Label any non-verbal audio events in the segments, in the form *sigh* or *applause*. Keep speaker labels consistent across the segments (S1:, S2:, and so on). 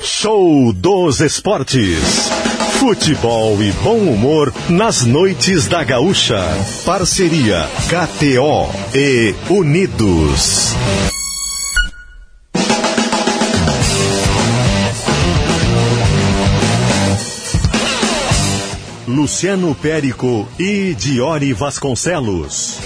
S1: Show dos Esportes. Futebol e bom humor nas noites da Gaúcha. Parceria KTO e Unidos. Luciano Périco e Diori Vasconcelos.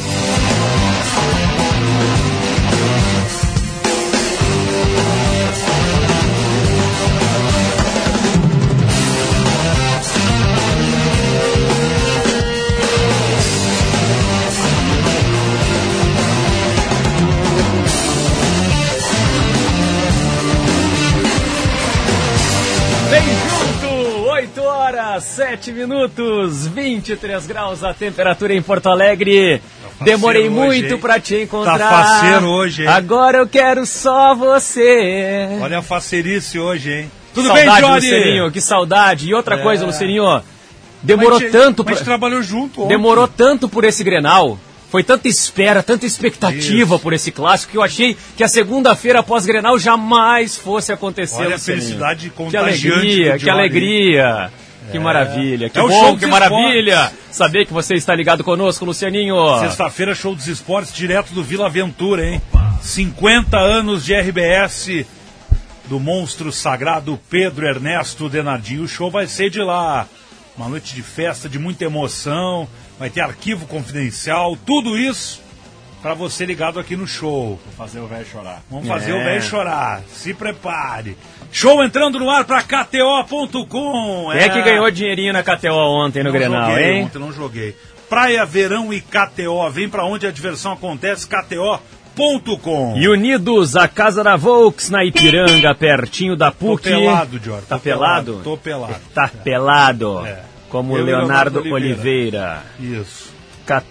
S2: Vem junto! 8 horas, 7 minutos, 23 graus a temperatura em Porto Alegre. Demorei
S3: Tá faceiro hoje,
S2: muito
S3: hein?
S2: pra te encontrar.
S3: Tá faceiro hoje, hein?
S2: Agora eu quero só você.
S3: Olha a facerice hoje, hein?
S2: Tudo saudade, Lucerinho, que saudade. E outra coisa, Lucerinho, demorou
S3: A gente-
S2: tanto
S3: A gente
S2: pra,
S3: trabalhou junto ontem.
S2: demorou tanto por esse Grenal. Foi tanta espera, tanta expectativa por esse clássico que eu achei que a segunda-feira após Grenal jamais fosse acontecer.
S3: Olha a
S2: Lucerinho.
S3: felicidade
S2: Que
S3: contagiante do
S2: alegria, que
S3: Diori.
S2: alegria. Que maravilha, que
S3: É o show
S2: bom,
S3: dos
S2: que maravilha saber que você está ligado conosco, Lucianinho.
S3: Sexta-feira, show dos esportes, direto do Vila Aventura, hein? 50 anos de RBS do monstro sagrado Pedro Ernesto Denardinho. O show vai ser de lá. Uma noite de festa, de muita emoção. Vai ter arquivo confidencial, tudo isso para você ligado aqui no show.
S4: Fazer o velho chorar.
S3: Vamos fazer
S2: É.
S3: o velho chorar. Se prepare. Show entrando no ar para KTO.com.
S2: Quem é que ganhou dinheirinho na KTO ontem no
S3: Não
S2: Grenal,
S3: É, joguei
S2: hein?
S3: Ontem não joguei. Praia, verão e KTO. Vem pra onde a diversão acontece, KTO.com.
S2: E É. unidos a casa da Volks na Ipiranga, pertinho da
S3: Tô
S2: PUC.
S3: pelado, Jorge.
S2: Tá pelado?
S3: Tô pelado.
S2: Tá pelado.
S3: É.
S2: Como
S3: Eu e
S2: Leonardo,
S3: Leonardo
S2: Oliveira.
S3: Oliveira. Isso.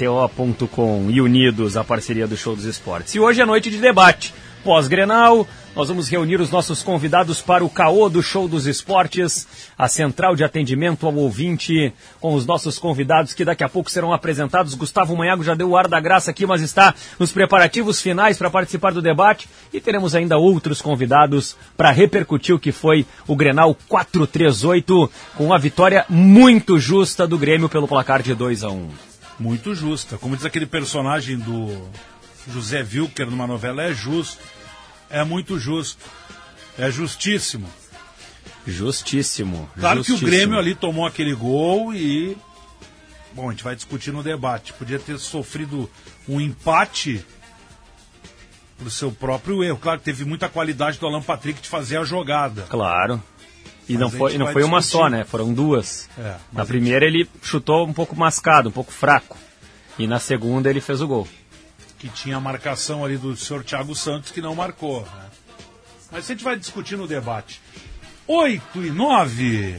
S2: KTO.com e Unidos, a parceria do Show dos Esportes. E hoje é noite de debate. Pós-Grenal, nós vamos reunir os nossos convidados para o caô do Show dos Esportes, a central de atendimento ao ouvinte, com os nossos convidados que daqui a pouco serão apresentados. Gustavo Manhago já deu o ar da graça aqui, mas está nos preparativos finais para participar do debate. E teremos ainda outros convidados para repercutir o que foi o Grenal 438, com a vitória muito justa do Grêmio pelo placar de 2 a 1.
S3: Muito justa. Como diz aquele personagem do José Wilker numa novela, é justo. É muito justo. É justíssimo.
S2: Justíssimo.
S3: Claro que o
S2: justíssimo.
S3: Grêmio ali tomou aquele gol e. Bom, a gente vai discutir no debate. Podia ter sofrido um empate por seu próprio erro. Claro que teve muita qualidade do Alan Patrick de fazer a jogada.
S2: Claro. E
S3: Mas
S2: não
S3: a
S2: foi,
S3: gente
S2: não
S3: vai
S2: foi uma
S3: discutir.
S2: só, né? Foram duas.
S3: É, mas
S2: na
S3: a gente-
S2: primeira ele chutou um pouco mascado, um pouco fraco. E na segunda ele fez o gol.
S3: Que tinha a marcação ali do senhor Thiago Santos que não marcou. né? Mas a gente vai discutir no debate. 8 e 9.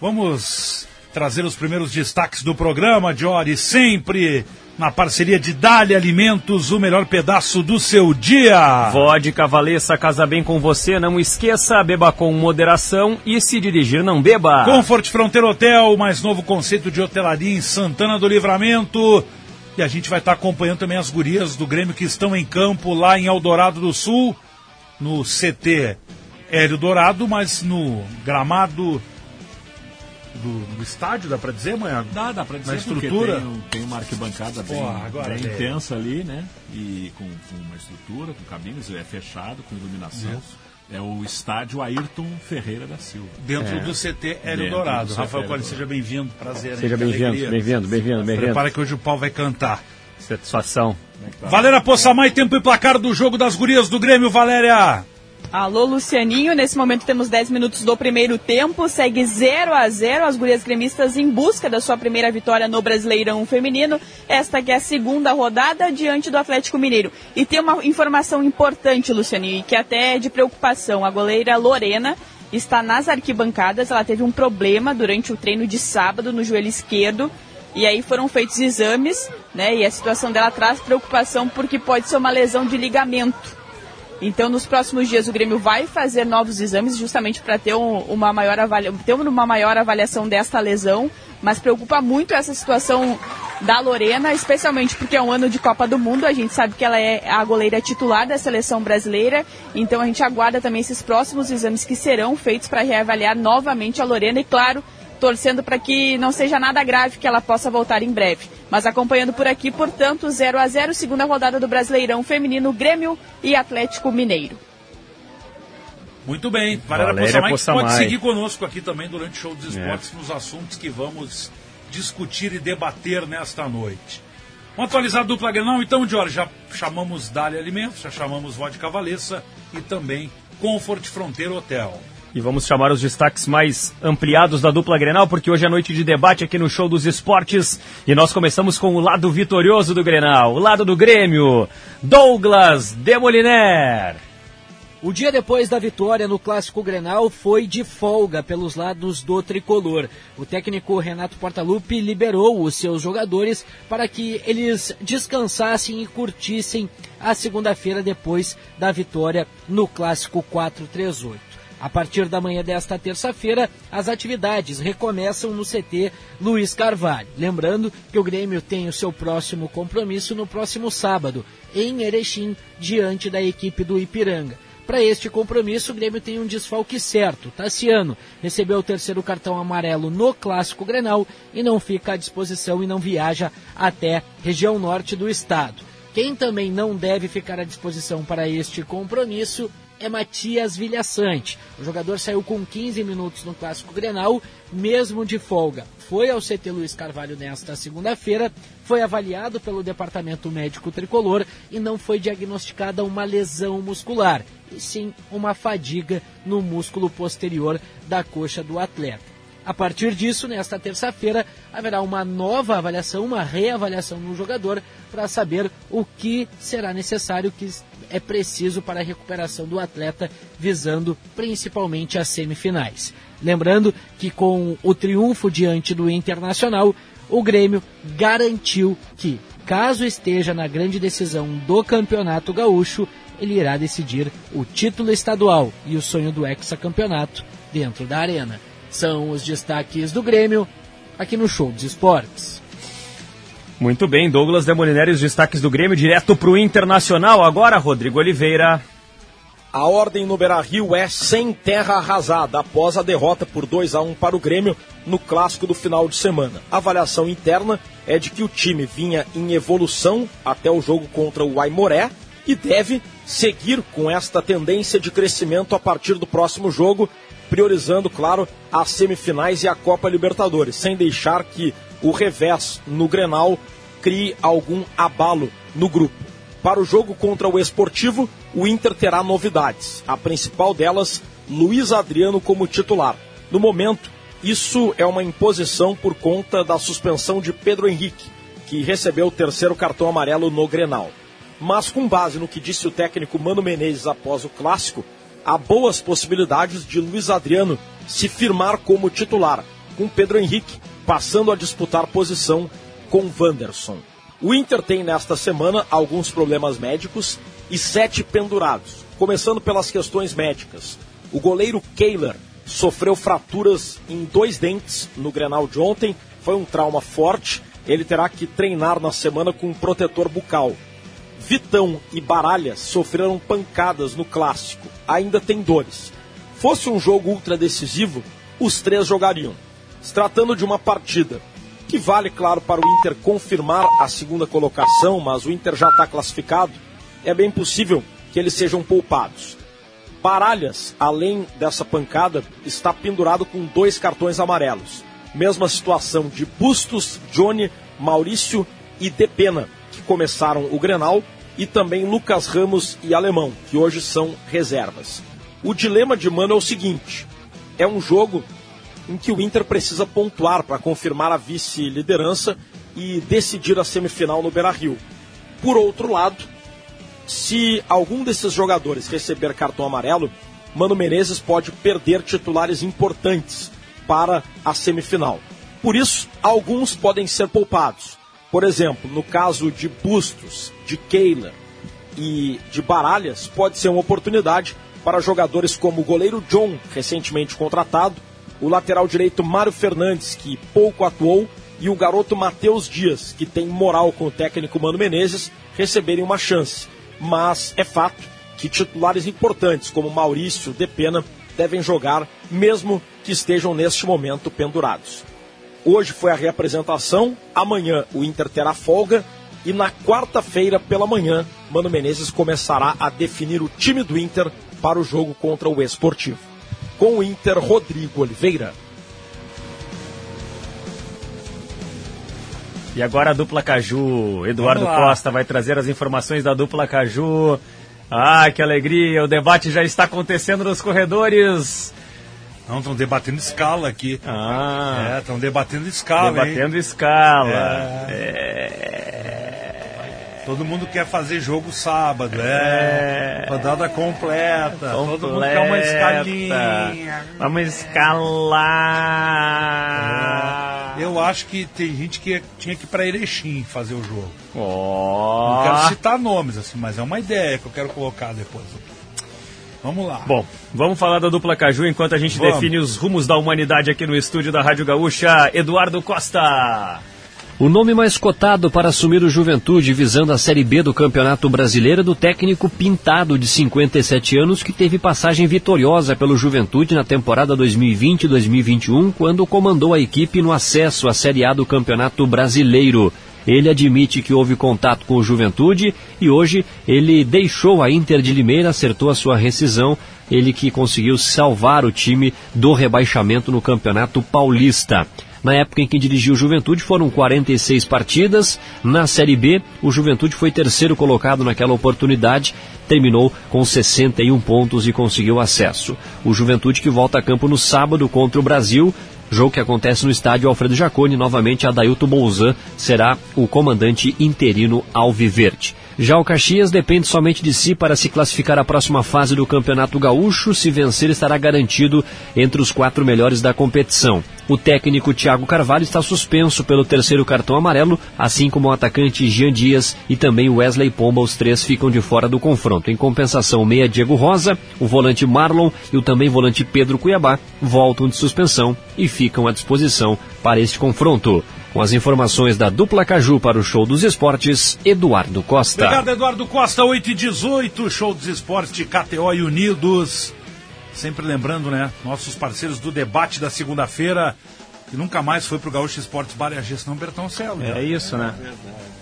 S3: Vamos trazer os primeiros destaques do programa, Jory, sempre na parceria de Dália Alimentos, o melhor pedaço do seu dia.
S2: Vodka Valeça casa bem com você, não esqueça, beba com moderação e se dirigir não beba.
S3: Comfort Fronteira Hotel, o mais novo conceito de hotelaria em Santana do Livramento. E a gente vai estar acompanhando também as gurias do Grêmio que estão em campo lá em Eldorado do Sul, no CT Hélio Dourado, mas no gramado do, do estádio, dá pra dizer, manhã?
S4: Dá, dá pra dizer
S3: Na
S4: porque
S3: estrutura?
S4: Tem, um- tem uma arquibancada bem,
S3: Porra, agora
S4: bem
S3: é.
S4: intensa ali, né? E com, com uma estrutura, com cabines, é fechado, com iluminação. É o estádio Ayrton Ferreira da Silva.
S3: Dentro do CT Hélio
S4: Dentro
S3: Dourado.
S4: do
S3: Rafael
S4: CT
S3: Cole,
S4: Hélio
S3: seja bem-vindo, prazer. hein?
S2: Seja
S3: Que
S2: bem-vindo,
S3: alegria.
S2: bem-vindo, bem-vindo, bem-vindo.
S3: Prepara que hoje o pau vai cantar.
S2: Tá Satisfação.
S3: Valéria Poçamai, tempo e placar do jogo das gurias do Grêmio, Valéria!
S5: Alô, Lucianinho. Nesse momento temos 10 minutos do primeiro tempo. Segue 0 a 0 as gurias gremistas em busca da sua primeira vitória no Brasileirão Feminino. Esta que é a segunda rodada diante do Atlético Mineiro. E tem uma informação importante, Lucianinho, e que até é de preocupação. A goleira Lorena está nas arquibancadas. Ela teve um problema durante o treino de sábado no joelho esquerdo. E aí foram feitos exames, né? E a situação dela traz preocupação porque pode ser uma lesão de ligamento. Então, nos próximos dias, o Grêmio vai fazer novos exames justamente para ter, um, uma maior avalia- ter uma maior avaliação desta lesão. Mas preocupa muito essa situação da Lorena, especialmente porque é um ano de Copa do Mundo. A gente sabe que ela é a goleira titular da seleção brasileira. Então, a gente aguarda também esses próximos exames que serão feitos para reavaliar novamente a Lorena. E, claro, torcendo para que não seja nada grave que ela possa voltar em breve. Mas acompanhando por aqui, portanto, 0 a 0 segunda rodada do Brasileirão Feminino Grêmio e Atlético Mineiro.
S3: Muito bem, Valéria,
S2: Valéria
S3: Poçamai, que
S2: Poçamai.
S3: pode seguir conosco aqui também durante o Show dos Esportes nos assuntos que vamos discutir e debater nesta noite. Vamos atualizar a dupla Grenal, então, Jorge, já chamamos Dália Alimentos, já chamamos Vodka Valessa e também Comfort Fronteira Hotel.
S2: E vamos chamar os destaques mais ampliados da dupla Grenal, porque hoje é noite de debate aqui no Show dos Esportes. E nós começamos com o lado vitorioso do Grenal, o lado do Grêmio, Douglas Demoliner.
S6: O dia depois da vitória no Clássico Grenal foi de folga pelos lados do tricolor. O técnico Renato Portaluppi liberou os seus jogadores para que eles descansassem e curtissem a segunda-feira depois da vitória no Clássico 438. A partir da manhã desta terça-feira, as atividades recomeçam no CT Luiz Carvalho. Lembrando que o Grêmio tem o seu próximo compromisso no próximo sábado, em Erechim, diante da equipe do Ipiranga. Para este compromisso, o Grêmio tem um desfalque certo. Tassiano recebeu o terceiro cartão amarelo no Clássico Grenal e não fica à disposição e não viaja até região norte do estado. Quem também não deve ficar à disposição para este compromisso é Matias Vilhaçante. O jogador saiu com 15 minutos no Clássico Grenal, mesmo de folga. Foi ao CT Luiz Carvalho nesta segunda-feira, foi avaliado pelo Departamento Médico Tricolor e não foi diagnosticada uma lesão muscular, e sim uma fadiga no músculo posterior da coxa do atleta. A partir disso, nesta terça-feira, haverá uma nova avaliação, uma reavaliação no jogador para saber o que será necessário, o que é preciso para a recuperação do atleta, visando principalmente as semifinais. Lembrando que com o triunfo diante do Internacional, o Grêmio garantiu que, caso esteja na grande decisão do Campeonato Gaúcho, ele irá decidir o título estadual e o sonho do hexacampeonato dentro da arena. São os destaques do Grêmio aqui no Show dos Esportes.
S2: Muito bem, Douglas Demoliner e os destaques do Grêmio direto para o Internacional. Agora, Rodrigo Oliveira.
S7: A ordem no Beira-Rio é sem terra arrasada após a derrota por 2 a 1 para o Grêmio no clássico do final de semana. A avaliação interna é de que o time vinha em evolução até o jogo contra o Aimoré e deve seguir com esta tendência de crescimento a partir do próximo jogo, priorizando, claro, as semifinais e a Copa Libertadores, sem deixar que o revés no Grenal crie algum abalo no grupo. Para o jogo contra o Esportivo, o Inter terá novidades. A principal delas, Luiz Adriano como titular. No momento, isso é uma imposição por conta da suspensão de Pedro Henrique, que recebeu o terceiro cartão amarelo no Grenal. Mas com base no que disse o técnico Mano Menezes após o clássico, há boas possibilidades de Luiz Adriano se firmar como titular, com Pedro Henrique passando a disputar posição com Wanderson. O Inter tem nesta semana alguns problemas médicos e sete pendurados, começando pelas questões médicas. O goleiro Kehler sofreu fraturas em dois dentes no Grenal de ontem, foi um trauma forte, ele terá que treinar na semana com um protetor bucal. Vitão e Baralha sofreram pancadas no clássico, ainda tem dores. Fosse um jogo ultra decisivo, os três jogariam. Se tratando de uma partida que vale, claro, para o Inter confirmar a segunda colocação, mas o Inter já está classificado, é bem possível que eles sejam poupados. Baralhas, além dessa pancada, está pendurado com dois cartões amarelos. Mesma situação de Bustos, Johnny, Maurício e Depena, que começaram o Grenal, e também Lucas Ramos e Alemão, que hoje são reservas. O dilema de Mano é o seguinte: é um jogo em que o Inter precisa pontuar para confirmar a vice-liderança e decidir a semifinal no Beira-Rio. Por outro lado, se algum desses jogadores receber cartão amarelo, Mano Menezes pode perder titulares importantes para a semifinal. Por isso, alguns podem ser poupados. Por exemplo, no caso de Bustos, de Kehler, e de Baralhas pode ser uma oportunidade para jogadores como o goleiro John, recentemente contratado, o lateral direito Mário Fernandes, que pouco atuou, e o garoto Matheus Dias, que tem moral com o técnico Mano Menezes, receberem uma chance. Mas é fato que titulares importantes como Maurício Depena devem jogar, mesmo que estejam neste momento pendurados. Hoje foi a reapresentação, amanhã o Inter terá folga e na quarta-feira pela manhã, Mano Menezes começará a definir o time do Inter para o jogo contra o Esportivo. Com o Inter, Rodrigo Oliveira.
S2: E agora a dupla Caju. Eduardo
S3: Vamos lá.
S2: Costa vai trazer as informações da dupla Caju. Ah, que alegria! O debate já está acontecendo nos corredores.
S3: Não, estão debatendo escala aqui.
S2: Ah,
S3: É, estão debatendo escala, hein? É.
S2: debatendo escala.
S3: Todo mundo quer fazer jogo sábado, é.
S2: É.
S3: Rodada completa. Todo mundo quer uma
S2: Completa.
S3: escalinha.
S2: Vamos escalar.
S3: Eu acho que tem gente que tinha que ir pra Erechim fazer o jogo.
S2: Ó.
S3: Não quero citar nomes, assim, mas é uma ideia que eu quero colocar depois. Vamos lá.
S2: Bom, vamos falar da dupla Caju enquanto a gente
S3: Vamos.
S2: define os rumos da humanidade aqui no estúdio da Rádio Gaúcha. Eduardo Costa.
S8: O nome mais cotado para assumir o Juventude visando a Série B do Campeonato Brasileiro é do técnico Pintado, de 57 anos, que teve passagem vitoriosa pelo Juventude na temporada 2020-2021, quando comandou a equipe no acesso à Série A do Campeonato Brasileiro. Ele admite que houve contato com o Juventude e hoje ele deixou a Inter de Limeira, acertou a sua rescisão, ele que conseguiu salvar o time do rebaixamento no Campeonato Paulista. Na época em que dirigiu o Juventude foram 46 partidas. Na Série B, o Juventude foi terceiro colocado naquela oportunidade, terminou com 61 pontos e conseguiu acesso. O Juventude que volta a campo no sábado contra o Brasil, jogo que acontece no estádio Alfredo Jaconi. Novamente, Adailto Bolzan será o comandante interino Alviverde. Já o Caxias depende somente de si para se classificar à próxima fase do Campeonato Gaúcho. Se vencer, estará garantido entre os quatro melhores da competição. O técnico Thiago Carvalho está suspenso pelo terceiro cartão amarelo, assim como o atacante Jean Dias e também Wesley Pomba. Os três ficam de fora do confronto. Em compensação, o meia Diego Rosa, o volante Marlon e o também volante Pedro Cuiabá voltam de suspensão e ficam à disposição para este confronto. Com as informações da dupla Caju para o Show dos Esportes, Eduardo Costa.
S3: Obrigado, Eduardo Costa, 8 e 18, show dos esportes de KTO e Unidos. Sempre lembrando, né? Nossos parceiros do debate da segunda-feira, que nunca mais foi pro Gaúcho Esportes Bar e a gestão Bertoncello. né?
S2: É isso, né?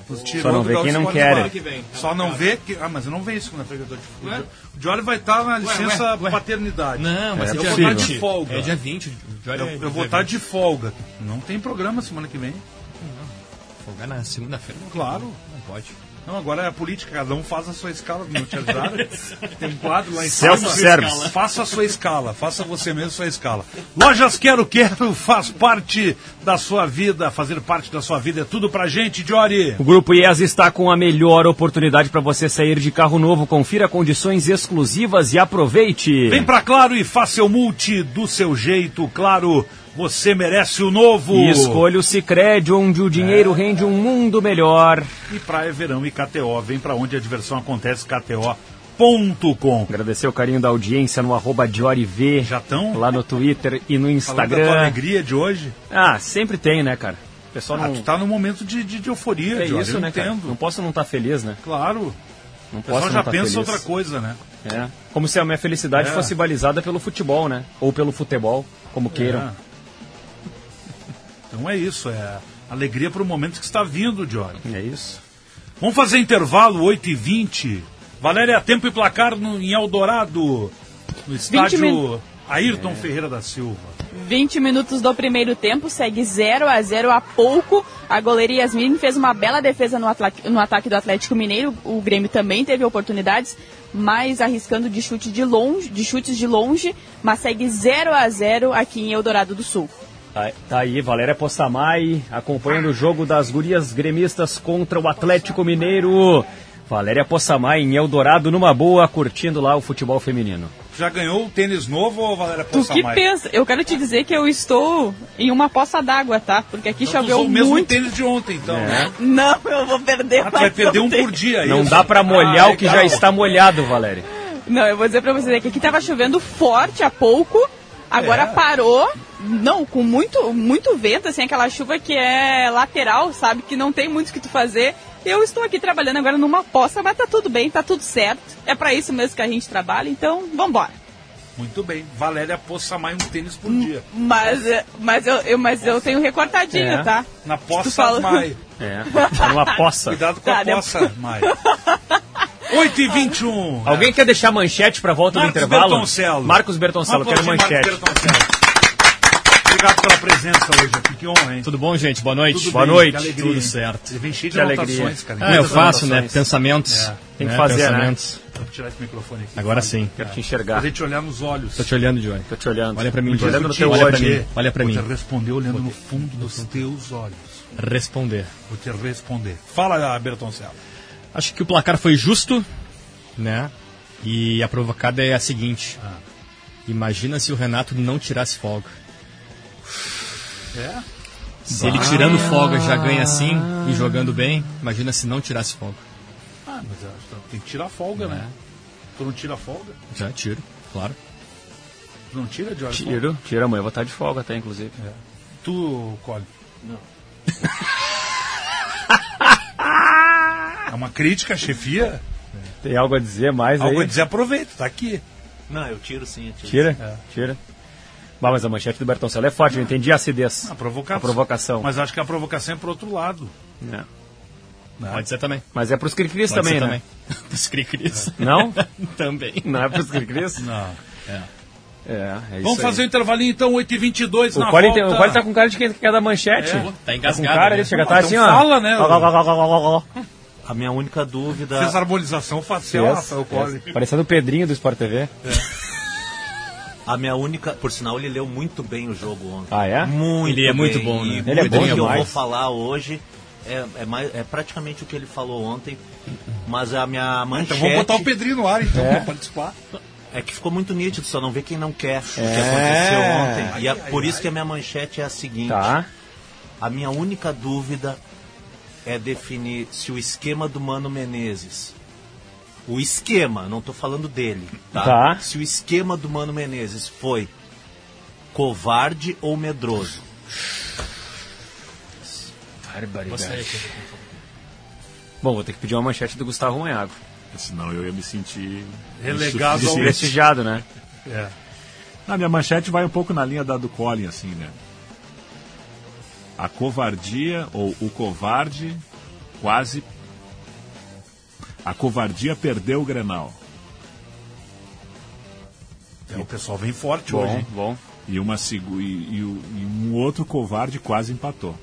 S3: Nos tirou
S2: Só não
S3: do
S2: vê
S3: Gaúcho
S2: quem não
S3: Esportes
S2: quer.
S3: Bar. Só não vê que. Ah, mas eu não venho segunda-feira que eu tô de folga. O Diori vai estar na licença paternidade.
S9: Não, mas
S3: é,
S9: é,
S3: eu
S9: dia
S3: vou estar
S9: 20.
S3: de folga.
S9: É dia 20. o Jorge
S3: Eu,
S9: é
S3: eu
S9: dia
S3: vou estar
S9: 20.
S3: de folga. Não tem programa semana que vem.
S9: folgar na segunda-feira. não-
S3: Claro.
S9: Não pode.
S3: Não, agora é a política, cada um faz a sua escala, não te avisaram?
S9: *laughs*
S3: Tem um quadro lá em
S2: Self-service.
S3: Faça- Faça a sua escala, faça você mesmo a sua escala. Lojas Quero Quero faz parte da sua vida, fazer parte da sua vida é tudo pra gente, Jory.
S2: O Grupo IES está com a melhor oportunidade para você sair de carro novo. Confira condições exclusivas e aproveite.
S3: Vem pra Claro e faça seu multi do seu jeito, claro, você merece o novo. É.
S2: E escolha o Cicred, onde o dinheiro rende um mundo melhor.
S3: E praia, verão e KTO, vem pra onde a diversão acontece, KTO.com.
S2: Agradecer o carinho da audiência no arroba Diori V.
S3: Já tão?
S2: Lá no Twitter e no
S3: Falando da tua
S2: Instagram.
S3: alegria de hoje,
S2: Ah, sempre tem, né, cara? O pessoal
S3: ah,
S2: não...
S3: tu tá num momento de, de, de euforia,
S2: É
S3: Jory,
S2: isso,
S3: eu
S2: né, cara?
S3: entendo.
S2: Não posso não estar feliz, né?
S3: Claro.
S2: Não
S3: O pessoal
S2: posso
S3: já
S2: não tá
S3: pensa
S2: feliz.
S3: outra coisa, né?
S2: É. Como se a minha felicidade
S3: É.
S2: fosse balizada pelo futebol, né? Ou pelo futebol, como queiram.
S3: Então é isso, é alegria para o momento que está vindo, Johnny.
S2: É, isso.
S3: Vamos fazer intervalo, 8h20. Valéria, tempo e placar no, em Eldorado, no estádio
S5: min-
S2: É.
S3: Ayrton Ferreira da Silva.
S5: 20 minutos do primeiro tempo, segue 0 a 0 há pouco. A goleira Yasmin fez uma bela defesa no, atla- no ataque do Atlético Mineiro. O Grêmio também teve oportunidades, mas arriscando de chute de longe, de chutes de longe, mas segue 0 a 0 aqui em Eldorado do Sul.
S2: Tá- Tá aí, Valéria Possamay acompanhando o jogo das gurias gremistas contra o Atlético Mineiro. Valéria Possamay em Eldorado, numa boa, curtindo lá o futebol feminino.
S3: Já ganhou o tênis novo ou Valéria
S5: Tu
S3: Poça
S5: que pensa? Eu quero te dizer que eu estou em uma poça d'água, tá? Porque aqui choveu
S3: o mesmo
S5: muito.
S3: tênis de ontem, então. né?
S5: Não, eu vou perder
S3: Ah, tu
S5: mais
S3: vai perder
S5: um
S3: um por
S5: tênis.
S3: dia.
S2: É. Não
S3: isso?
S2: dá pra molhar
S3: Ah,
S2: o que
S3: legal.
S2: já está molhado, Valéria.
S5: Não, eu vou dizer pra vocês é que aqui tava chovendo forte há pouco, agora
S3: É.
S5: parou. Não, com muito, muito vento, assim, aquela chuva que é lateral, sabe? Que não tem muito o que tu fazer. Eu estou aqui trabalhando agora numa poça, mas tá tudo bem, tá tudo certo. É pra isso mesmo que a gente trabalha, então vambora.
S3: Muito bem. Valéria Poça mais um tênis por dia.
S5: Hum, Mas, é, mas, eu, eu- mas eu tenho recortadinho,
S2: É.
S5: tá?
S3: Na
S5: Tu
S3: Poça
S5: fala- *laughs*
S3: Mai.
S2: É, tá
S3: *laughs*
S2: numa poça.
S3: Cuidado com
S5: Tá,
S3: a
S5: né?
S3: Poça Mai. 8 e 21.
S2: Alguém quer deixar manchete pra volta
S3: Marcos
S2: do intervalo?
S3: Bertoncello.
S2: Marcos Bertoncello,
S3: Um
S2: quero
S3: aplauso, Marcos
S2: manchete.
S3: Bertoncello. Obrigado pela presença hoje aqui. Que honra, hein?
S9: Tudo bom, gente? Boa noite.
S3: Tudo
S2: Boa
S3: bem,
S2: noite.
S3: que alegria,
S9: Tudo
S3: hein?
S9: certo.
S3: Ele vem cheio de
S2: Que alegria.
S3: anotações, cara.
S9: Ah, eu
S2: Muitas
S9: faço, né?
S2: anotações.
S9: Pensamentos.
S3: É,
S2: tem que fazer, né?
S9: Pensamentos.
S3: Vou tirar esse microfone aqui.
S9: Agora sim.
S2: Quero te
S3: Pra
S2: enxergar.
S3: gente olhar nos olhos.
S9: Tô te olhando, Johnny.
S2: Tô te olhando.
S9: Olha pra mim,
S2: Tô
S9: Diego.
S2: olhando no teu
S9: Olha pra
S2: olho.
S9: mim. olha pra mim.
S3: Vou te responder olhando no fundo dos teus olhos.
S9: Responder.
S3: Vou te responder. Fala, Bertoncello.
S9: Acho que o placar foi justo, né? E a provocada é a seguinte.
S3: Ah.
S9: Imagina se o Renato não tirasse folga.
S3: É?
S9: Se ele tirando folga já ganha assim e jogando bem, imagina se não tirasse folga. *laughs*
S3: Ah, mas eu acho que tem que tirar folga, né?
S2: É.
S3: Tu não tira folga?
S9: Já tiro, claro.
S3: Tu não tira, Jorge?
S2: Tiro, tiro amanhã. Vou estar de folga até, inclusive.
S3: Tu, Cole? Não. É uma crítica, chefia?
S2: Tem algo a dizer mais
S3: Algo a
S2: aí?
S3: dizer, aproveita, tá aqui.
S10: Não, eu tiro sim, eu tiro.
S2: Tira, É.
S3: É.
S2: tira. Bah, mas a manchete do Bertoncello é forte, eu entendi a acidez.
S3: A provocação.
S2: A provocação.
S3: Mas acho que a provocação é pro outro lado. né?
S2: É.
S9: Pode ser também.
S2: Mas é pros cricris
S9: Pode
S2: também,
S9: ser
S2: né?
S9: também. Dos cri-cris.
S3: *laughs*
S2: Não?
S9: também.
S2: Não é pros cricris?
S3: É. Não.
S2: É, é isso
S3: Vamos
S2: aí.
S3: fazer o intervalinho então, 8h22 na
S2: O Cole,
S3: volta.
S2: tem, o Cole tá com cara de quem quer dar manchete.
S9: É, tá
S2: Tá com
S9: engasgado.
S2: cara,
S9: né?
S2: ele chega
S3: Não,
S2: tarde assim,
S3: então
S2: ó.
S3: fala, né?
S2: Ó, ó, ó, ó, ó, ó, ó.
S10: A minha única dúvida.
S3: Fez harmonização facial,
S2: Yes,
S3: Rafael É. Cole.
S2: yes. É. Parecendo o Pedrinho do Sport TV.
S10: A minha única. Por sinal, ele leu muito bem o jogo ontem.
S2: Ah, é?
S10: Muito
S9: Ele é
S10: bem.
S9: muito bom, né?
S10: E
S9: Ele
S2: é
S10: muito
S2: bom
S10: do que eu
S2: demais.
S10: vou falar hoje é, é, mais, é praticamente o que ele falou ontem. Mas a minha
S3: Então
S10: manchete
S3: vamos botar o Pedrinho no ar, então,
S2: É.
S3: pra participar.
S10: é que ficou muito nítido, só não vê quem não quer
S2: É.
S10: o que aconteceu ontem. E é por isso que a minha manchete é a seguinte.
S2: Tá.
S10: A minha única dúvida é definir se o esquema do Mano Menezes. O esquema, não tô falando dele. Tá?
S2: Tá.
S10: Se o esquema do Mano Menezes foi covarde ou medroso.
S3: é
S2: Bom, vou ter que pedir uma manchete do Gustavo Manhago.
S4: Senão eu ia me sentir
S3: Relegado ao-
S4: insuficiente.
S2: Prestigiado, né?
S3: É.
S4: A minha manchete vai um pouco na linha da do Colin, assim, né? A covardia, ou o covarde, quase. A covardia perdeu o Grenal.
S3: É, O pessoal vem forte hoje.
S2: Bom,
S3: hein?
S2: bom.
S4: E, uma, segu- e, e o- e um outro covarde quase empatou.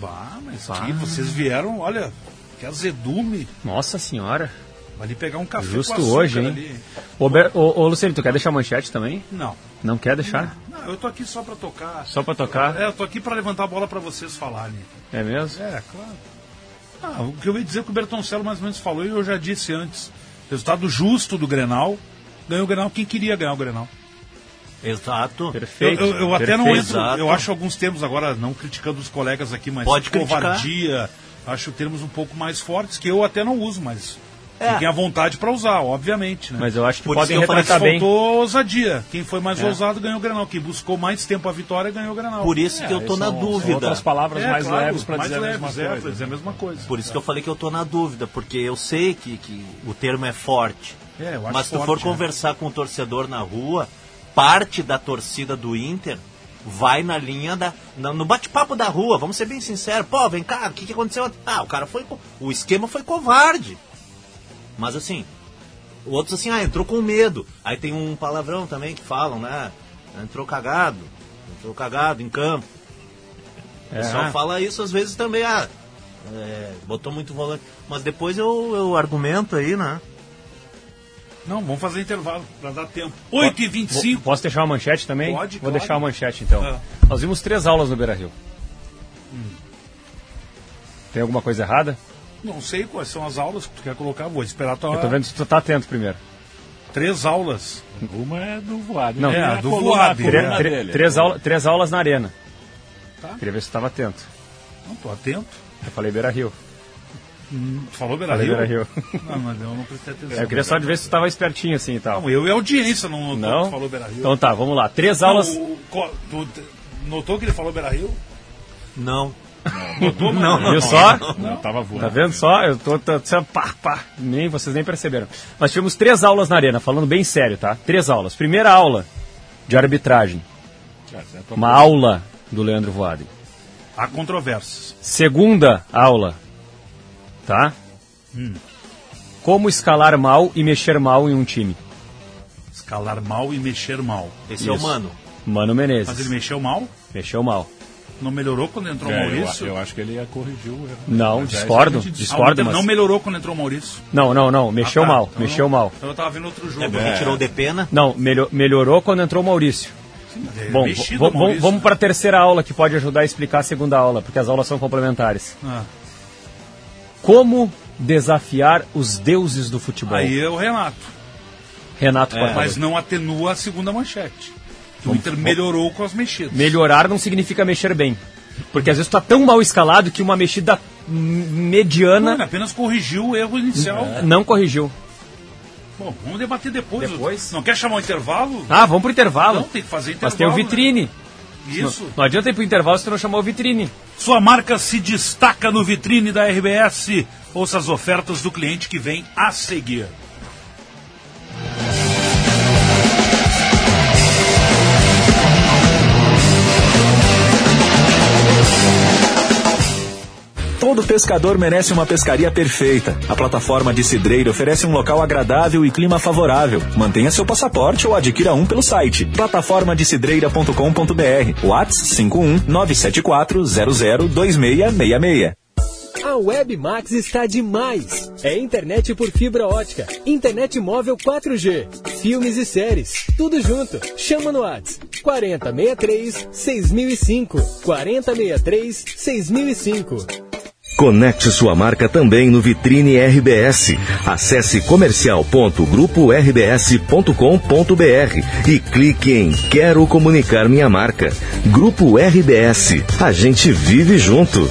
S3: Bah, mas aqui vocês vieram, olha, que azedume.
S2: Nossa senhora.
S3: É Vai ali pegar um café
S2: Justo
S3: com açúcar
S2: hoje, hein?
S3: ali.
S2: Ô, Ber- ô, ô, Luciano, tu quer deixar manchete também?
S3: Não.
S2: Não quer deixar?
S3: Não, eu tô aqui só pra tocar.
S2: Só pra tocar?
S3: É, eu tô aqui pra levantar a bola pra vocês falarem.
S2: É mesmo?
S3: É, claro. Ah, o que eu ia dizer que o Bertoncello mais ou menos falou e eu já disse antes. Resultado justo do Grenal. Ganhou o Grenal quem queria ganhar o Grenal.
S10: Exato.
S3: Eu,
S2: Perfeito.
S3: eu- eu até não
S10: Perfeito.
S3: entro,
S10: Exato.
S3: eu acho alguns termos agora, não criticando os colegas aqui, mas
S10: Pode criticar.
S3: covardia, acho termos um pouco mais fortes que eu até não uso, mas
S2: É.
S3: fiquem à vontade para usar, obviamente, né?
S2: Mas eu acho que
S10: Por
S2: podem
S10: isso que eu falei
S2: retratar
S3: Mas
S2: bem.
S3: faltou ousadia. Quem foi mais ousado ganhou o Granal. Quem buscou mais tempo a vitória ganhou o É, Granal.
S10: Por isso
S4: É,
S10: que eu tô na
S3: um-
S10: dúvida.
S4: Outras palavras
S3: É,
S4: mais
S3: claro,
S4: leves para
S3: mais
S4: dizer a
S3: leves,
S4: mesma
S3: é,
S4: coisa.
S3: pra dizer a mesma coisa.
S10: Por isso que eu falei que eu tô na dúvida, porque eu sei que, que o termo é forte.
S3: É, eu acho
S10: Mas se tu
S3: forte,
S10: for
S3: né?
S10: conversar com o torcedor na rua, parte da torcida do Inter vai na linha da. na- no bate-papo da rua, vamos ser bem sinceros. Pô, vem cá, o que, que aconteceu? ontem? Ah, o cara foi. co- O esquema foi covarde. Mas assim, outros assim, ah, entrou com medo. Aí tem um palavrão também que falam, né? Entrou cagado. Entrou cagado em campo. O
S3: É.
S10: pessoal fala isso às vezes também, ah, é, botou muito volante. Mas depois eu, eu argumento aí, né?
S3: Não, vamos fazer intervalo para dar tempo. 8h25.
S2: Vou- Posso deixar uma manchete também?
S3: Pode,
S2: Vou
S3: claro.
S2: deixar uma manchete então.
S3: Ah. Hum.
S2: Nós vimos três aulas no Beira Rio. Tem alguma coisa errada?
S3: Não sei quais são as aulas que tu quer colocar, vou esperar a tua.
S2: Eu tô vendo se tu tá atento primeiro.
S3: Ah. Três aulas. Uma é do voado.
S4: né?
S2: Não,
S3: é,
S2: é
S3: a
S2: a
S3: do
S2: coluna-
S3: voado.
S2: Tre-
S3: né?
S2: tre- três, aula- três aulas na arena.
S3: Tá.
S2: Queria ver se estava atento.
S3: Não, tô atento.
S2: Eu falei Beira Rio.
S3: Hum, Tu falou Beira
S2: Falei
S3: Rio?
S2: Beira Rio.
S3: Não, mas eu não prestei atenção.
S2: Eu queria só ver se tu estava espertinho assim e tal.
S3: Não, eu e a audiência não,
S2: Não?
S3: Tu falou Beira Rio.
S2: Então tá, vamos lá. Três aulas.
S3: tu t- notou que ele falou Beira Rio?
S10: Não.
S3: Notou, mano?
S2: Viu só?
S4: Não, tava voando.
S2: Tá vendo só? Eu tô, tô, tô- pá, pá. Nem, vocês nem perceberam. Nós tivemos três aulas na arena, falando bem sério, tá? Três aulas. Primeira aula de arbitragem. Uma aula do Leandro Voaden.
S3: Há controvérsias.
S2: Segunda aula, tá?
S3: Hum,
S2: Como escalar mal e mexer mal em um time.
S3: Escalar mal e mexer mal.
S10: Esse é o
S2: Isso.
S10: mano.
S2: Mano Menezes.
S3: Mas ele mexeu mal?
S2: Mexeu mal.
S3: Não melhorou quando entrou o
S4: É, eu,
S3: Maurício?
S4: eu acho que ele ia corrigir o erro.
S2: Não,
S4: Mas é isso
S2: discordo,
S4: que a gente diz.
S2: discordo,
S3: Ah,
S2: mas...
S3: Não melhorou quando entrou o Maurício.
S2: Não, não, não, mexeu
S3: Ah, tá.
S2: mal,
S3: Então
S2: mexeu
S3: não-
S2: mal.
S3: Então eu tava vendo outro jogo.
S10: É porque tirou de pena.
S2: Não, melho- melhorou quando entrou o Maurício. Bom,
S3: é Mexido,
S2: vo- vo-
S3: Maurício.
S2: vamos para a terceira aula que pode ajudar a explicar a segunda aula, porque as aulas são complementares.
S3: Ah.
S2: Como desafiar os deuses do futebol?
S3: Aí é o Renato.
S2: Renato Portaluppi.
S3: Mas não atenua a segunda manchete. Que o Inter melhorou com as mexidas.
S2: Melhorar não significa mexer bem. Porque às vezes tu tá tão mal escalado que uma mexida m-
S3: Não, é um- ele
S2: mediana É.
S3: apenas corrigiu o erro inicial.
S2: não corrigiu.
S3: Bom, vamos debater depois.
S2: Depois?
S3: Não quer chamar o intervalo?
S2: Ah, vamos pro intervalo.
S3: Não, tem que fazer intervalo.
S2: Mas tem o vitrine.
S3: né? Isso.
S2: Não adianta ir pro intervalo se tu não chamou o vitrine.
S3: Sua marca se destaca no vitrine da RBS. Ouça as ofertas do cliente que vem a seguir.
S11: Todo pescador merece uma pescaria perfeita. A plataforma de Cidreira oferece um local agradável e clima favorável. Mantenha seu passaporte ou adquira um pelo site plataformadecidreira.com.br. Whats 51 974 002666.
S12: A Web Max está demais. É internet por fibra ótica, internet móvel 4G, filmes e séries, tudo junto. Chama no Whats 4063 6005, 4063 6005.
S1: Conecte sua marca também no Vitrine RBS. Acesse comercial.grupo-rbs.com.br e clique em Quero comunicar minha marca. Grupo RBS. A gente vive junto.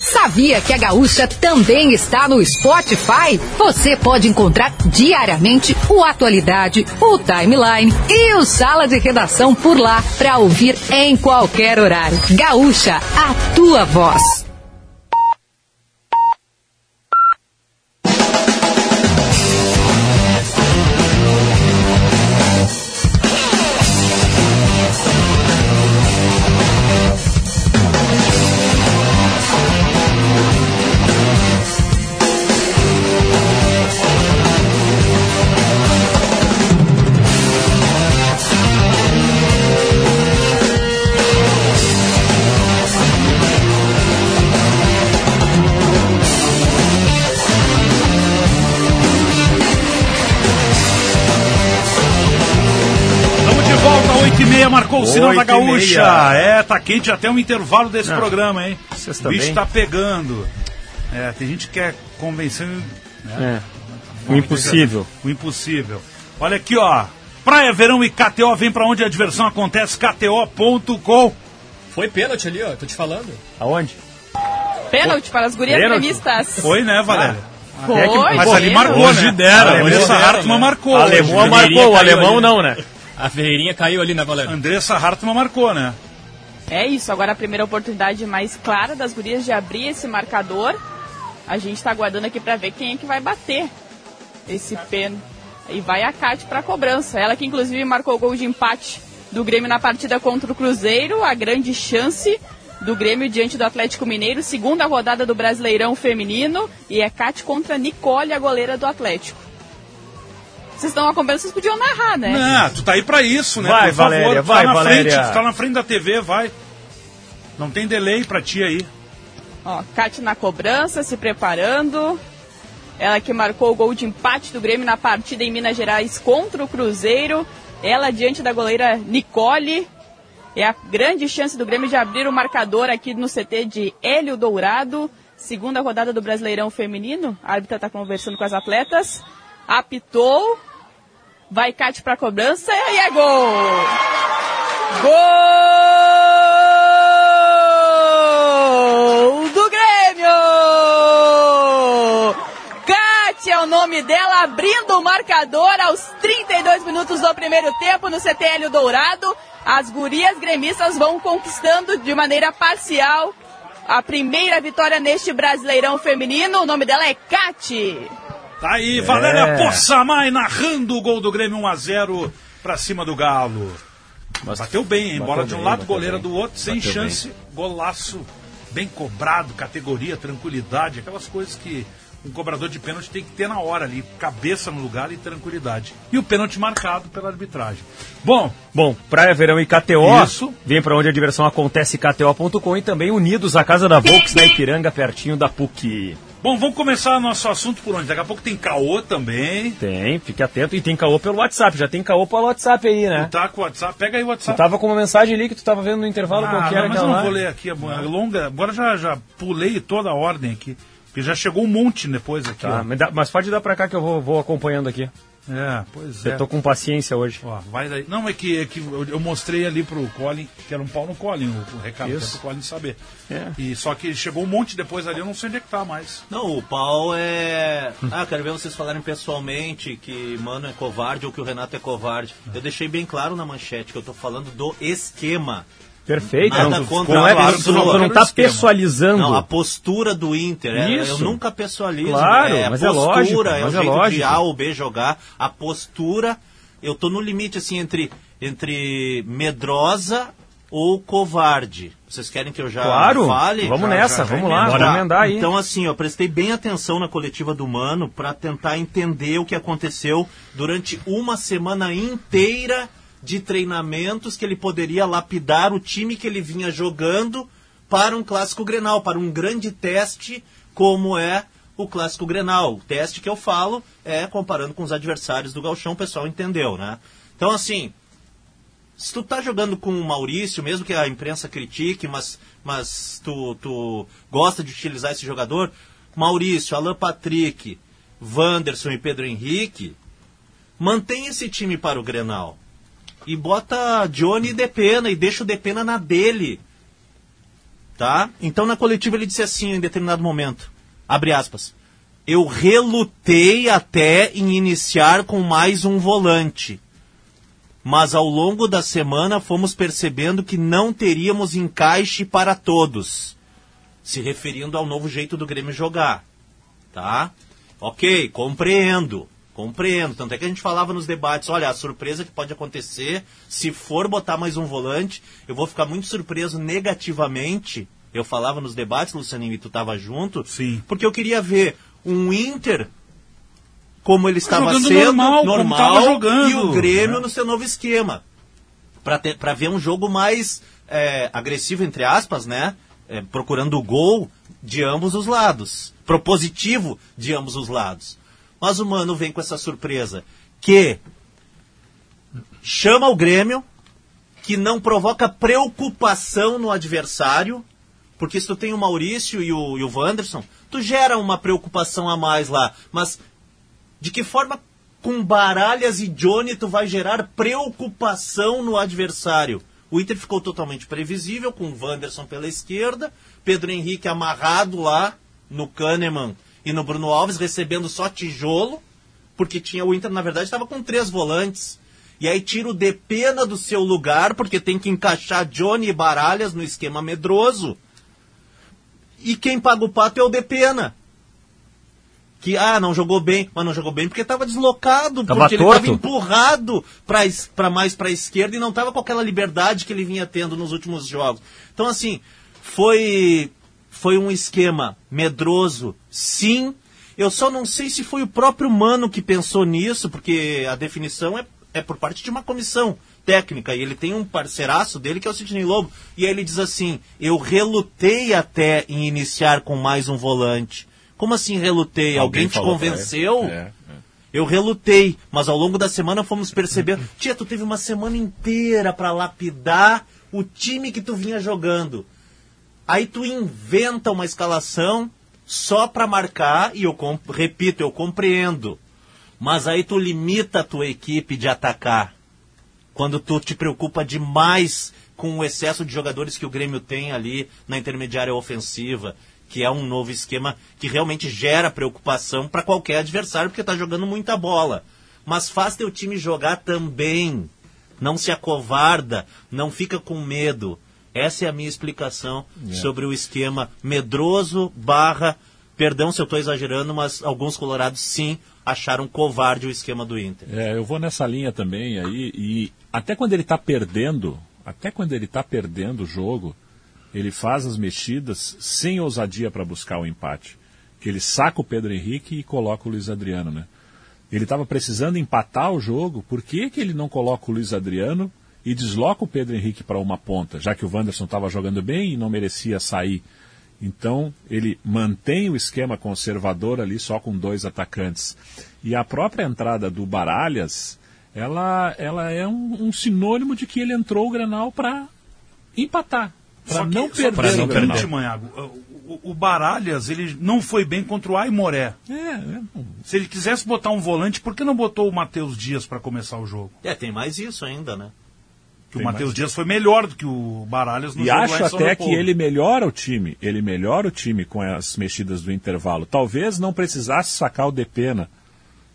S13: Sabia que a Gaúcha também está no Spotify? Você pode encontrar diariamente o Atualidade, o Timeline e o Sala de Redação por lá para ouvir em qualquer horário. Gaúcha, a tua voz.
S3: volta, 8 e meia, marcou o sinal da Oito e gaúcha. meia. É, tá quente até o intervalo desse
S2: Ah,
S3: Não, programa, hein?
S2: vocês
S3: o bicho
S2: também.
S3: tá pegando. É, tem gente que quer convencer né?
S2: É. O impossível.
S3: O impossível. Olha aqui, ó. Praia, verão e KTO, vem pra onde a diversão acontece, kto.com.
S9: Foi pênalti ali, ó, tô te falando.
S2: Aonde?
S5: Pênalti para as gurias
S3: Pênalti?
S5: gremistas.
S3: Foi, né, Valéria?
S5: Foi,
S3: É que- mas
S5: foi.
S3: ali marcou,
S9: Hoje
S3: né?
S9: dera,
S3: A
S9: hoje
S3: Andressa
S9: dera,
S3: Hartmann
S9: né?
S3: marcou.
S9: A alemã marcou,
S3: Ferreirinha
S9: o
S3: caiu
S9: alemão
S3: ali.
S9: não, né? A Ferreirinha caiu ali, né, Valéria?
S3: Andressa Hartmann marcou, né?
S5: É isso, agora a primeira oportunidade mais clara das gurias de abrir esse marcador. A gente tá aguardando aqui pra ver quem é que vai bater esse pênalti. E vai a Kate pra cobrança. Ela que inclusive marcou o gol de empate do Grêmio na partida contra o Cruzeiro, a grande chance do Grêmio diante do Atlético Mineiro, segunda rodada do Brasileirão Feminino, e é Kate contra Nicole, a goleira do Atlético. Vocês estão acompanhando, vocês podiam narrar, né?
S3: Não, tu tá aí pra isso, né?
S2: Vai,
S3: Por favor,
S2: Valéria,
S3: tu
S2: vai,
S3: tá na
S2: Valéria.
S3: Frente, tu tá na frente da TV, vai. Não tem delay pra ti aí.
S5: Ó, Kate na cobrança, se preparando. Ela que marcou o gol de empate do Grêmio na partida em Minas Gerais contra o Cruzeiro. Ela diante da goleira Nicole. É a grande chance do Grêmio de abrir o marcador aqui no CT de Hélio Dourado. Segunda rodada do Brasileirão Feminino. A árbitra está conversando com as atletas. Apitou. Vai Kate para cobrança e é gol! Gol do Grêmio! Kate é o nome dela, abrindo o marcador aos 32 minutos do primeiro tempo no CTL Dourado. As gurias gremistas vão conquistando de maneira parcial a primeira vitória neste Brasileirão Feminino. O nome dela é Kate.
S3: Tá aí,
S5: É.
S3: Valéria Poçamai narrando o gol do Grêmio 1x0 pra cima do Galo. bateu bem, hein?
S2: bateu
S3: Bola de um
S2: bem,
S3: lado,
S2: bateu
S3: goleira
S2: bem.
S3: do outro, sem
S2: Bateu
S3: chance, golaço, bem cobrado, categoria, tranquilidade, aquelas coisas que um cobrador de pênalti tem que ter na hora ali, cabeça no lugar e tranquilidade. E o pênalti marcado pela arbitragem. Bom,
S2: Bom, Praia Verão e KTO.
S3: Isso.
S2: Vem pra onde a diversão acontece, KTO.com e também unidos à casa da Volks na Ipiranga, pertinho da PUC.
S3: Bom, vamos começar nosso assunto por onde? Daqui a pouco tem caô também.
S2: Tem, fique atento. E tem caô pelo WhatsApp, já tem caô pelo WhatsApp aí, né?
S3: Tu tá com o WhatsApp? Pega aí o
S2: Tu
S3: WhatsApp.
S2: tava com uma mensagem ali que tu tava vendo no intervalo
S3: Ah,
S2: qual que era
S3: não, mas eu
S2: aquela
S3: não
S2: lá.
S3: vou ler aqui, é bo- é longa. Agora já, já pulei toda a ordem aqui. Porque já chegou um monte depois aqui.
S2: Tá,
S3: ó.
S2: me dá- mas pode dar pra cá que eu vou, vou acompanhando aqui.
S3: É, pois é.
S2: Eu tô com um paciência hoje.
S3: Ó, vai daí. Não, é que, é que eu, eu mostrei ali pro Colin, que era um pau no Colin, o, o recado que é pro
S10: Isso.
S3: Colin saber.
S10: É.
S3: E, só que chegou um monte depois ali, eu não sei onde é que tá mais.
S10: Não, o pau é. Ah, quero ver vocês falarem pessoalmente que mano é covarde ou que o Renato é covarde. Eu deixei bem claro na manchete que eu tô falando do esquema.
S2: Perfeito.
S10: Nada
S2: não,
S10: contra
S2: não é,
S10: a
S2: tu,
S10: pessoa.
S2: não- tu não tá
S10: Esquema.
S2: pessoalizando.
S10: Não, a postura do Inter. é- Eu
S2: Isso.
S10: nunca pessoalizo.
S2: Claro,
S10: é a
S2: mas é
S10: postura,
S2: lógico,
S10: é o
S2: mas é
S10: jeito de
S2: lógico.
S10: A ou B jogar. A postura, eu tô no limite assim entre, entre medrosa ou covarde. Vocês querem que eu já
S2: Claro,
S10: fale?
S2: vamos nessa, vamos lá,
S10: emendar.
S2: vamos emendar aí.
S10: Então, assim, eu prestei bem atenção na coletiva do Mano para tentar entender o que aconteceu durante uma semana inteira de treinamentos que ele poderia lapidar o time que ele vinha jogando para um clássico Grenal, para um grande teste como é o clássico Grenal. O teste que eu falo é comparando com os adversários do Galchão, o pessoal entendeu, né? Então, assim, se tu tá jogando com o Maurício, mesmo que a imprensa critique, mas, mas tu, tu gosta de utilizar esse jogador, Maurício, Alan Patrick, Wanderson e Pedro Henrique, mantém esse time para o Grenal. E bota Johnny e Depena, e deixa o Depena na dele. Tá? Então na coletiva ele disse assim em determinado momento, abre aspas, eu relutei até em iniciar com mais um volante mas ao longo da semana fomos percebendo que não teríamos encaixe para todos. Se referindo ao novo jeito do Grêmio jogar. Tá? Ok, compreendo. Compreendo. Tanto é que a gente falava nos debates: olha, a surpresa que pode acontecer, se for botar mais um volante, eu vou ficar muito surpreso negativamente. Eu falava nos debates, Lucianinho, e tu tava junto. Sim. Porque eu queria ver um Inter como ele estava
S3: Tá Jogando
S10: sendo,
S3: normal, como tava jogando,
S10: e o Grêmio
S3: né?
S10: no seu novo esquema. Para ver um jogo mais é, agressivo, entre aspas, né? É, procurando o gol de ambos os lados. Propositivo de ambos os lados. Mas o Mano vem com essa surpresa que chama o Grêmio, que não provoca preocupação no adversário, porque se tu tem o Maurício e o, e o Wanderson, tu gera uma preocupação a mais lá. Mas de que forma com Baralhas e Johnny tu vai gerar preocupação no adversário? O Inter ficou totalmente previsível, com o Wanderson pela esquerda, Pedro Henrique amarrado lá no Kahneman e no Bruno Alves, recebendo só tijolo, porque tinha o Inter, na verdade, estava com três volantes. E aí tira o Depena do seu lugar, porque tem que encaixar Johnny e Baralhas no esquema medroso. E quem paga o pato é o Depena. Que, ah, não jogou bem, mas não jogou bem porque estava deslocado,
S2: Tava
S10: porque ele
S2: torto.
S10: estava empurrado pra, es- pra mais para esquerda e não estava com aquela liberdade que ele vinha tendo nos últimos jogos. Então, assim, foi, foi um esquema medroso, sim. Eu só não sei se foi o próprio Mano que pensou nisso, porque a definição é, é por parte de uma comissão técnica. E ele tem um parceiraço dele que é o Sidney Lobo. E aí ele diz assim: Eu relutei até em iniciar com mais um volante. Como assim relutei? Alguém, te
S14: falou pra ele.
S10: convenceu?
S14: É,
S10: Eu relutei, mas ao longo da semana fomos
S14: Uhum.
S10: percebendo. Tia, tu teve uma semana inteira pra lapidar o time que tu vinha jogando. Aí tu inventa uma escalação só pra marcar, e eu com- repito, eu compreendo. Mas aí tu limita a tua equipe de atacar. Quando tu te preocupa demais com o excesso de jogadores que o Grêmio tem ali na intermediária ofensiva, que é um novo esquema que realmente gera preocupação para qualquer adversário, porque tá jogando muita bola. Mas faz teu time jogar também. Não se acovarda, não fica com medo. Essa é a minha explicação
S14: É.
S10: sobre o esquema medroso barra. Perdão se eu estou exagerando, mas alguns colorados sim acharam covarde o esquema do Inter.
S4: É, eu vou nessa linha também aí e até quando ele tá perdendo, até quando ele tá perdendo o jogo, ele faz as mexidas sem ousadia para buscar o empate. Que ele saca o Pedro Henrique e coloca o Luiz Adriano, né? Ele estava precisando empatar o jogo, por que, que ele não coloca o Luiz Adriano e desloca o Pedro Henrique para uma ponta, já que o Wanderson estava jogando bem e não merecia sair? Então, ele mantém o esquema conservador ali só com dois atacantes. E a própria entrada do Baralhas, ela, ela é um, um sinônimo de que ele entrou o Grenal para empatar, para não perder
S3: Pra
S4: o Grenal.
S3: Manhago, o, o- o Baralhas, ele não foi bem contra o Aimoré. Se ele quisesse botar um volante, por que não botou o Matheus Dias para começar o jogo?
S10: É, tem mais isso ainda, né?
S3: Que o
S4: Tem
S3: Matheus
S4: mais.
S3: Dias foi melhor do que o Baralhas no
S4: E
S3: jogo lá
S4: acho
S3: em São
S4: até que
S3: Leopoldo.
S4: ele melhora o time. Ele melhora o time com as mexidas do intervalo. Talvez não precisasse sacar o Depena.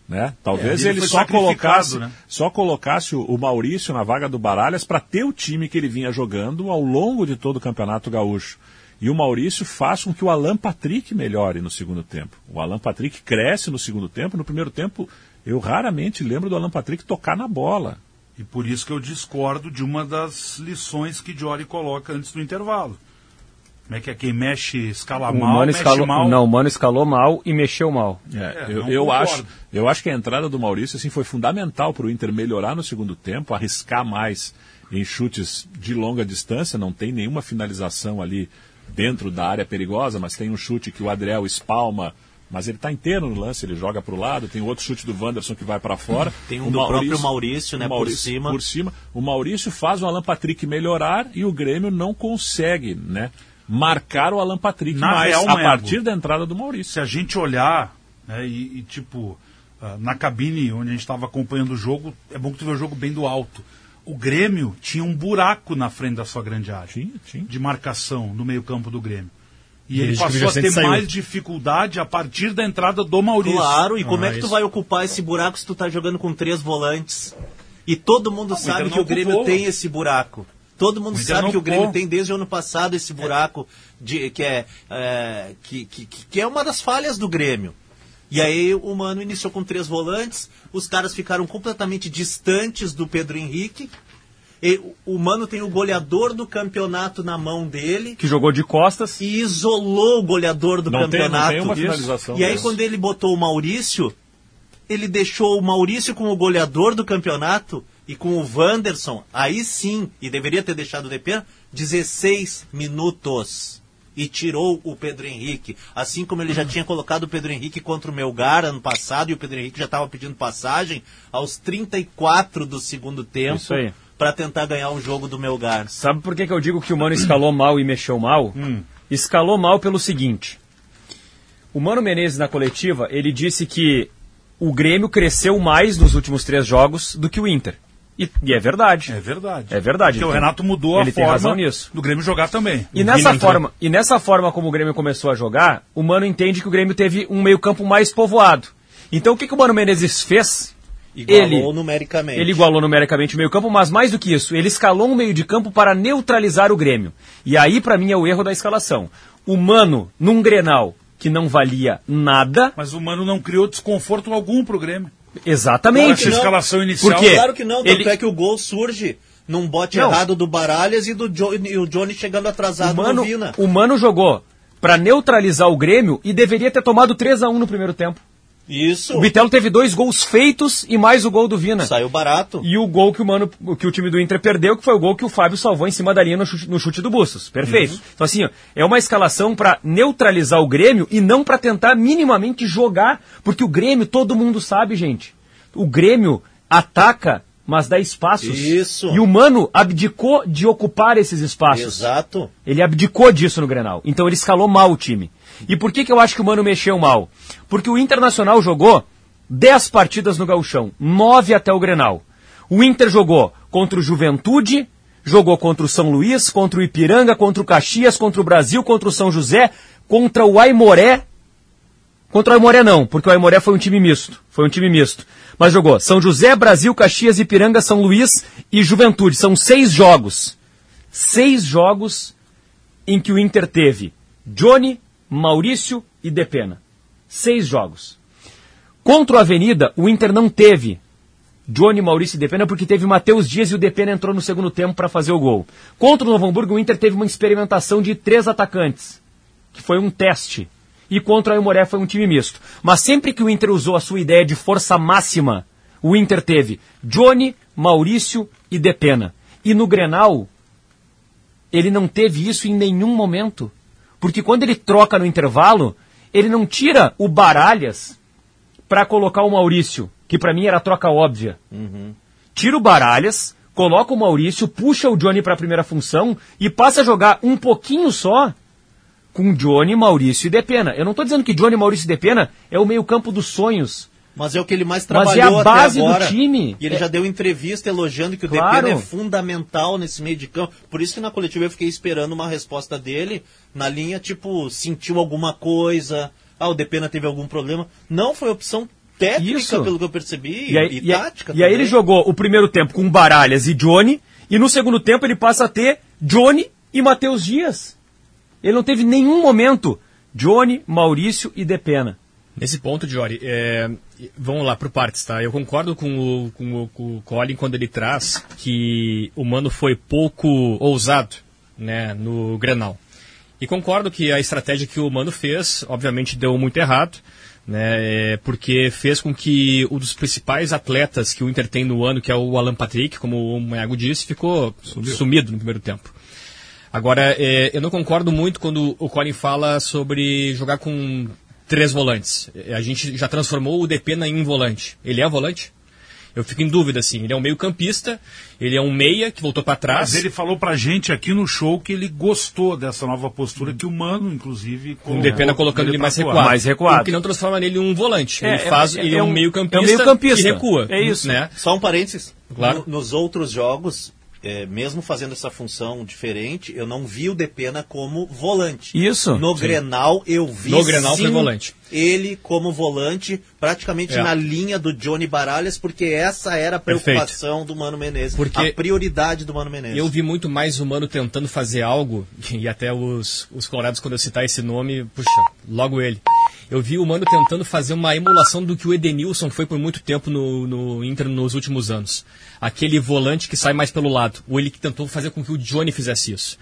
S4: Né? Talvez
S3: É, ele
S4: ele,
S3: foi
S4: só colocasse,
S3: sacrificado, né?
S4: só colocasse o- o Maurício na vaga do Baralhas para ter o time que ele vinha jogando ao longo de todo o Campeonato Gaúcho. E o Maurício faz com que o Alan Patrick melhore no segundo tempo. O Alan Patrick cresce no segundo tempo. No primeiro tempo, eu raramente lembro do Alan Patrick tocar na bola.
S3: E por isso que eu discordo de uma das lições que Diori coloca antes do intervalo. Como é que é? Quem mexe escala
S2: O
S3: mal,
S2: Mano
S3: mexe
S2: escalou,
S3: mal.
S2: não, o Mano escalou mal e mexeu mal.
S4: É,
S3: É,
S4: eu,
S3: não
S4: eu
S3: concordo.
S4: acho, eu acho que a entrada do Maurício assim, foi fundamental para o Inter melhorar no segundo tempo, arriscar mais em chutes de longa distância, não tem nenhuma finalização ali dentro da área perigosa, mas tem um chute que o Adriel espalma, mas ele está inteiro no lance, ele joga para o lado, tem outro chute do Wanderson que vai para fora.
S10: *laughs* Tem um
S4: O
S10: do próprio Maurício, né,
S4: o
S10: por cima.
S4: Por cima. O Maurício faz o Alan Patrick melhorar e o Grêmio não consegue, né? Marcar o Alan Patrick,
S3: Na
S4: mas
S3: real,
S4: a
S3: Maego,
S4: partir da entrada é do Maurício.
S3: Se a gente olhar né, e, e, tipo, ah, na cabine onde a gente estava acompanhando o jogo, é bom que tu vê o jogo bem do alto. O Grêmio tinha um buraco na frente da sua grande área de marcação no meio-campo do Grêmio. E ele
S9: Desde que o
S3: passou a
S9: Vicente
S3: ter
S9: saiu.
S3: mais dificuldade a partir da entrada do Maurício. Ah,
S10: Claro, e como é que tu vai ocupar esse buraco se tu tá jogando com três volantes? E todo mundo
S3: Não, o Inter
S10: sabe
S3: não
S10: que o Grêmio
S3: ocupou.
S10: tem esse buraco. Todo mundo
S3: O Inter
S10: sabe
S3: não
S10: que o Grêmio
S3: ocupou. É.
S10: tem desde o ano passado esse buraco de, que, é, é, que, que, que que é uma das falhas do Grêmio. E aí o Mano iniciou com três volantes, os caras ficaram completamente distantes do Pedro Henrique. E o Mano tem o goleador do campeonato na mão dele.
S2: Que jogou de costas.
S10: E isolou o goleador do
S2: Não tem- não
S10: campeonato.
S2: tem uma finalização né?
S10: e aí
S2: dessa.
S10: quando ele botou o Maurício, ele deixou o Maurício como goleador do campeonato e com o Wanderson, aí sim, e deveria ter deixado o Depena, 16 minutos. e tirou o Pedro Henrique. Assim como ele já tinha colocado o Pedro Henrique contra o Melgar ano passado e o Pedro Henrique já estava pedindo passagem aos 34 do segundo tempo
S2: Isso aí.
S10: para tentar ganhar um jogo do Melgar.
S2: Sabe por que, que eu digo que o Mano escalou mal e mexeu mal?
S3: Hum.
S2: Escalou mal pelo seguinte. O Mano Menezes, na coletiva, ele disse que o Grêmio cresceu mais nos últimos três jogos do que o Inter. E, e é verdade. É
S3: verdade.
S2: É verdade.
S3: Porque o
S2: Ele tem-
S3: Renato mudou
S2: ele tem
S3: a forma
S2: razão nisso.
S3: do Grêmio jogar também.
S2: E nessa, forma, e nessa forma como o Grêmio começou a jogar, o Mano entende que o Grêmio teve um meio-campo mais povoado. Então o que, que o Mano Menezes fez?
S10: Igualou numericamente.
S2: Ele igualou numericamente o meio-campo, mas mais do que isso, ele escalou um meio de campo para neutralizar o Grêmio. E aí, pra mim, é o erro da escalação. O Mano, num Grenal que não valia nada.
S3: Mas o Mano não criou desconforto algum pro Grêmio.
S2: Exatamente.
S10: Claro que não.
S2: Porque
S10: é um Claro que não, tanto
S2: ele-
S10: é que o gol surge num bote
S2: Não.
S10: errado do Baralhas e do Jo- e o Johnny chegando atrasado né?
S2: o Mano,
S10: no Vina.
S2: o Mano jogou pra neutralizar o Grêmio e deveria ter tomado 3 a 1 no primeiro tempo.
S10: Isso.
S2: O Vitello teve dois gols feitos e mais o gol do Vina.
S10: Saiu barato.
S2: E o gol que o, mano, que o time do Inter perdeu, que foi o gol que o Fábio salvou em cima da linha no chute, no chute do Bustos. Perfeito.
S10: Uhum.
S2: Então, assim, ó, é uma escalação pra neutralizar o Grêmio e não pra tentar minimamente jogar, porque o Grêmio, todo mundo sabe, gente. O Grêmio ataca, mas dá espaços.
S10: Isso.
S2: E o Mano abdicou de ocupar esses espaços.
S10: Exato.
S2: Ele abdicou disso no Grenal. Então ele escalou mal o time. E por que, que eu acho que o Mano mexeu mal? Porque o Internacional jogou 10 partidas no Gauchão, 9 até o Grenal. O Inter jogou contra o Juventude, jogou contra o São Luís, contra o Ipiranga, contra o Caxias, contra o Brasil, contra o São José, contra o Aimoré. Contra o Aimoré não, porque o Aimoré foi um time misto. Foi um time misto. Mas jogou São José, Brasil, Caxias, Ipiranga, São Luís e Juventude. São seis jogos. Seis jogos em que o Inter teve Johnny, Maurício e Depena. Seis jogos. Contra o Avenida, o Inter não teve Johnny, Maurício e Depena porque teve Matheus Dias e o Depena entrou no segundo tempo para fazer o gol. Contra o Novo Hamburgo, o Inter teve uma experimentação de três atacantes, que foi um teste. E contra o Aimoré foi um time misto. Mas sempre que o Inter usou a sua ideia de força máxima, o Inter teve Johnny, Maurício e Depena. E no Grenal, ele não teve isso em nenhum momento. Porque quando ele troca no intervalo, ele não tira o Baralhas para colocar o Maurício, que para mim era a troca óbvia. Uhum. Tira o Baralhas, coloca o Maurício, puxa o Johnny para a primeira função e passa a jogar um pouquinho só com Johnny, Maurício e Depena. Eu não tô dizendo que Johnny, Maurício e Depena é o meio-campo dos sonhos.
S10: Mas é o que ele mais
S2: Mas é
S10: trabalhou
S2: a base
S10: até
S2: do
S10: agora.
S2: time.
S10: E ele
S2: É-
S10: já deu entrevista elogiando que o
S2: Claro.
S10: Depena é fundamental nesse meio de campo. Por isso que na coletiva eu fiquei esperando uma resposta dele na linha, tipo, sentiu alguma coisa, ah, o Depena teve algum problema. Não, foi opção técnica,
S2: Isso.
S10: pelo que eu percebi,
S2: E aí,
S10: e, tá
S2: e aí-
S10: tática
S2: e aí ele
S10: também.
S2: jogou o primeiro tempo com Baralhas e Johnny, e no segundo tempo ele passa a ter Johnny e Matheus Dias. Ele não teve nenhum momento Johnny, Maurício e Depena.
S9: Nesse ponto, Jory, é, vamos lá, por partes, tá? Eu concordo com o, com, o, com o Colin quando ele traz que o Mano foi pouco ousado né, no Grenal. E concordo que a estratégia que o Mano fez, obviamente, deu muito errado, né, é, porque fez com que um dos principais atletas que o Inter tem no ano, que é o Alan Patrick, como o Maiago disse, ficou sumido no primeiro tempo. Agora, é, eu não concordo muito quando o Colin fala sobre jogar com três volantes. É, A gente já transformou o Depena em volante. Ele é volante? Eu fico em dúvida, assim. Ele é um meio campista, ele é um meia que voltou para trás.
S3: Mas ele falou pra gente aqui no show que ele gostou dessa nova postura que o Mano, inclusive,
S9: Com o Depena colocando ele mais recuado. O que não transforma nele em um volante.
S3: É,
S9: ele
S3: é-
S9: faz,
S3: é-
S9: ele é,
S3: é
S9: um
S3: um-
S9: meio campista,
S3: é um meio-campista. É
S9: que recua. Né?
S10: Só um parênteses.
S9: Claro.
S10: No- nos outros jogos, é, mesmo fazendo essa função diferente, eu não vi o Depena como volante.
S2: Isso.
S10: No
S2: Sim.
S10: Grenal, eu vi
S9: No Grenal foi
S10: sim,
S9: volante.
S10: ele como volante, praticamente
S9: É.
S10: na linha do Johnny Baralhas, porque essa era a
S9: Perfeito.
S10: preocupação do Mano Menezes.
S9: Porque-
S10: A prioridade do Mano Menezes.
S9: Eu vi muito mais o Mano tentando fazer algo, *laughs* e até os, os colorados, quando eu citar esse nome, puxa, logo ele. Eu vi o Mano tentando fazer uma emulação do que o Edenilson foi por muito tempo no, no Inter nos últimos anos. Aquele volante que sai mais pelo lado. Ou ele que tentou fazer com que o Johnny fizesse isso.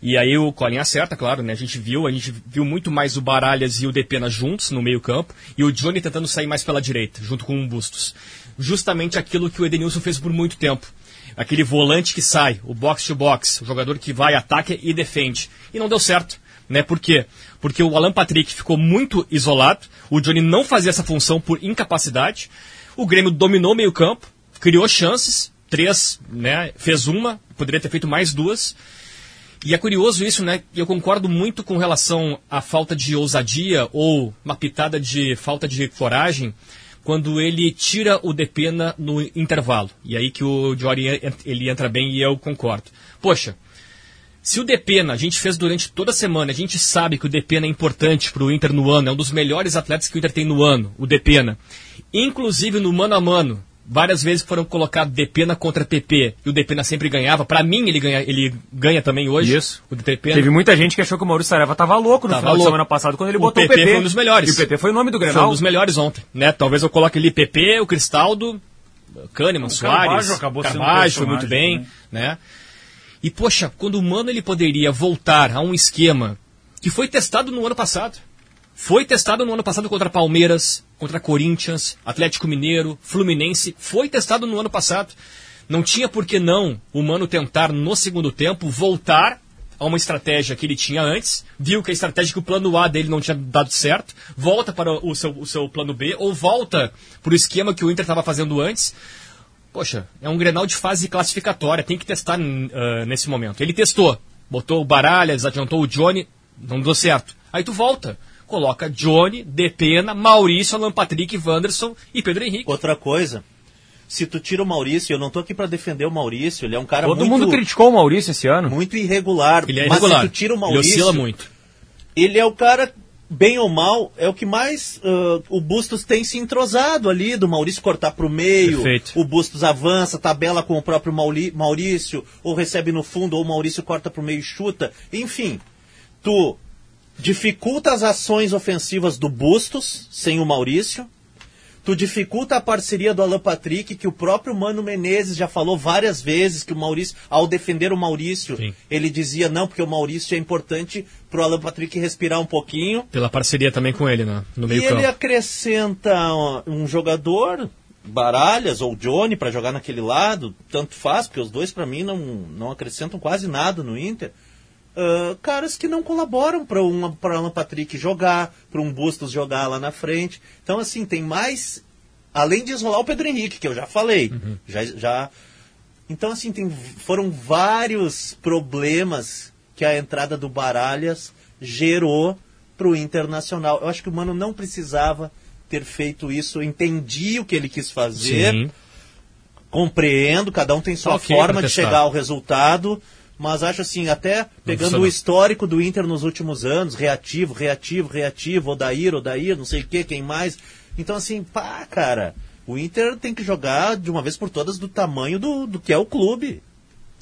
S9: E aí o Colin acerta, claro, né? A gente viu, a gente viu muito mais o Baralhas e o Depena juntos no meio-campo e o Johnny tentando sair mais pela direita, junto com o Bustos. Justamente aquilo que o Edenilson fez por muito tempo. Aquele volante que sai, o box to box, o jogador que vai, ataca e defende. E não deu certo. Né? Por quê? Porque o Alan Patrick ficou muito isolado, o Johnny não fazia essa função por incapacidade, o Grêmio dominou o meio campo, criou chances, três, né? fez uma, poderia ter feito mais duas, e é curioso isso, né? Eu concordo muito com relação à falta de ousadia ou uma pitada de falta de coragem quando ele tira o Depena no intervalo. E aí que o Jory en- ele entra bem e eu concordo. Poxa, se o Depena a gente fez durante toda a semana, a gente sabe que o Depena é importante para o Inter no ano, é um dos melhores atletas que o Inter tem no ano, o Depena. Inclusive no mano a mano, várias vezes foram colocados Depena contra TP e o Depena sempre ganhava. Para mim ele ganha, ele ganha também hoje. Isso. O Depena.
S2: Teve muita gente que achou que o Maurício Saraiva tava louco no
S9: Tava
S2: final de
S9: louco.
S2: semana passado, quando ele botou o PP.
S9: foi um dos melhores.
S2: E o PP foi o nome do
S9: Foi um
S2: Grenal.
S9: dos melhores ontem, né? Talvez eu coloque ali PP, o Cristaldo,
S3: É
S9: Kahneman, Soares,
S3: Carvalho um acabou sendo um
S9: Carvalho foi
S3: personagem
S9: muito bem, né? E poxa, quando o Mano ele poderia voltar a um esquema que foi testado no ano passado. Foi testado no ano passado contra Palmeiras, contra Corinthians, Atlético Mineiro, Fluminense, foi testado no ano passado. Não tinha por que não o Mano tentar no segundo tempo voltar a uma estratégia que ele tinha antes, viu que a estratégia que o plano A dele não tinha dado certo, volta para o seu, o seu plano B, ou volta para o esquema que o Inter estava fazendo antes. Poxa, é um Grenal de fase classificatória, tem que testar n- ah, nesse momento. Ele testou, botou o Baralhas, adiantou o Johnny, não deu certo. Aí tu volta, coloca Johnny, Depena, Maurício, Alan Patrick, Wanderson e Pedro Henrique.
S10: Outra coisa, se tu tira o Maurício, eu não tô aqui pra defender o Maurício, ele é um cara
S2: Todo
S10: muito
S2: mundo criticou o Maurício esse ano.
S10: Muito irregular.
S2: Ele é
S10: mas
S2: irregular.
S10: se tu tira o
S2: Ele
S10: Maurício,
S2: oscila muito.
S10: Ele é o cara bem ou mal, é o que mais ah, o Bustos tem se entrosado ali, do Maurício cortar pro meio,
S9: Perfeito.
S10: o Bustos avança, tabela com o próprio Mauli- Maurício, ou recebe no fundo, ou o Maurício corta pro meio e chuta. Enfim, tu dificulta as ações ofensivas do Bustos, sem o Maurício, Tu dificulta a parceria do Alan Patrick, que o próprio Mano Menezes já falou várias vezes que o Maurício, ao defender o Maurício, ele dizia não, porque o Maurício é importante pro Alan Patrick respirar um pouquinho.
S9: Pela parceria também com ele, né? No meio
S10: e ele é-
S9: campo.
S10: acrescenta ó, um jogador, Baralhas ou Johnny, pra jogar naquele lado, tanto faz, porque os dois pra mim não, não acrescentam quase nada no Inter. Ah, caras que não colaboram para um para Alan Patrick jogar, para um Bustos jogar lá na frente. Então assim tem mais, além de isolar o Pedro Henrique que eu já falei,
S9: Uhum.
S10: já, já então, assim, tem, foram vários problemas que a entrada do Baralhas gerou para o Internacional. Eu acho que o Mano não precisava ter feito isso. Eu entendi o que ele quis fazer.
S9: Sim.
S10: Compreendo, cada um tem sua
S9: Ok,
S10: forma
S9: pra
S10: de
S9: testar.
S10: chegar ao resultado. Mas acho assim, até pegando
S9: funcionou.
S10: o histórico do Inter nos últimos anos, reativo, reativo, reativo, Odair, Odair, não sei o que, quem mais. Então, assim, pá, cara, o Inter tem que jogar de uma vez por todas do tamanho do, do que é o clube.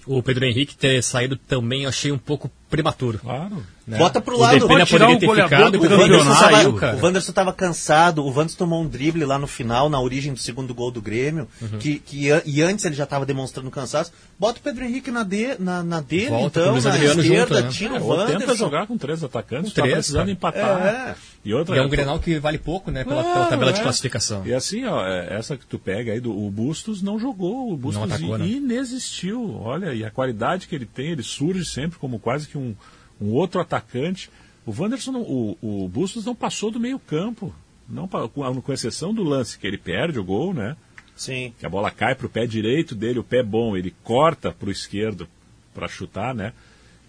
S9: O Pedro Henrique ter saído também eu achei um pouco prematuro. Né?
S4: Claro.
S10: Bota pro lado,
S9: o Depena poderia ter ficado,
S10: o Wanderson,
S9: saiu,
S10: tava,
S9: cara.
S10: o Wanderson tava cansado, o Wanderson tomou um drible lá no final, na origem do segundo gol do Grêmio,
S9: Uhum.
S10: que, que an- e antes ele já tava demonstrando cansaço. Bota o Pedro Henrique na, de, na, na dele,
S4: Volta
S10: então,
S4: com o Luiz
S10: na
S4: Adriano
S10: esquerda,
S4: junto, né?
S10: tira
S4: É,
S10: o
S4: ou
S10: Wanderson.
S4: tenta jogar com três atacantes,
S10: Com
S4: tá
S10: três,
S4: precisando
S10: cara.
S4: empatar.
S10: É.
S4: E outra
S9: E é um Grenal que vale pouco, né? Pela, pela
S4: Claro,
S9: tabela de
S4: é.
S9: classificação.
S4: E assim, ó, é, essa que tu pega aí, do, o Bustos não jogou, o Bustos
S9: Não atacou,
S4: i-
S9: né?
S4: inexistiu. Olha, e a qualidade que ele tem, ele surge sempre como quase que um, um outro atacante. O Wanderson, não- o, o Bustos não passou do meio campo, não, pa- com, com exceção do lance que ele perde o gol, né?
S10: Sim.
S4: Que a bola cai pro pé direito dele, o pé bom, ele corta pro esquerdo para chutar, né?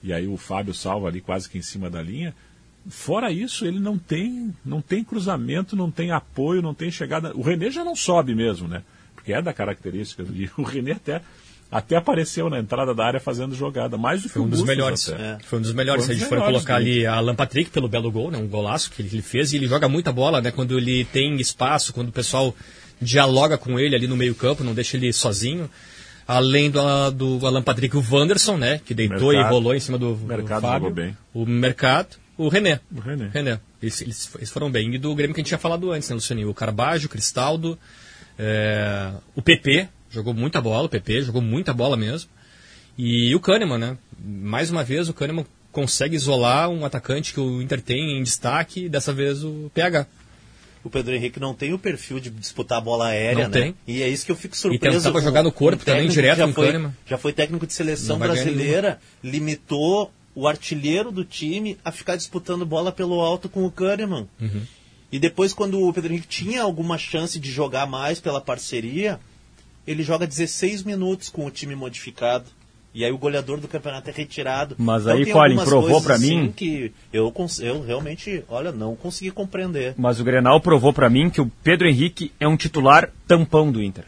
S4: E aí o Fábio salva ali quase que em cima da linha. Fora isso, ele não tem, não tem cruzamento, não tem apoio, não tem chegada. O René já não sobe mesmo, né? Porque é da característica. do- E *laughs* o René até, até apareceu na entrada da área fazendo jogada, mais do que
S9: Foi
S4: o
S9: um dos
S4: Bustos
S9: melhores.
S4: até.
S9: Foi um dos melhores.
S4: Foi
S9: Se
S4: um
S9: a gente
S4: dos
S9: for
S4: melhores
S9: colocar
S4: do
S9: ali a Alan Patrick pelo belo gol, né? Um golaço que ele fez e ele joga muita bola, né? Quando ele tem espaço, quando o pessoal dialoga com ele ali no meio campo, não deixa ele sozinho. Além do, do Alan Patrick, o Wanderson, né? Que deitou
S4: Mercado.
S9: e rolou em cima do, do
S4: Mercado
S9: Fábio.
S4: jogou bem.
S9: O Mercado, o René.
S4: O René.
S9: Eles, eles- eles foram bem. E do Grêmio que a gente tinha falado antes, né, Lucianinho? O Carbajo, o Cristaldo, é, o PP, jogou muita bola, o PP jogou muita bola mesmo. E o Kahneman, né? Mais uma vez, o Kahneman consegue isolar um atacante que o Inter tem em destaque, dessa vez o PH.
S10: O Pedro Henrique não tem o perfil de disputar a bola aérea,
S9: Não
S10: né?
S9: tem.
S10: E é isso que eu fico
S9: E
S10: surpreso. com
S9: tentava jogar no corpo
S10: um
S9: também,
S10: técnico
S9: direto
S10: que já
S9: no
S10: foi,
S9: Kahneman.
S10: Já foi técnico de seleção
S9: Não vai ganhar
S10: brasileira, limitou o artilheiro do time a ficar disputando bola pelo alto com o Kahneman. E depois, quando o Pedro Henrique tinha alguma chance de jogar mais pela parceria, ele joga 16 minutos com o time modificado. E aí o goleador do campeonato é retirado.
S2: Mas aí,
S10: tem
S2: Colin,
S10: algumas
S2: provou
S10: coisas,
S2: pra
S10: assim,
S2: mim-
S10: que eu, cons- eu realmente, olha, não consegui compreender.
S2: Mas o Grenal provou pra mim que o Pedro Henrique é um titular tampão do Inter.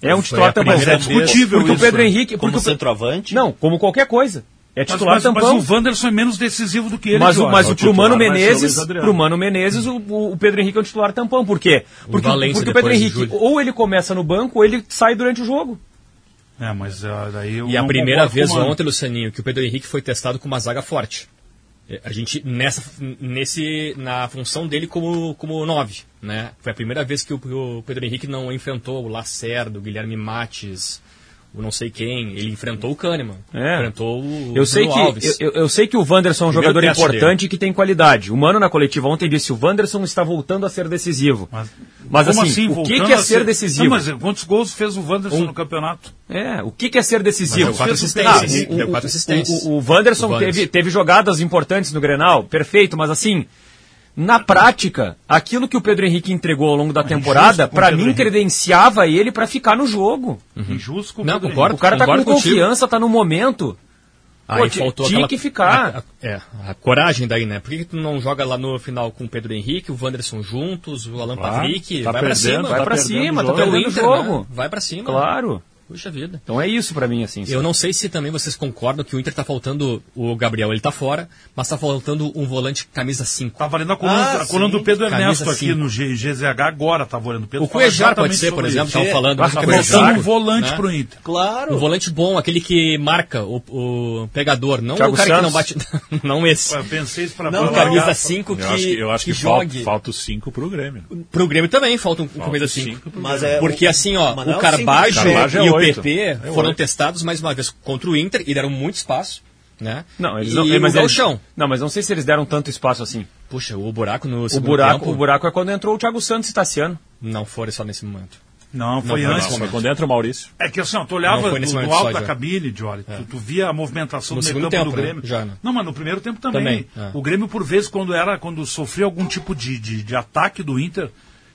S2: É um titular tampão.
S3: primeira vez. discutível
S2: porque
S3: isso,
S2: o Pedro
S3: né?
S2: Henrique,
S3: Como
S2: porque o Pe-
S10: centroavante?
S2: Não, como qualquer coisa. É
S3: Mas,
S2: titular
S3: mas- mas
S2: tampão.
S3: o Wanderson é menos decisivo do que ele.
S2: mas, o,
S3: Jorge.
S2: mas o, pro Mano
S3: titular vai ser o
S2: Menezes,
S3: Luiz Adriano.
S2: pro Mano Menezes, o, o- o Pedro Henrique é um titular tampão. Por quê? Porque,
S3: Valência
S2: porque o
S3: depois
S2: Pedro
S3: de
S2: Henrique,
S3: julho.
S2: ou ele começa no banco, ou ele sai durante o jogo.
S3: É, mas ah, daí eu
S9: E a
S3: não
S9: primeira
S3: concordo com o
S9: vez
S3: Mano.
S9: ontem, Lucianinho, que o Pedro Henrique foi testado com uma zaga forte. É, A gente, nessa, nesse, na função dele como, como nove, né? Foi a primeira vez que o, o Pedro Henrique não enfrentou o Lacerda, o Guilherme Mates, o não sei quem. Ele enfrentou o Kahneman.
S2: É.
S9: Enfrentou o
S2: Eu sei,
S9: Bruno Alves.
S2: que, eu, eu sei que o Wanderson é um
S9: Primeiro
S2: jogador
S9: teste
S2: importante e que tem qualidade. O Mano na coletiva ontem disse o Wanderson está voltando a ser decisivo. Mas,
S3: Como
S2: assim, o que,
S3: voltando
S2: que é
S3: a
S2: ser decisivo?
S3: Não, mas quantos gols fez o Wanderson
S2: Um.
S3: no campeonato?
S2: É, o que, que é ser decisivo?
S3: Mas deu quatro assistências.
S2: o- o-
S3: Deu quatro
S2: o-
S3: assistências.
S2: O, o Wanderson,
S3: O Wanderson.
S2: Teve, teve jogadas importantes no Grenal, perfeito, mas assim, na prática, aquilo que o Pedro Henrique entregou ao longo da temporada,
S9: com o
S2: pra
S9: Pedro
S2: mim,
S9: Henrique. Uhum.
S2: credenciava ele pra ficar no jogo.
S3: Injusto com
S9: Não, concordo,
S2: O cara tá
S9: concordo
S2: com
S9: contigo.
S2: confiança, tá no momento.
S9: Aí
S2: Pô, ti-
S9: faltou
S2: tinha
S9: aquela-
S2: que ficar.
S9: a- a- é, a coragem daí, né? Por que, que tu não joga lá no final com o Pedro Henrique, o Wanderson juntos, o Alan
S2: Claro,
S9: Patrick?
S2: tá
S9: vai pra
S2: perdendo,
S9: cima,
S2: vai pra cima, tá
S9: Porque
S2: perdendo o
S9: Inter,
S2: jogo.
S9: né? Vai pra cima.
S2: Claro.
S9: Puxa vida.
S2: Então é isso pra mim, assim.
S9: Eu não sei se também vocês concordam que o Inter tá faltando o Gabriel, ele tá fora, mas tá faltando um volante camisa 5.
S3: Tá valendo a
S2: Ah,
S3: coluna, a coluna do Pedro Ernesto aqui no G- GZH agora, tá valendo. Pedro
S9: O
S3: fala
S9: Cuejar
S3: exatamente
S9: pode ser, por
S3: sobre
S9: exemplo,
S3: isso.
S2: é um
S9: estavam falando.
S3: Ah,
S9: mas
S3: tá
S9: o Gabriel
S3: faltando
S9: Zago,
S3: um volante
S9: né?
S3: pro Inter.
S10: Claro.
S9: Um volante bom, aquele que marca o, o pegador, não
S3: Thiago
S9: o cara que
S3: Santos.
S9: não bate. *laughs* não esse.
S3: Eu pensei isso pra
S9: Não,
S3: falar.
S9: camisa 5 que,
S4: eu acho que, eu acho que, falta-
S9: jogue.
S4: falta os 5 pro Grêmio.
S9: Pro Grêmio também falta um
S4: Falta
S9: camisa
S4: cinco
S9: 5.
S4: pro Mas Grêmio. é
S9: Porque
S4: o-
S9: assim, ó,
S4: mas não é
S9: o
S4: o
S9: Carbajo
S4: cinco do
S9: e o
S4: Grêmio. Carbajo
S9: PP
S4: é oito. É
S9: foram
S4: oito.
S9: testados mais uma vez contra o Inter e deram muito espaço, né?
S2: Não, eles
S9: e
S2: não, mas
S9: o
S2: eles,
S9: Gauchão.
S2: não, mas não sei se eles deram tanto espaço assim.
S9: Puxa, o buraco no
S2: o
S9: segundo
S2: buraco,
S9: tempo-
S2: o buraco é quando entrou o Thiago Santos e Tassiano.
S9: Não foram só nesse momento.
S3: Não, foi antes.
S9: nesse
S3: Foi
S9: momento.
S3: quando
S4: entra o Maurício.
S3: É que assim, ó, tu
S9: Não
S3: olhava
S9: foi
S3: do,
S9: nesse
S3: do
S9: momento
S3: alto
S9: só,
S3: da
S9: já. É.
S3: cabine, Jolly, tu, tu via a movimentação
S9: No
S3: do meio
S9: segundo
S3: campo do
S9: tempo, né?
S3: Grêmio.
S9: Já, né?
S3: Não, mas no primeiro tempo também.
S9: Também, é.
S3: O Grêmio, por vezes, quando era, quando sofria algum tipo de, de, de ataque do Inter,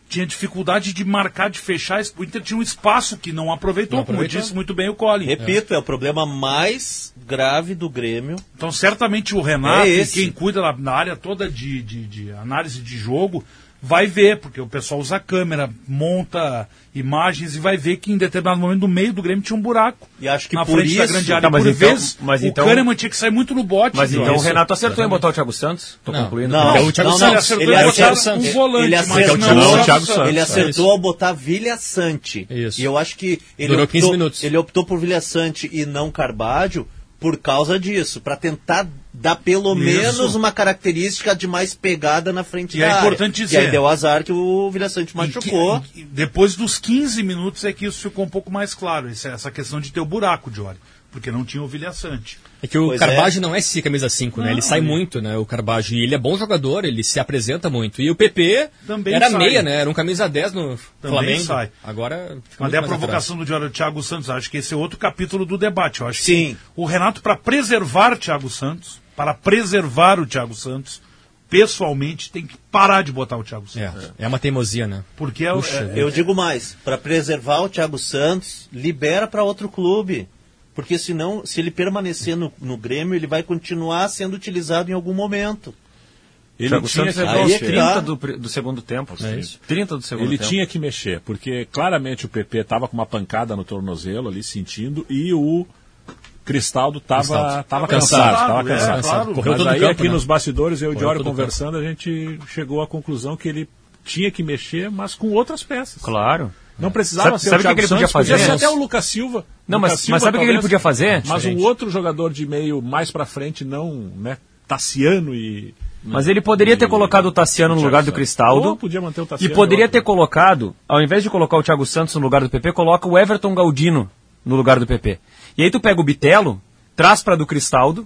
S3: tinha dificuldade de marcar, de fechar. O Inter tinha um espaço que não aproveitou,
S10: Não
S3: como
S10: aproveitou.
S3: disse muito bem o Colin.
S10: Repito, é. o problema mais grave do Grêmio.
S3: Então, certamente o Renato,
S10: É
S3: e
S10: esse.
S3: quem cuida na, na área toda de, de- de análise de jogo, vai ver, porque o pessoal usa câmera, monta imagens e vai ver que em determinado momento no meio do Grêmio tinha um buraco.
S10: E acho que
S3: na
S10: por
S3: frente da
S10: isso-
S3: grande área.
S2: Tá, mas
S3: por
S2: então-
S3: vezes,
S2: mas
S3: o
S2: então-
S3: Kahneman tinha que sair muito no bote.
S2: Mas
S3: Jorge.
S2: então o Renato acertou em botar o Thiago Santos? Tô
S3: Não.
S2: concluindo.
S3: Não,
S2: aqui.
S3: É o Thiago não, não, Santos. ele
S10: Ele
S3: botaram
S10: acertou,
S3: um volante,
S10: ele
S3: mas
S10: acertou,
S3: não o Thiago Santos.
S10: ele
S3: É
S10: acertou
S3: isso.
S10: ao botar Vilha Sante.
S9: Isso.
S10: E eu acho que ele
S9: Durou 15
S10: optou, ele optou por Vilha Sante e não Carbadio por causa disso, para tentar dar pelo
S3: Isso.
S10: menos uma característica de mais pegada na frente
S3: E
S10: da
S3: é
S10: área.
S3: importante
S10: Ah, E aí
S3: dizer-
S10: deu azar que o Vilha Sante machucou.
S3: E Depois dos 15 minutos é que isso ficou um pouco mais claro, essa, essa questão de ter o buraco, Jory, porque não tinha o Vilhaçante.
S9: É que o
S3: Pois
S9: Carbajo não é esse camisa 5, né?
S3: Não,
S9: Ele sai
S3: ele-
S9: muito, né? O Carbajo. E ele é bom jogador, ele se apresenta muito. E o PP
S3: Também
S9: era
S3: sai.
S9: meia, né? Era um camisa 10 no Flamengo.
S3: sai.
S9: Agora. fica
S3: Mas
S9: muito
S3: é a
S9: mais
S3: provocação do Diário Thiago Santos. Acho que esse é outro capítulo do debate. Eu acho Sim. o Renato, para preservar Thiago Santos, para preservar o Thiago Santos, pessoalmente, tem que parar de botar o Thiago Santos.
S9: atrás. É uma teimosia, né?
S3: Porque é, o-
S9: Puxa
S3: é-
S9: vida.
S10: Eu digo mais, para preservar o Thiago Santos, libera para outro clube. Porque senão, se ele permanecer no, no Grêmio, ele vai continuar sendo utilizado em algum momento.
S4: Ele
S2: Thiago
S4: tinha
S2: Santos
S4: que
S2: acertou
S4: Aí
S2: aos
S4: é que
S2: 30
S4: dá.
S10: tá.
S2: do, pri- do segundo tempo.
S4: É
S2: assim.
S4: isso.
S2: 30 do segundo
S4: Ele
S2: tempo.
S4: tinha que mexer, porque claramente o PP estava com uma pancada no tornozelo ali, sentindo, e o Cristaldo estava
S9: Cristaldo.
S4: tava
S9: Tava
S4: cansado.
S9: cansado,
S4: Estava
S9: é,
S4: cansado.
S9: claro. Correu
S4: Mas
S9: todo
S4: aí
S9: o campo,
S4: aqui
S9: né?
S4: nos bastidores, eu e o
S9: Correu
S4: Diori
S9: todo o
S4: conversando, a gente chegou à conclusão que ele tinha que mexer, mas com outras peças.
S2: Claro.
S4: Não precisava
S2: Sabe-
S4: ser
S2: sabe
S4: o
S2: o que
S4: Thiago
S2: que ele podia
S4: Santos,
S2: fazer?
S4: podia ser
S2: Menos.
S4: até o Lucas Silva.
S2: Não,
S4: Lucas
S2: mas-
S4: Silva,
S2: mas sabe o que que ele
S4: talvez,
S2: podia fazer?
S4: Mas um
S2: Diferente.
S4: outro jogador de meio mais pra frente, não, né, Tassiano e...
S2: Mas ele poderia ter colocado o Tassiano no lugar do
S4: Santos.
S2: Cristaldo.
S4: Ou podia manter o
S2: E
S4: Tassiano
S2: poderia
S4: outro.
S2: ter colocado, ao invés de colocar o Thiago Santos no lugar do PP, coloca o Everton Galdino no lugar do PP. E aí tu pega o Bitelo, traz pra do Cristaldo,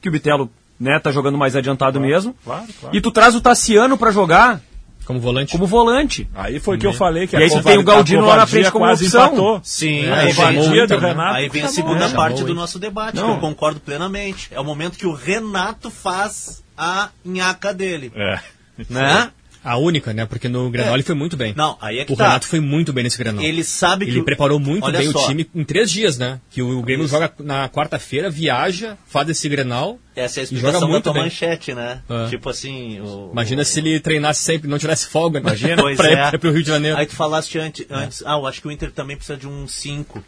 S2: que o Bitelo né, tá jogando mais adiantado mesmo.
S4: Claro, claro.
S2: E tu traz o Tassiano pra jogar
S9: Como volante?
S2: Como volante.
S4: Aí foi que eu falei
S10: Uhum.
S4: que
S2: E aí você tem o Galdino lá na frente como opção.
S10: Sim,
S2: Né?
S10: aí,
S2: A covardia
S10: vem,
S2: do Renato.
S10: aí vem a
S2: Tá bom,
S10: segunda
S2: né?
S10: parte
S2: Chamou,
S10: do
S2: hein?
S10: nosso debate,
S2: Não.
S10: que eu concordo plenamente. É o momento que o Renato faz a nhaca dele.
S9: É.
S10: Né?
S9: A única, né? Porque no Grenal
S10: É.
S9: ele foi muito bem.
S10: Não, aí é que
S9: o
S10: tá.
S9: Renato foi muito bem nesse Grenal.
S10: Ele sabe que
S9: Ele
S10: o-
S9: preparou muito
S10: Olha
S9: bem
S10: só.
S9: o time em três dias, né? Que o, o Grêmio joga na quarta-feira, viaja, faz esse Grenal.
S10: Essa é a
S9: e joga
S10: explicação da
S9: muito
S10: tua
S9: bem.
S10: manchete, né?
S9: É.
S10: Tipo assim, o-
S9: Imagina se ele treinasse sempre, não tivesse folga, né? *laughs*
S10: Pois
S9: pra, ir-
S10: é.
S9: pra ir pro Rio de Janeiro. É.
S10: Aí tu falaste antes, antes ah, eu acho que o Inter também precisa de um 5.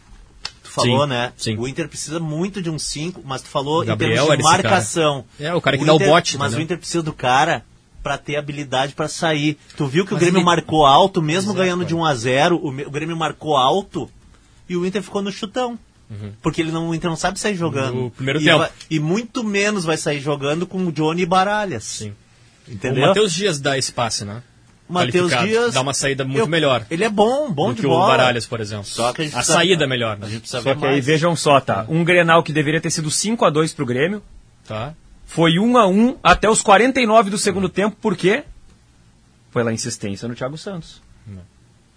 S10: Tu falou,
S9: Sim,
S10: né?
S9: sim.
S10: O Inter precisa muito de um 5, mas tu falou
S9: Gabriel
S10: em
S9: era
S10: termos de
S9: esse cara.
S10: marcação.
S9: É, o cara que dá o
S10: Inter-
S9: bote,
S10: Mas
S9: né?
S10: o Inter precisa do cara pra ter habilidade pra sair. Tu viu que o
S9: Mas
S10: Grêmio
S9: ele- é,
S10: marcou alto, mesmo
S9: Exato,
S10: ganhando de 1
S9: cara.
S10: a 0 o, me- o Grêmio marcou alto e o Inter ficou no chutão.
S4: Uhum.
S10: Porque ele não, o Inter não sabe sair jogando.
S9: No primeiro
S10: e
S9: tempo.
S10: vai- e muito menos vai sair jogando com o Johnny Baralhas. Sim. Entendeu?
S9: O Matheus Dias dá esse passe, né?
S10: O Matheus
S9: Qualificado,
S10: Dias-
S9: Dá uma saída muito
S10: Eu-
S9: melhor.
S10: Ele é bom, bom
S9: do
S10: de
S9: que
S10: bola.
S9: o Baralhas, por exemplo.
S10: Só que a gente precisa-
S9: saída é melhor, né?
S10: A gente precisa
S2: Só
S10: ver
S2: que aí
S10: mais.
S2: vejam só, tá? Um Grenal que deveria ter sido 5 a 2 pro Grêmio.
S9: Tá.
S2: Foi 1 a 1 até os 49 do segundo tempo, por quê? Pela insistência no Thiago Santos.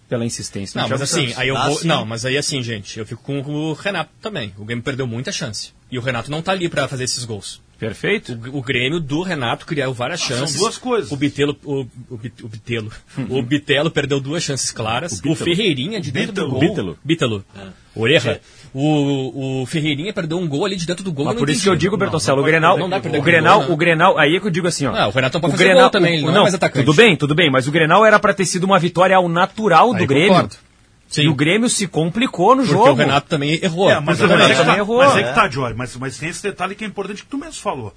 S2: Pela insistência
S9: Não,
S2: no
S9: mas
S2: Thiago
S9: assim,
S2: Santos.
S9: aí eu
S2: Ah,
S9: vou.
S2: sim.
S9: Não, mas aí assim, gente, eu fico com o Renato também. O Grêmio perdeu muita chance. E o Renato não tá ali pra fazer esses gols.
S2: Perfeito.
S9: O, o Grêmio do Renato criou várias chances. *laughs*
S3: duas coisas.
S9: O Bitelo. O, o, Bit- o Bitelo. o Bitelo perdeu duas chances claras. O,
S4: Bitelo.
S9: Ferreirinha de dentro do
S4: Bitelo.
S9: gol.
S4: Bitelo.
S9: Bitelo.
S2: É.
S9: Orerra. O, o Ferreirinha perdeu um gol ali de dentro do gol.
S2: Mas
S9: eu não
S2: por isso que eu
S9: entendi.
S2: digo,
S9: Não,
S2: Bertoncello,
S9: não
S2: o
S9: dá
S2: Grenal,
S9: pra- não dá pra perder
S2: o
S9: com gol,
S2: Grenal,
S9: né?
S2: o Grenal, aí é que eu digo assim, ó.
S9: Ah, o Renatão pode fazer gol também, ele não é mais atacante.
S2: Tudo bem, tudo bem, mas o Grenal era pra ter sido uma vitória ao natural do
S9: Aí
S2: Grêmio.
S9: concordo. Sim.
S2: E o Grêmio se complicou no
S9: Porque
S2: jogo.
S9: o Renato também errou.
S3: É, mas,
S9: Porque o
S3: mas é
S9: Renato
S3: que
S9: também
S3: tá,
S2: errou,
S3: mas é
S2: né?
S3: que tá, Jory, mas, mas tem esse detalhe que é importante que tu mesmo falou.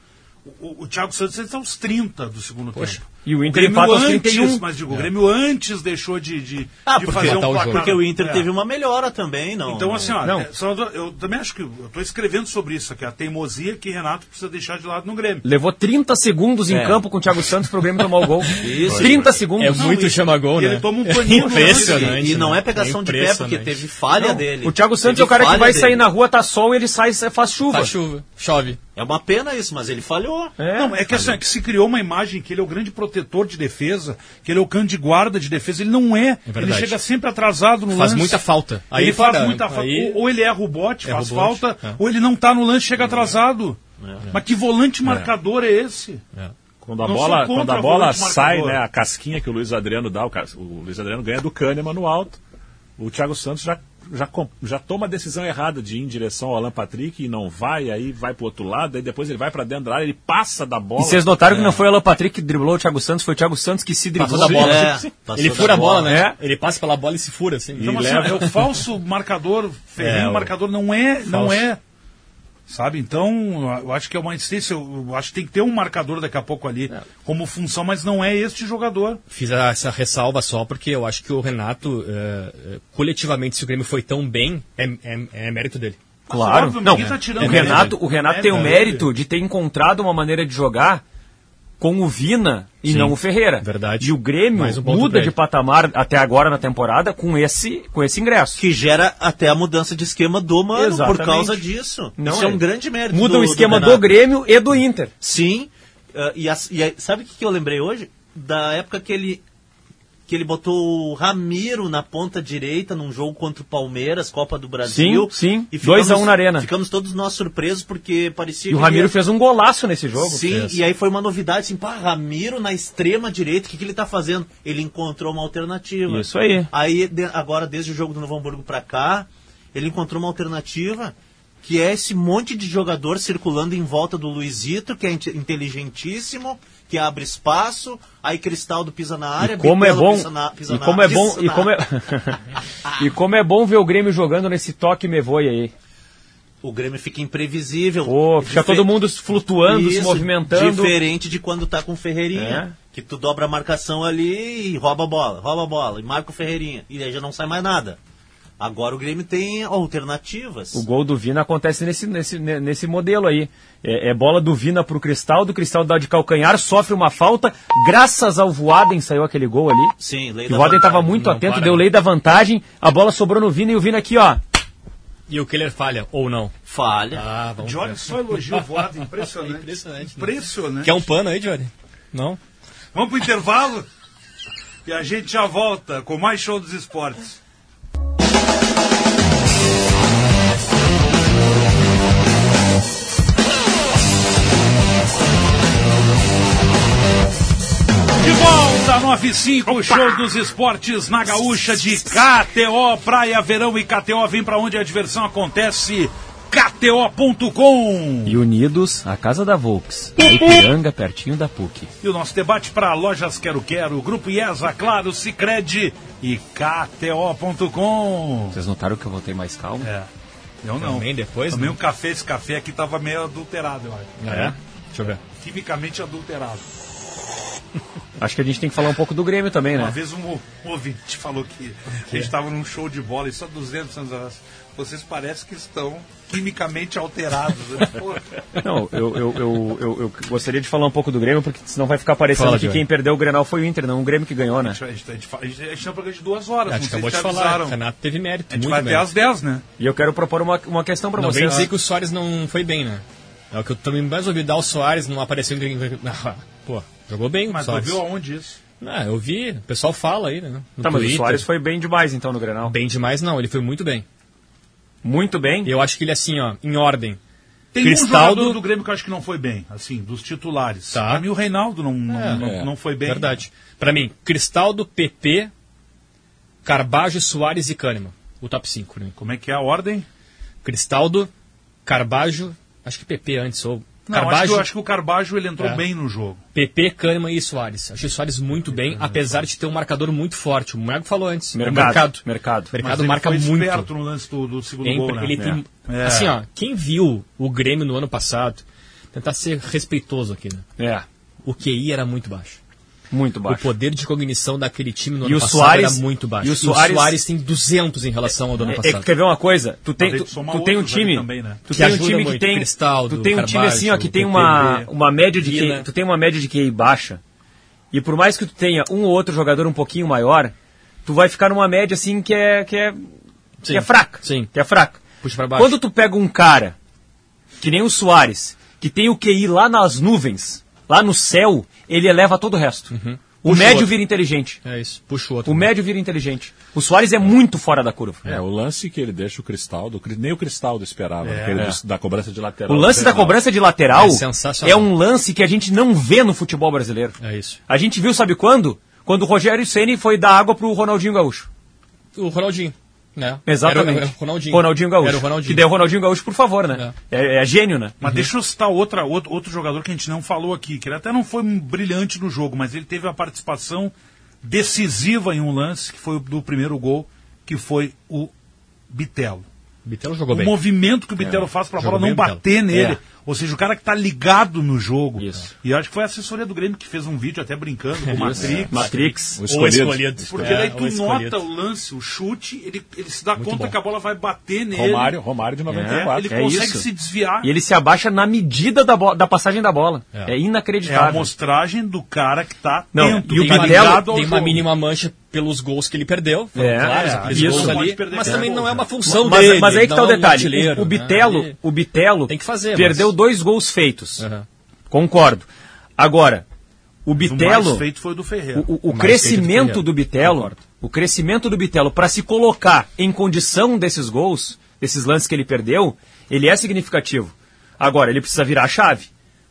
S3: O, o- o Thiago Santos está aos 30 do segundo tempo.
S2: E o Inter
S3: Grêmio
S2: empata aos
S3: antes,
S2: 31.
S3: Mas digo, o Grêmio antes deixou de, de,
S10: Ah,
S3: de
S10: porque,
S3: fazer um
S9: Matar o
S3: placar.
S9: jogo.
S10: porque o Inter
S3: É.
S10: teve uma melhora também, não.
S3: Então, assim, ó,
S2: Não.
S3: é, só- eu também acho que eu tô escrevendo sobre isso aqui, a teimosia que Renato precisa deixar de lado no Grêmio.
S2: Levou 30 segundos em
S10: É.
S2: campo com o Thiago Santos pro Grêmio tomar o gol. Isso. 30 segundos.
S9: É muito chama-gol,
S3: e
S9: né?
S3: ele toma um paninho no lance.
S9: Impressionante.
S10: E não
S9: né?
S10: é pegação de pé, porque
S9: impressionante.
S10: teve falha dele.
S2: O Thiago Santos
S10: Teve
S2: é o cara que
S10: falha
S2: vai
S10: dele.
S2: sair na rua, tá sol e ele sai e faz chuva.
S9: Tá chuva, chove.
S10: É uma pena isso, mas ele falhou.
S2: É.
S3: Não, é que, assim, é que se criou uma imagem que ele é o grande protetor de defesa, que ele é o cano de guarda de defesa. Ele não é.
S9: verdade.
S3: ele chega sempre atrasado no
S9: Faz
S3: lance.
S9: muita falta. Aí
S3: ele faz
S9: fora-
S3: muita falta.
S9: aí-
S3: Ou, ou ele erra o bote,
S9: Erra
S3: faz
S9: o bote,
S3: falta,
S9: é.
S3: ou ele não tá no lance, chega atrasado. Mas que volante marcador é esse?
S4: Quando a
S3: Não
S4: bola,
S3: sou contra
S4: quando a
S3: volante
S4: bola
S3: marcador.
S4: sai, né, a casquinha que o Luiz Adriano dá, o, ca- o Luiz Adriano ganha do Kahneman no alto. O Thiago Santos já, já, com- já toma a decisão errada de ir em direção ao Alan Patrick e não vai, aí vai pro outro lado, aí depois ele vai pra dentro da área, ele passa da bola.
S2: E vocês notaram
S10: É.
S2: que não foi o Alan Patrick que driblou o Thiago Santos, foi o Thiago Santos que se driblou. É.
S9: Passou da bola.
S10: É, passou
S9: Ele
S10: da
S9: fura a bola,
S10: bola.
S9: né? Ele passa pela bola e se fura, assim.
S3: Então,
S9: *laughs*
S3: assim,
S4: leva-
S3: é o falso marcador, ferrinho
S9: É, o-
S3: marcador, não é, não
S9: Falso.
S3: é. Sabe? Então, eu acho que é uma insistência, eu acho que tem que ter um marcador daqui a pouco ali
S9: É.
S3: como função, mas não é este jogador.
S9: Fiz a- essa ressalva só porque eu acho que o Renato, eh, eh, coletivamente, se o Grêmio foi tão bem, é, é- é mérito dele.
S2: Claro.
S3: Óbvio,
S2: não,
S3: ninguém tá tirando
S2: o
S3: mérito.
S2: Renato, o Renato
S3: É
S2: tem o
S3: verdade.
S2: mérito de ter encontrado uma maneira de jogar com o Vina e
S9: Sim,
S2: não o Ferreira.
S9: verdade.
S2: E o Grêmio
S9: Mais um ponto pra
S2: muda de
S9: ele.
S2: patamar até agora na temporada com esse, com esse ingresso.
S10: Que gera até a mudança de esquema do Mano
S2: Exatamente.
S10: por causa disso.
S2: Não
S10: isso é.
S2: é.
S10: um grande mérito.
S2: Muda o esquema do,
S10: Renato.
S2: Grêmio e do Inter.
S10: Sim. ah, e, as- e aí, sabe o que, que eu lembrei hoje? Da época que ele, que ele botou o Ramiro na ponta direita num jogo contra o Palmeiras, Copa do Brasil.
S2: Sim, sim.
S10: E ficamos-
S2: 2 a 1 na Arena.
S10: Ficamos todos nós surpresos porque parecia
S2: E o
S10: que
S2: Ramiro
S10: ele-
S2: fez um golaço nesse jogo.
S10: Sim,
S2: Fez.
S10: e aí foi uma novidade, assim, pá, Ramiro na extrema direita, o que, que ele tá fazendo? Ele encontrou uma alternativa.
S2: Isso aí.
S10: Aí, de- agora, desde o jogo do Novo Hamburgo pra cá, ele encontrou uma alternativa, que é esse monte de jogador circulando em volta do Luizito, que é inte- inteligentíssimo, que abre espaço, aí Cristaldo pisa na área,
S2: E como é
S10: Bitelo
S2: bom,
S10: pisa na- pisa
S2: e
S10: na-
S2: como é bom,
S10: pisa
S2: e
S10: na- *laughs*
S2: como é, e como é bom ver o Grêmio jogando nesse toque me voe aí.
S10: O Grêmio fica imprevisível.
S2: Pô, fica
S10: Dife-
S2: todo mundo flutuando, se
S10: Isso,
S2: movimentando.
S10: Diferente de quando tá com o Ferreirinha.
S9: É.
S10: Que tu dobra a marcação ali e rouba a bola, rouba a bola, e marca o Ferreirinha. E aí já não sai mais nada. Agora o Grêmio tem alternativas.
S2: O gol do Vina acontece nesse, nesse, ne- nesse modelo aí. É, é bola do Vina pro Cristal, do Cristal dá de calcanhar, sofre uma falta. Graças ao Voaden saiu aquele gol ali.
S10: Sim, lei
S2: Que
S10: da
S2: o Voaden tava
S10: vantagem.
S2: muito
S9: Não
S2: atento,
S9: para,
S2: deu
S9: né?
S2: lei da vantagem. A bola sobrou no Vina e o Vina aqui, ó.
S9: E o Keller falha, ou não.
S10: Falha.
S9: Ah, vamos
S3: Jory só elogia o *laughs* voado, Então, é. impressionante. né?
S9: Impressionante.
S3: Impressionante.
S9: Quer um pano aí, Johnny? Não?
S3: Vamos pro intervalo? E a gente já volta com mais show dos esportes. De volta 95, show dos esportes na gaúcha de KTO, Praia Verão e KTO, vem pra onde a diversão acontece, kto.com.
S2: E unidos, a casa da Volks. Ipiranga, pertinho da PUC.
S3: E o nosso debate para lojas Quero Quero, Grupo IESA, Claro, Cicred e KTO.com.
S2: Vocês notaram que eu voltei mais calmo?
S3: É. Eu não.
S9: Também depois,
S3: Tomei
S9: né?
S3: um café, esse café aqui tava meio adulterado, eu acho.
S9: Ah, é? Deixa eu ver.
S3: Quimicamente adulterado.
S2: Acho que a gente tem que falar um pouco do Grêmio também,
S3: Uma
S2: né?
S3: vez um, um ouvinte falou que a gente estava num show de bola e só 200 anos atrás. Vocês parecem que estão quimicamente alterados. né? Pô.
S2: Não, eu, eu, eu, eu, eu gostaria de falar um pouco do Grêmio, porque senão vai ficar parecendo
S9: Fala,
S2: que
S9: Diogo.
S2: quem perdeu o Grenal foi o Inter, não o Grêmio que ganhou, né?
S3: A gente, a gente fala- a gente- a gente tem um programa de duas horas.
S9: A
S3: não
S9: gente
S3: sei
S9: acabou
S3: se
S9: de
S3: te
S9: falar,
S3: avisaram.
S9: o Renato teve mérito,
S3: A gente
S9: muito
S3: vai até
S9: mérito.
S3: às 10, né?
S2: E eu quero propor uma, uma questão pra
S9: Não vem
S2: vocês.
S9: dizer que o Soares não foi bem, né? É o que eu também mais ouvi dar o Soares, não apareceu *laughs* ninguém. Ah, Pô, jogou bem o
S3: Mas tu
S9: Soares.
S3: viu aonde isso?
S9: Ah, eu vi, o pessoal fala aí, né? No
S2: Tá, mas o
S9: Twitter.
S2: Soares foi bem demais então no Grenal.
S9: Bem demais, não, ele foi muito bem.
S2: Muito bem.
S9: E Eu acho que ele, assim, ó, em ordem.
S3: Tem um
S9: Cristaldo-
S3: jogador do Grêmio que eu acho que não foi bem, assim, dos titulares.
S9: Tá.
S3: Pra mim o Reinaldo não, não,
S9: É,
S3: não,
S9: é.
S3: não foi bem.
S9: Verdade. Pra mim, Cristaldo, PP, Carbajo, Soares e Kahneman. O top 5, né?
S3: Como é que é a ordem?
S9: Cristaldo, Carbajo, acho que PP antes, ou...
S3: Não, acho que-
S9: Carbajo,
S3: eu acho que o Carbajo ele entrou
S9: É.
S3: bem no jogo.
S9: PP, Kahneman e Soares. Achei o Soares muito bem, apesar de ter um marcador muito forte. O Marco falou antes.
S2: Mercado.
S9: O mercado.
S2: Mercado.
S9: O
S3: Mas
S9: mercado
S3: ele
S9: marca
S3: foi
S9: muito.
S3: esperto no lance do, do segundo
S9: É
S3: gol,
S9: impre-
S3: né?
S9: ele tem-
S3: É.
S9: Assim, ó, quem viu o Grêmio no ano passado, tentar ser respeitoso aqui, né?
S2: É,
S9: O QI era muito baixo.
S2: muito
S9: O
S2: baixo.
S9: poder de cognição daquele time no
S2: E
S9: ano
S2: o
S9: passado
S2: Suárez-
S9: era muito baixo. E
S2: e o
S9: o
S2: Suárez-
S9: Soares, tem 200 em relação ao do ano
S2: É, é,
S9: passado.
S2: quer ver uma coisa? Tu tem,
S3: Mas
S2: tu,
S3: aí soma
S2: tu tem um
S3: outros ali
S2: time,
S3: também, né?
S2: tu
S9: Que
S2: tem um
S9: ajuda
S2: time que
S9: muito.
S2: tem,
S9: Cristaldo,
S2: tu tem um time
S9: Carvalho,
S2: assim, ó, que tem
S9: o
S2: uma,
S9: PPD,
S2: uma média de
S9: Vina.
S2: QI, tu tem uma média de QI baixa. E por mais que tu tenha um ou outro jogador um pouquinho maior, tu vai ficar numa média assim que é que é, que
S9: Sim,
S2: é fraca,
S9: sim.
S2: que é fraca.
S9: Puxa pra baixo.
S2: Quando tu pega um cara que nem o Soares, que tem o QI lá nas nuvens, lá no céu, ele eleva todo o resto. O
S9: Uhum. Puxa o
S2: médio
S9: outro.
S2: vira inteligente.
S9: É isso. Puxa o outro.
S2: O médio vira inteligente. O Soares é muito fora da curva.
S4: É, o lance que ele deixa o Cristaldo, cri- nem o Cristaldo esperava, aquele do- da cobrança de
S2: O
S4: lateral.
S2: lance da
S4: Lateral.
S2: cobrança de lateral
S9: É sensacional.
S2: é um lance que a gente não vê no futebol brasileiro.
S9: É isso.
S2: A gente viu, sabe quando? Quando o Rogério Ceni foi dar água pro Ronaldinho Gaúcho.
S9: O Ronaldinho. Né?
S2: Exatamente.
S9: Era, o- era o Ronaldinho.
S2: Gaúcho.
S9: Era o Ronaldinho.
S2: Que deu o Ronaldinho Gaúcho, por favor, né? É, é gênio, né?
S3: Mas deixa eu citar outra, outro, outro jogador que a gente não falou aqui, que ele até não foi um brilhante no jogo, mas ele teve a participação decisiva em um lance, que foi o do primeiro gol, que foi o Bitelo.
S9: Bitelo jogou
S3: o
S9: bem.
S3: movimento que o Bitelo faz pra
S9: Jogou
S3: bola não
S9: bem o Bitelo.
S3: bater nele.
S2: É.
S3: Ou seja, o cara que tá ligado no jogo.
S2: Isso.
S3: E eu acho que foi a assessoria do Grêmio que fez um vídeo até brincando com o Matrix.
S2: Matrix.
S4: O
S9: Ou
S4: escolhido.
S9: escolhido.
S3: Porque
S9: É,
S3: daí
S9: ou
S3: tu
S9: escolhido.
S3: nota o lance, o chute, ele, ele se dá conta
S9: bom.
S3: que a bola vai bater nele.
S4: Romário, Romário de
S3: É,
S4: 94.
S3: ele
S2: é
S3: consegue
S2: isso.
S3: se desviar.
S2: E ele se abaixa na medida da, bo- da passagem da bola. É,
S9: É.
S3: É a
S2: inacreditável.
S3: amostragem do cara que tá
S2: Não,
S3: atento,
S2: e o
S9: tem
S3: tá
S9: uma,
S2: Bitelo-
S3: ligado ao
S9: tem uma
S3: jogo.
S9: mínima mancha pelos gols que ele perdeu. Foram
S2: É,
S9: claros,
S2: é,
S9: aqueles
S2: isso.
S9: gols
S2: Não
S3: pode
S9: ali.
S3: perder
S9: Mas
S3: gol,
S9: também não é
S3: né?
S9: uma função
S2: mas,
S9: dele.
S2: mas aí
S9: ele
S2: que tá o
S9: não é um
S2: detalhe.
S9: artilheiro,
S2: o
S9: né?
S2: Bitelo,
S9: Ele-
S2: o Bitelo
S9: Tem que fazer,
S2: perdeu
S9: mas-
S2: dois gols feitos.
S9: Aham.
S2: Concordo. Agora, o
S3: O mais
S2: Bitelo.
S3: É feito foi o do Ferreira.
S2: O, o- o
S9: Mais
S2: crescimento
S9: feito
S2: do
S9: do
S2: Bitelo, o crescimento do Bitelo para se colocar em condição desses gols, desses lances que ele perdeu, ele é significativo. Agora, ele precisa virar a chave.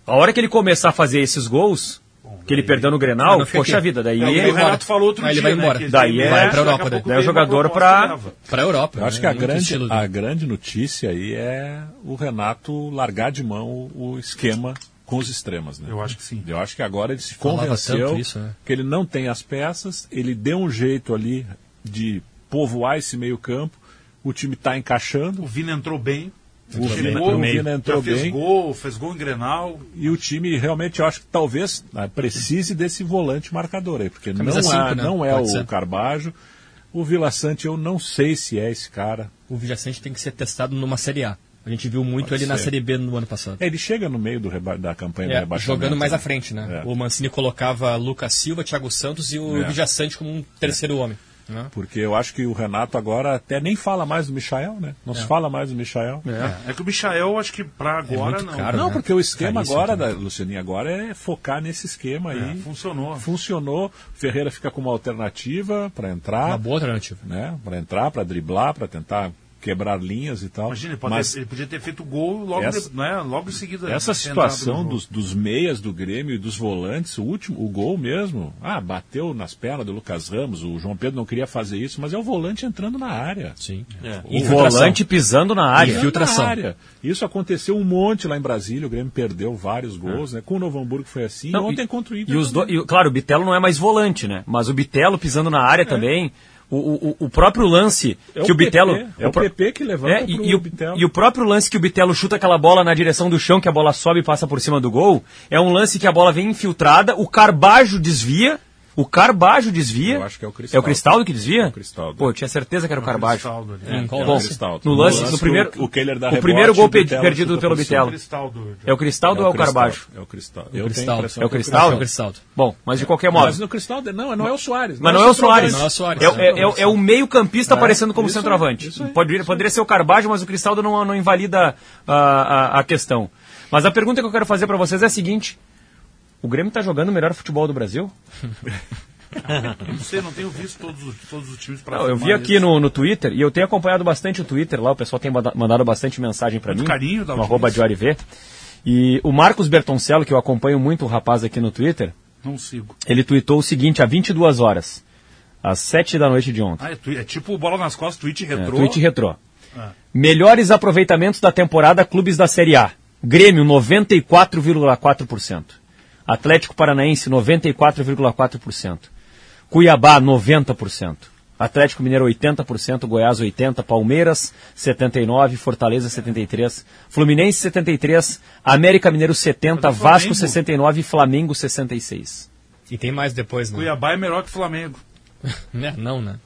S2: A hora que ele começar a fazer esses gols, que ele perdeu no
S9: Ah,
S2: Grenal,
S9: não fica
S2: poxa
S9: aqui.
S2: vida, daí
S3: É o que
S2: ele-
S3: o Renato falou outro
S9: Aí ele
S3: dia,
S9: vai
S3: né,
S9: embora.
S3: que ele
S2: Daí
S3: tem
S2: é-
S3: daqui
S2: vai pra
S3: a
S9: Europa,
S3: pouco
S9: daí.
S3: vem
S2: Daí o
S3: uma
S2: jogador
S3: proposta
S2: pra-
S3: nova.
S9: Pra Europa.
S4: Eu acho
S9: né?
S4: que a
S9: Muito
S4: grande,
S9: estilo.
S4: a grande notícia aí é o Renato largar de mão o, o esquema com os extremas, né?
S3: Eu acho que sim.
S4: Eu acho que agora ele se
S9: Falava
S4: convenceu
S9: tanto isso, né?
S4: que ele não tem as peças, ele deu um jeito ali de povoar esse meio campo, o time está encaixando,
S3: O Vina entrou bem.
S4: o
S3: Chegou,
S4: Vina, o Vina entrou
S3: já fez
S4: bem
S3: gol, fez gol em Grenal.
S4: e o time realmente eu acho que talvez ah, precise desse volante marcador aí, porque
S9: Camisa
S4: não,
S9: cinco,
S4: há-
S9: né?
S4: não é
S9: Pode
S4: o
S9: ser.
S4: Carbajo. O Vila Sante eu não sei se é esse cara.
S9: O Vijacente tem que ser testado numa Série A. A gente viu muito
S4: Pode
S9: ele na
S4: ser.
S9: Série B no ano passado.
S4: É, ele chega no meio do reba- da campanha do
S9: É,
S4: rebaixamento.
S9: jogando mais
S4: né?
S9: à frente, né?
S4: É.
S9: O Mancini colocava Lucas Silva, Thiago Santos e o
S4: É.
S9: Vijacente como um terceiro homem.
S4: Porque eu acho que o Renato agora até nem fala mais do Michael, né? Não se
S3: É.
S4: fala mais do Michael.
S3: É. É que o Michael, acho que
S2: É
S3: pra agora
S4: muito
S3: não.
S4: caro, Não, né? porque o esquema Caríssimo agora, da, Lucianinha, agora é focar nesse esquema aí.
S3: É, Funcionou.
S4: Funcionou. Ferreira fica com uma alternativa para entrar. Uma
S9: boa alternativa.
S4: Né? Para entrar, para driblar, para tentar quebrar linhas e tal.
S3: Imagina, ele, pode
S4: Mas
S3: ter- ele podia ter feito gol logo,
S4: Essa-
S3: de- né, logo em seguida.
S4: essa
S3: ter entrado
S4: situação
S3: no jogo.
S4: dos, dos meias do Grêmio e dos volantes, o último, o gol mesmo, ah, bateu nas pernas do Lucas Ramos, o João Pedro não queria fazer isso, mas é o volante entrando na área.
S9: Sim.
S2: O volante pisando na área.
S4: Infiltração. Na área. Isso aconteceu um monte lá em Brasília, o Grêmio perdeu vários gols, né? Com o Novo Hamburgo foi assim,
S2: É. Não,
S4: ontem
S2: e-
S4: contra o Inter.
S2: E os
S4: também.
S2: do, e, claro, o Bitelo não é mais volante, né? Mas o Bitelo pisando na área também. O, o, o próprio lance
S4: É
S2: que o,
S4: PP,
S2: Bitelo.
S4: é o
S2: pro-
S4: PP que levanta
S2: e,
S4: pro
S2: e o,
S4: Bitelo.
S2: e o próprio lance que o Bitelo chuta aquela bola na direção do chão, que a bola sobe e passa por cima do gol. É um lance que a bola vem infiltrada, o Carbajo desvia. O Carbajo desvia. Eu acho que é o Cristaldo. É o Cristaldo que desvia? Cristaldo. Pô, eu tinha certeza que era o Carbajo.
S3: Cristaldo ali.
S2: É,
S3: Em qual
S2: bom,
S3: lance? Cristaldo.
S2: No lance,
S4: No
S2: no
S4: lance,
S2: primeiro.
S4: o- o Keller dá
S2: o
S4: rebote,
S2: primeiro gol
S4: o Bitelo
S2: pe-
S4: chuta
S2: perdido pelo
S4: por cima.
S2: Bitelo. É o Cristaldo ou é o
S4: Cristaldo,
S2: Carbajo?
S4: É o Cristaldo.
S2: É
S4: Eu
S2: o
S4: tenho a
S2: Cristaldo.
S4: impressão
S2: É o
S4: que
S2: Cristaldo? Bom, mas de qualquer modo.
S4: É. Mas no Cristaldo, não, não é o Soares.
S2: Mas não é o Soares.
S4: centroavante.
S2: É, é- é- é o meio-campista
S4: É,
S2: aparecendo como
S4: isso aí,
S2: centroavante. Pode, poderia ser o Carbajo, mas o Cristaldo não, não invalida a, a- a questão. Mas a pergunta que eu quero fazer para vocês é a seguinte: o Grêmio está jogando o melhor futebol do
S4: *laughs*
S2: Brasil?
S3: *laughs* Não sei, não tenho visto todos, os- todos os times pra
S2: Não, eu vi
S3: afirmar
S2: aqui
S3: isso.
S2: no, no Twitter, e eu tenho acompanhado bastante o Twitter lá, o pessoal tem manda- mandado bastante mensagem pra
S3: Muito
S2: mim.
S3: carinho da
S2: no arroba
S3: audiência.
S2: Diário V. E o Marcos Bertoncello, que eu acompanho muito o rapaz aqui no Twitter,
S3: Não sigo.
S2: ele tweetou o seguinte, há 22 horas, às 7 da noite de ontem.
S3: Ah, é, twi- é tipo bola nas costas, tweet
S2: É,
S3: retrô.
S2: tweet retrô.
S3: Ah.
S2: Melhores aproveitamentos da temporada clubes da Série A. Grêmio 94,4%. Atlético Paranaense 94,4%. Cuiabá 90%. Atlético Mineiro 80%, Goiás 80, Palmeiras 79, Fortaleza 73, Fluminense 73, América Mineiro 70,
S3: Mas o
S2: Vasco
S3: Flamengo-
S2: 69 e Flamengo 66.
S9: E tem mais depois, né?
S3: Cuiabá é melhor que o Flamengo.
S9: *laughs* Né? Não, né?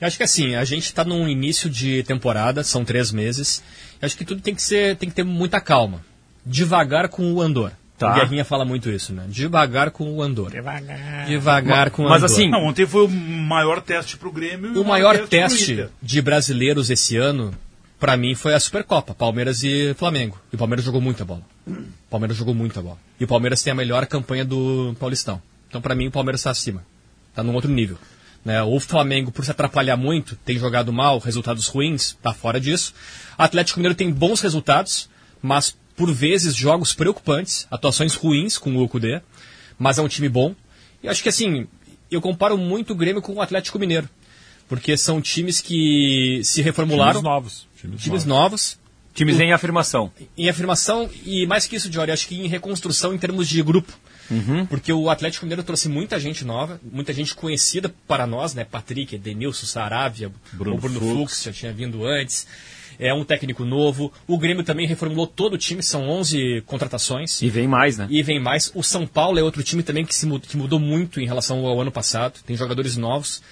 S9: Eu acho que assim, a gente está num início de temporada, são três meses. Eu acho que tudo tem que ser, tem que ter muita calma. Devagar com o Andor.
S2: Tá.
S9: O Guerrinha fala muito isso, né? Devagar com o Andor. Devagar. Devagar com o
S2: Mas
S9: Andor.
S2: assim-
S3: Não, ontem foi o maior teste pro Grêmio. e
S9: o maior
S3: pro
S9: teste
S3: Inter.
S9: de brasileiros esse ano, pra mim, foi a Supercopa, Palmeiras e Flamengo. E o Palmeiras jogou muita bola. O Palmeiras jogou muita bola. E o Palmeiras tem a melhor campanha do Paulistão. Então, pra mim, o Palmeiras está acima. Tá num outro nível. Né? O Flamengo, por se atrapalhar muito, tem jogado mal, resultados ruins, tá fora disso. O Atlético Mineiro tem bons resultados, mas por vezes jogos preocupantes, atuações ruins com o Ocudê, mas é um time bom. E acho que assim, eu comparo muito o Grêmio com o Atlético Mineiro, porque são times que se reformularam.
S4: Times novos. Times,
S9: Times novos.
S2: Times em afirmação.
S9: Em afirmação e mais que isso, Diori, acho que em reconstrução em termos de grupo.
S2: Uhum.
S9: Porque o Atlético Mineiro trouxe muita gente nova, muita gente conhecida para nós, né? Patrick, Edenilson, Saravia,
S4: Bruno
S9: o Bruno
S4: Fux.
S9: Fux. já tinha vindo antes. É um técnico novo. O Grêmio também reformulou todo o time, são 11 contratações.
S2: E vem mais, né?
S9: E vem mais. O São Paulo é outro time também que, se mudou, que mudou muito em relação ao ano passado. Tem jogadores novos.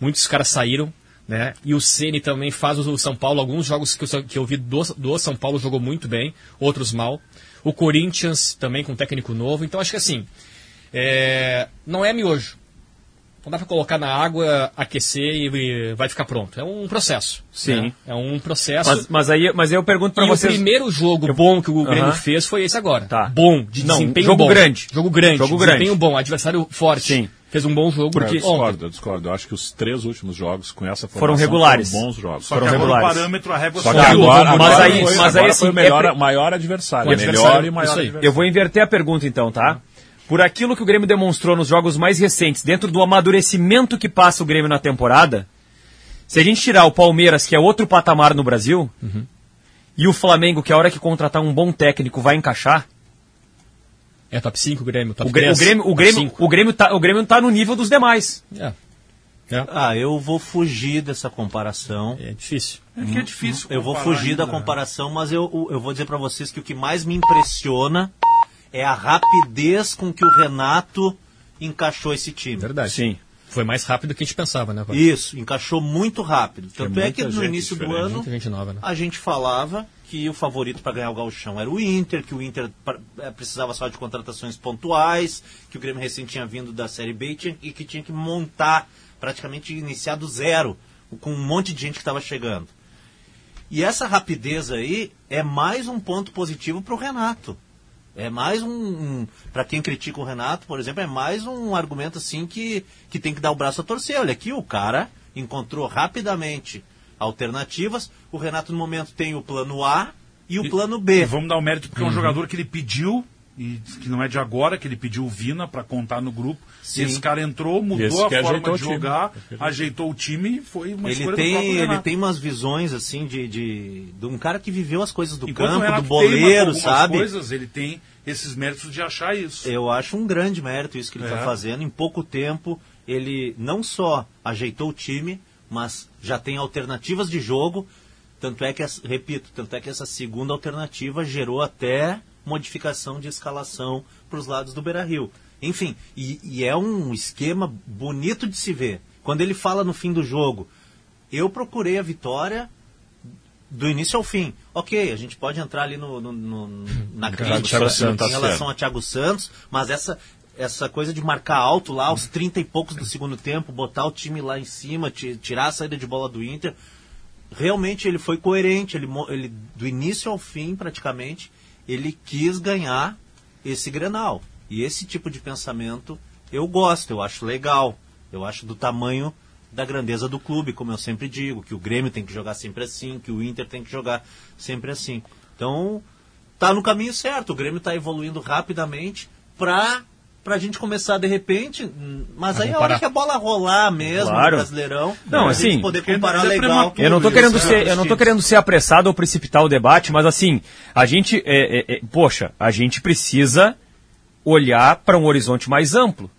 S9: Muitos caras saíram. Né? E o Ceni também faz o São Paulo. Alguns jogos que eu, só- que eu vi do, do São Paulo jogou muito bem, outros mal. O Corinthians também com técnico novo. Então acho que assim, é, não é miojo. Não dá pra colocar na água, aquecer e, e vai ficar pronto. É um processo.
S2: Sim.
S9: né? É um processo.
S2: Mas, mas aí, mas aí eu pergunto pra
S9: E
S2: vocês...
S9: o primeiro jogo bom que o Grêmio
S2: Aham. Tá.
S9: fez foi esse agora. Bom, de
S2: Não,
S9: desempenho
S2: jogo
S9: bom.
S2: grande.
S9: Jogo grande.
S2: Jogo grande.
S9: desempenho bom, adversário forte.
S2: Sim.
S9: Fez um bom jogo.
S4: Porque...
S9: Porque
S4: Eu discordo, eu discordo. Eu acho que os três últimos jogos com essa formação
S2: Foram regulares.
S4: Foram bons jogos.
S2: Só que Foram agora o regulares.
S3: parâmetro, a régua
S4: Só que
S2: subiu.
S4: agora,
S2: Mas
S4: agora
S2: aí-
S4: foi,
S2: mas aí,
S4: agora
S2: assim,
S4: foi o melhor,
S2: é pre-
S4: maior adversário.
S2: O
S4: Melhor
S2: adversário-
S4: e maior
S2: Isso aí.
S4: adversário.
S2: Eu vou inverter a pergunta então, tá? Por aquilo que o Grêmio demonstrou nos jogos mais recentes, dentro do amadurecimento que passa o Grêmio na temporada, se a gente tirar o Palmeiras, que é outro patamar no Brasil,
S9: Uhum.
S2: e o Flamengo, que a hora que contratar um bom técnico vai encaixar,
S9: É top 5 o Grêmio.
S4: Tá
S9: Top
S2: o Grêmio, o
S9: 10,
S2: Grêmio, o
S9: top
S2: Grêmio,
S9: 5.
S2: o Grêmio, tá, o Grêmio tá no nível dos demais.
S9: É.
S10: Ah, eu vou fugir dessa comparação.
S9: É difícil.
S3: É que é difícil.
S10: Eu vou
S3: comparar
S10: fugir da
S3: ainda. né?
S10: comparação, mas eu, eu vou dizer pra vocês que o que mais me impressiona é a rapidez com que o Renato encaixou esse time.
S9: Verdade.
S2: Sim.
S9: Foi mais rápido do que a gente pensava, né? Cláudio?
S10: Isso, encaixou muito rápido. Tanto é que
S4: muita
S10: no
S4: gente
S10: início do
S4: diferente.
S10: ano
S9: Muita gente nova, né?
S10: a gente falava que o favorito para ganhar o gauchão era o Inter, que o Inter pra- eh, precisava só de contratações pontuais, que o Grêmio recém tinha vindo da Série B e tinha- e que tinha que montar praticamente iniciar do zero, com um monte de gente que estava chegando. E essa rapidez aí é mais um ponto positivo para o Renato. É mais um, um para quem critica o Renato, por exemplo, é mais um argumento assim que, que tem que dar o braço a torcer. Olha aqui, o cara encontrou rapidamente alternativas. O Renato no momento tem o plano A e o plano B. Uhum.
S3: Vamos dar o mérito porque é um jogador que ele pediu e diz que não é de agora, que ele pediu o Vina para contar no grupo.
S10: Sim.
S3: Esse cara entrou, mudou
S10: Esse
S3: a
S10: que ajeitou
S3: forma
S10: o
S3: de
S10: time.
S3: jogar, ajeitou o time e foi uma
S10: Ele
S3: escolha do
S10: tem,
S3: próprio
S10: ele
S3: Renato.
S10: tem umas visões assim de, de, de um cara que viveu as coisas do
S3: Enquanto o
S10: campo,
S3: Renato
S10: do
S3: tem
S10: boleiro,
S3: algumas
S10: sabe?
S3: coisas, ele tem esses méritos de achar isso.
S10: Eu acho um grande mérito isso que ele
S3: É.
S10: está fazendo. Em pouco tempo, ele não só ajeitou o time, mas já tem alternativas de jogo. Tanto é que, as- repito, tanto é que essa segunda alternativa gerou até modificação de escalação para os lados do Beira Rio. Enfim, e, e é um esquema bonito de se ver. Quando ele fala no fim do jogo, eu procurei a vitória do início ao fim. Ok, a gente pode entrar ali no, no-
S9: *laughs*
S10: no- na
S9: Em
S10: crítica
S9: relação a Thiago Santos,
S10: em
S9: tá
S10: relação
S9: certo.
S10: a Thiago Santos, mas essa essa coisa de marcar alto lá aos 30 e poucos do segundo tempo, botar o time lá em cima, ti- tirar a saída de bola do Inter, realmente ele foi coerente, ele, mo- ele do início ao fim praticamente, ele quis ganhar esse Grenal. E esse tipo de pensamento eu gosto, eu acho legal, eu acho do tamanho da grandeza do clube, como eu sempre digo, que o Grêmio tem que jogar sempre assim, que o Inter tem que jogar sempre assim. Então, tá no caminho certo, o Grêmio tá evoluindo rapidamente pra pra gente começar de repente, hum, mas aí é a hora
S2: comparar.
S10: que a bola rolar mesmo
S2: Claro.
S10: no Brasileirão,
S2: Não,
S10: pra gente
S2: assim,
S10: poder
S3: é
S10: comparar legal.
S2: Eu não tô
S10: estou
S2: querendo ser, eu não tô querendo ser apressado ou precipitar o debate, mas assim, a gente, é, é, é, poxa, a gente precisa olhar para um horizonte mais amplo.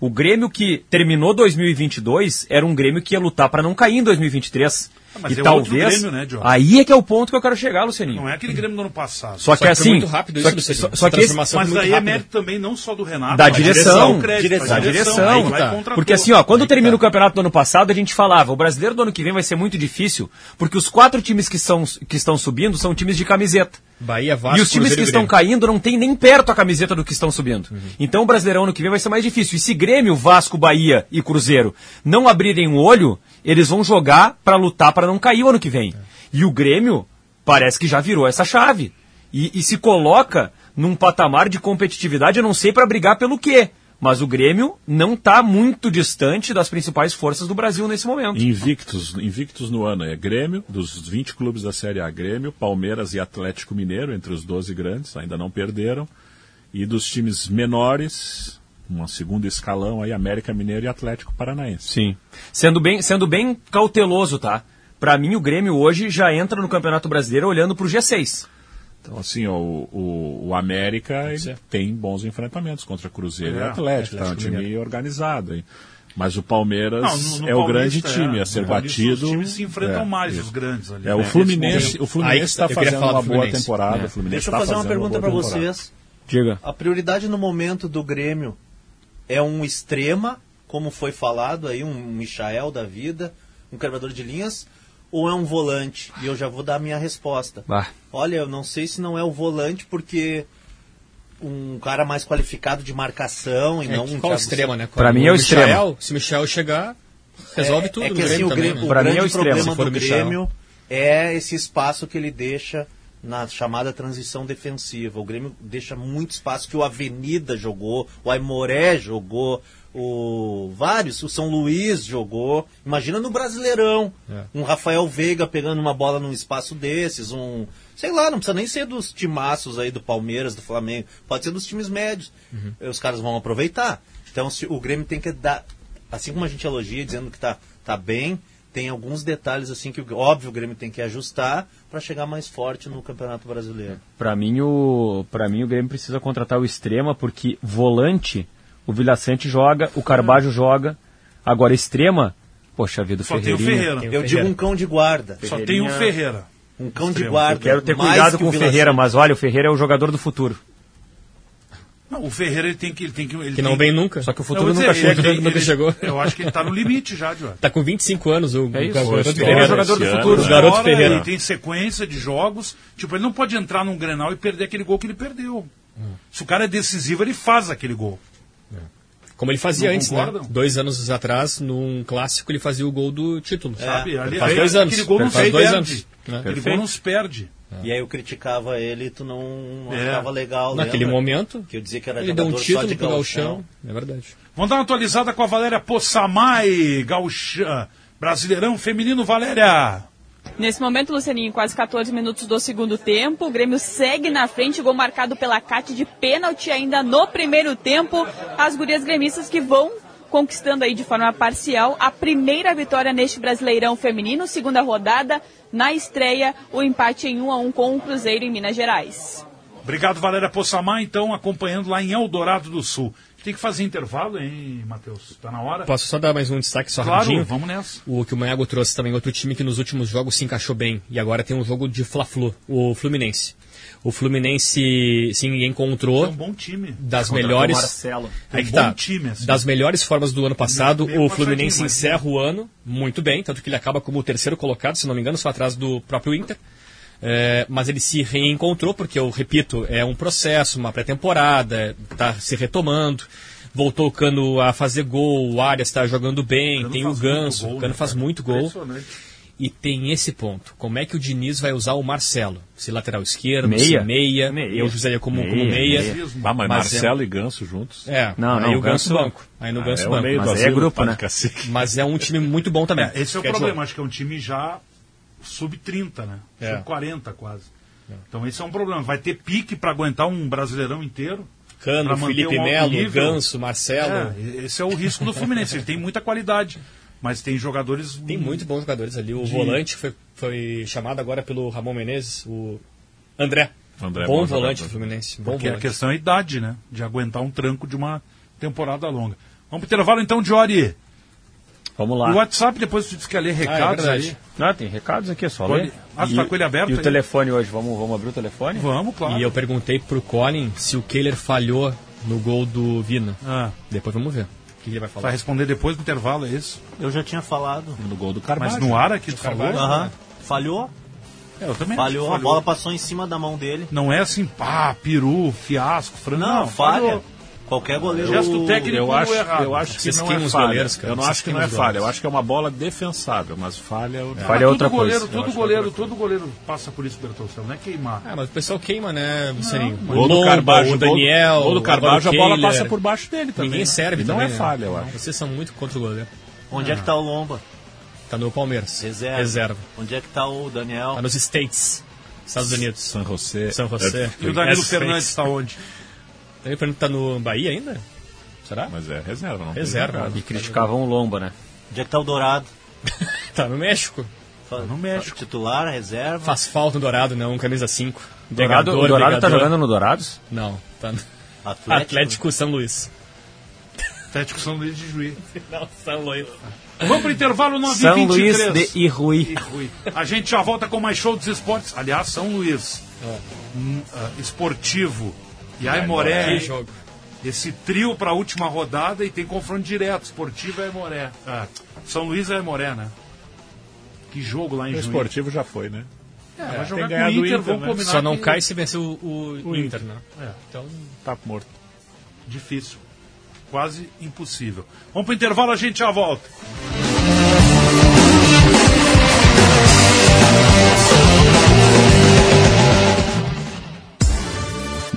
S2: O Grêmio que terminou 2022 era um Grêmio que ia lutar para não cair em 2023.
S3: Ah, mas
S2: e
S3: é outro
S2: talvez
S3: Grêmio, né, Diogo?
S2: aí é que é o ponto que eu quero chegar, Lucianinho.
S3: Não é aquele Grêmio do ano passado.
S2: Uhum. Só que
S3: foi
S2: assim,
S3: muito rápido
S2: só
S3: isso,
S2: que-
S3: Luciano.
S2: só- só
S3: Essa
S2: que esse-
S3: transformação
S2: mas
S3: foi muito
S2: aí é
S3: rápida.
S2: mérito
S3: também não só do Renato.
S2: da
S3: mas
S2: direção,
S3: crédito,
S2: da
S3: a
S2: direção,
S3: aí vai contra
S2: porque
S3: todos.
S2: assim, ó, quando termina o campeonato do ano passado, a gente falava, o brasileiro do ano que vem vai ser muito difícil, porque os quatro times que, são, que estão subindo são times de camiseta.
S9: Bahia, Vasco,
S2: e os times
S9: Cruzeiro
S2: que
S9: e
S2: estão
S9: Grêmio.
S2: caindo não tem nem perto a camiseta do que estão subindo. Então o Brasileirão ano que vem vai ser mais difícil. E se Grêmio, Vasco, Bahia e Cruzeiro não abrirem o olho, eles vão jogar pra lutar pra não cair o ano que vem. E o Grêmio parece que já virou essa chave. E, e se coloca num patamar de competitividade, eu não sei pra brigar pelo quê. Mas o Grêmio não tá muito distante das principais forças do Brasil nesse momento.
S4: Invictos, invictos no ano é Grêmio, dos 20 clubes da Série A, Grêmio, Palmeiras e Atlético Mineiro, entre os 12 grandes, ainda não perderam. E dos times menores, uma segunda escalão aí, América Mineiro e Atlético Paranaense.
S2: Sim. Sendo bem, sendo bem cauteloso, tá? Pra mim, o Grêmio hoje já entra no Campeonato Brasileiro olhando pro G6.
S4: Então, assim, ó, o, o, o América ele tem bons enfrentamentos contra Cruzeiro e
S3: É,
S4: Atlético, tá? É um
S3: Atlético
S4: time
S3: Mineiro.
S4: organizado. hein? Mas o Palmeiras
S3: Não, no- no
S4: é o grande
S3: Paulista,
S4: time
S3: é.
S4: a ser
S3: No Paulista,
S4: batido.
S3: Os times se enfrentam
S4: É,
S3: mais,
S4: isso.
S3: os grandes ali.
S4: É, o
S3: né?
S4: Fluminense,
S3: Eles-
S4: o Fluminense está fazendo uma boa temporada.
S10: É.
S9: É.
S4: O Fluminense
S10: Deixa eu
S4: tá
S10: fazer uma
S4: fazendo
S10: pergunta para
S4: boa temporada.
S10: vocês.
S2: Diga.
S10: A prioridade no momento do Grêmio é um extrema, como foi falado aí, um Michael da vida, um quebrador de linhas, ou é um volante? E eu já vou dar a minha resposta. Olha, eu não sei se não é o volante, porque um cara mais qualificado de marcação e
S9: É,
S10: não
S9: que
S10: um
S9: qual
S10: Thiago
S9: extrema,
S10: Santos.
S9: né? Pra mim é o Michael, extremo. se o Michel chegar, resolve tudo
S10: É
S9: no
S10: que assim,
S9: Grêmio
S10: o,
S9: também,
S10: Grêmio,
S9: né?
S10: o
S9: Pra mim
S10: grande
S9: é o extremo,
S10: problema
S9: se for
S10: do
S9: o Michel.
S10: Grêmio é esse espaço que ele deixa na chamada transição defensiva. O Grêmio deixa muito espaço que o Avenida jogou, o Aimoré jogou, o vários, o São Luís jogou. Imagina no Brasileirão,
S9: É.
S10: um Rafael Veiga pegando uma bola num espaço desses, um, sei lá, não precisa nem ser dos timaços aí do Palmeiras, do Flamengo, pode ser dos times médios eh, os caras vão aproveitar. Então se, o Grêmio tem que dar, assim como a gente elogia dizendo que tá, tá bem, tem alguns detalhes assim que o- óbvio o Grêmio tem que ajustar para chegar mais forte no Campeonato Brasileiro.
S2: Pra mim, o, pra mim, o Grêmio precisa contratar o extrema, porque volante, o Vila Sante joga, o Carbajo joga. Agora, extrema, poxa vida, o
S10: Só tem
S2: Ferreirinha.
S10: o Ferreira. Eu digo um cão de guarda.
S2: Só tem o Ferreira.
S10: Um cão de guarda.
S2: Eu quero ter
S10: mais
S2: cuidado
S10: que
S2: com o
S10: Vila
S2: Ferreira,
S10: Sante.
S2: mas olha, o Ferreira é o jogador do futuro.
S3: Não, o Ferreira ele tem que. Ele tem que, ele
S9: Que não
S3: tem-
S9: vem nunca.
S2: Só que o
S3: Eu vou dizer, ele-
S9: *laughs*
S3: ele- ele- Eu acho que ele tá no limite já, Diogo.
S9: Tá com 25 anos o,
S3: É
S9: o
S3: isso.
S9: garoto
S3: Esse
S9: Ferreira.
S3: ano, esse ano,
S9: O garoto
S3: agora,
S2: é
S9: Ferreira.
S3: Ele tem sequência de jogos. Tipo, ele não pode entrar num Grenal e perder aquele gol que ele perdeu. Se o cara é decisivo, ele faz aquele gol.
S9: Como ele fazia
S3: Não
S9: antes,
S3: concordam?
S9: né? Dois anos atrás, num clássico, ele fazia o gol do título,
S10: É.
S9: sabe?
S10: Sabe, ali-
S9: faz
S10: aí,
S9: dois anos.
S10: aquele gol não
S9: faz
S10: se
S9: dois
S10: perde.
S9: anos. né? É.
S10: Aquele gol não se
S3: perde.
S10: E aí eu criticava ele e tu não, não
S3: É.
S10: achava legal.
S9: Naquele
S10: lembra?
S9: momento,
S10: Que eu dizia que era
S9: ele deu um
S10: jogador só
S9: título
S10: de
S9: pro
S10: gauchão.
S9: Galchão. É verdade.
S3: Vamos dar uma atualizada com a Valéria Poçamai, gaúcha, brasileirão feminino, Valéria.
S5: Nesse momento, Lucianinho, quase 14 minutos do segundo tempo. O Grêmio segue na frente, gol marcado pela Cate de pênalti ainda no primeiro tempo. As gurias gremistas que vão conquistando aí de forma parcial a primeira vitória neste Brasileirão Feminino, segunda rodada, na estreia, o empate em 1 a 1 com o Cruzeiro em Minas Gerais.
S3: Obrigado, Valéria Poçamar, então, acompanhando lá em Eldorado do Sul. Tem que fazer intervalo, hein, Matheus? Tá na hora?
S9: Posso só dar mais um destaque só
S3: Claro,
S9: rapidinho?
S3: vamos nessa.
S9: O que o Maiago trouxe também, outro time que nos últimos jogos se encaixou bem. E agora tem um jogo de Fla-Flu, o Fluminense. O Fluminense se encontrou
S3: É um bom time.
S9: das
S3: Contratou
S9: melhores
S3: o Marcelo.
S9: Aí
S3: Um
S9: que
S3: bom
S9: tá.
S3: time, assim.
S9: das melhores formas do ano passado
S3: Meio
S9: o Fluminense
S3: puxadinho, mas-
S9: encerra o ano muito bem tanto que ele acaba como o terceiro colocado se não me engano só atrás do próprio Inter É, mas ele se reencontrou porque eu repito é um processo uma pré-temporada está se retomando voltou o Cano a fazer gol o Arias está jogando bem tem o Ganso o Cano faz muito gol e tem esse ponto. Como é que o Diniz vai usar o Marcelo? Se lateral esquerdo,
S2: Meia?
S9: se meia,
S2: Meia.
S9: eu usaria como meia. Como meia. um
S4: meia. Ah, mas Marcelo e Ganso juntos?
S9: É,
S4: Não,
S9: aí
S4: não,
S9: o Ganso
S4: Ganso-
S9: banco. Aí no
S4: Ah,
S9: Ganso
S4: é o
S9: banco.
S4: meio do Mas aí é asilo, grupo, tá de né?
S9: *laughs*
S4: cacique.
S9: Mas é um time muito bom também.
S3: É, esse é o
S9: Quer dizer,
S3: problema, acho que é um time já sub-30, né?
S9: É.
S3: Sub-40 quase. Então esse é um problema. Vai ter pique para aguentar um brasileirão inteiro.
S9: Cano,
S3: pra manter
S9: Felipe
S3: um alto
S9: Melo,
S3: nível.
S9: Ganso, Marcelo.
S3: É, e- esse é o risco do Fluminense. Ele tem muita qualidade, mas tem jogadores.
S9: Tem muito bons jogadores ali. O
S3: De-
S9: volante foi, foi chamado agora pelo Ramon Menezes, o *laughs* André.
S3: André é
S9: bom,
S3: bom
S9: volante
S3: jogador.
S9: do Fluminense. Bom
S3: Porque a
S9: volante.
S3: questão é a idade, né? De aguentar um tranco de uma temporada longa. Vamos pro intervalo então, Diori.
S2: Vamos
S3: O
S2: lá.
S3: WhatsApp, depois tu disse que ia ler
S2: Ah, é
S3: recados
S2: recado
S3: aí.
S2: Não, tem recados aqui, é só
S3: Pode-
S2: ler.
S3: Ah, tu tá com ele aberto
S2: E o
S3: aí?
S2: telefone hoje, vamos, vamos abrir o telefone?
S3: Vamos,
S9: E eu perguntei pro Colin se o Kehler falhou no gol do Vina.
S3: Ah.
S9: Depois vamos ver. O que ele vai falar?
S3: Vai responder depois do intervalo, é isso?
S10: Eu já tinha falado.
S4: No gol do
S3: Carvalho. Mas no ar aqui tu falou? É,
S10: Aham. Falhou.
S3: Eu também acho
S10: falhou,
S3: que
S10: a bola passou em cima da mão dele.
S3: Não é assim, pá, peru, fiasco, frango.
S10: Não, falha.
S3: falhou.
S10: Qualquer goleiro.
S3: Gesto técnico
S4: eu acho,
S3: errado.
S4: eu acho que
S3: Vocês
S4: não
S3: queimam
S4: é
S3: os
S4: falha.
S3: goleiros, cara.
S4: Eu não
S3: Vocês
S4: acho que
S3: queimam
S4: não é
S3: os
S4: falha.
S3: goleiros.
S4: Eu acho que é uma bola defensável, mas falha é outra,
S3: Mas todo goleiro, Todo goleiro, todo goleiro passa por isso, Bertolcelo, não é queimar.
S9: Ah, mas o pessoal queima, né, Vicerinho?
S3: mas-
S9: O
S3: Gol do
S9: Lomba,
S3: Carbajo,
S9: o
S3: gol do-
S9: Daniel.
S3: gol do
S9: o
S3: Carbajo, a bola
S9: Kehler.
S3: passa por baixo dele também,
S9: Ninguém
S3: né?
S9: serve
S3: E não
S9: também,
S3: é
S9: né?
S3: falha, eu acho.
S9: Vocês são muito contra o goleiro.
S10: Onde é que tá o Lomba?
S9: Tá no Palmeiras.
S10: Reserva.
S9: Reserva.
S10: Onde é que tá o Daniel?
S9: Tá nos States. Estados Unidos.
S4: San José.
S9: São José.
S3: E o Danilo
S9: As
S3: Fernandes
S9: States.
S3: está onde?
S9: Danilo Fernandes tá no Bahia ainda? Será?
S4: Mas é reserva, não
S2: Tá
S9: Reserva.
S4: tem jogado.
S9: E
S2: criticavam o Lomba, né?
S10: Onde é que tá o Dourado?
S9: *laughs* Tá no México.
S10: No México. Titular, reserva.
S9: Faz falta no Dourado, não. Camisa 5.
S2: Dourado, o Dourado tá jogando no Dourados?
S9: Não. Tá no...
S10: Atlético.
S9: Atlético São Luís.
S3: Atlético São Luís de Juiz.
S9: Não, São Luís.
S3: Vamos pro intervalo 9
S2: São Luís
S3: 23.
S2: de Irui.
S3: Rui. A gente já volta com mais show dos esportes. Aliás, São Luís.
S9: É.
S3: Hum, ah, esportivo. E Aimoré.
S9: Que
S3: hein?
S9: jogo.
S3: Esse trio para a última rodada e tem confronto direto. Esportivo é Aimoré. Ah, São Luís é Aimoré, né? Que jogo lá em
S4: O
S3: Juiz.
S4: É esportivo já foi, né?
S3: É,
S4: tem
S3: vai jogar com o
S4: ganhado
S3: Inter,
S4: o Inter,
S3: vamos
S4: né?
S3: combinar.
S9: Só não
S3: que
S9: cai se vencer o, o
S4: O
S9: Inter,
S4: Inter.
S9: né?
S3: É.
S9: Então,
S4: Tá morto.
S3: Difícil. Quase impossível. Vamos pro intervalo, a gente já volta.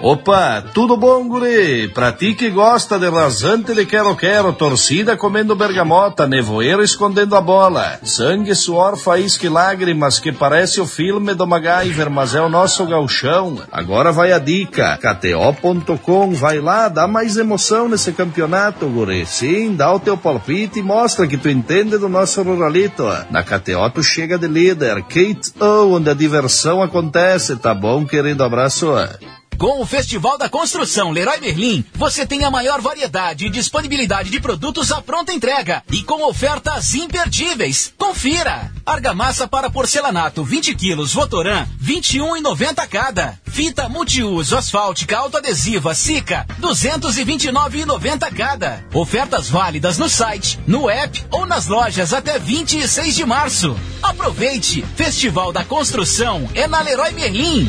S14: Opa, tudo bom, guri? Pra ti que gosta de rasante de quero-quero, torcida comendo bergamota, nevoeiro escondendo a bola, sangue, suor, faísca e lágrimas, que parece o filme do MacGyver, mas é o nosso galchão. Agora vai a dica, kto.com, vai lá, dá mais emoção nesse campeonato, guri. Sim, dá o teu palpite e mostra que tu entende do nosso ruralito. Na KTO tu chega de líder, Kate O, onde a diversão acontece, tá bom, querido? Abraço.
S15: Com o Festival da Construção Leroy Merlin, você tem a maior variedade e disponibilidade de produtos à pronta entrega e com ofertas imperdíveis. Confira! Argamassa para porcelanato 20 quilos Votoran, 21,90 cada. Fita multiuso asfáltica autoadesiva Sica, 229,90 cada. Ofertas válidas no site, no app ou nas lojas até 26 de março. Aproveite! Festival da Construção é na Leroy Merlin.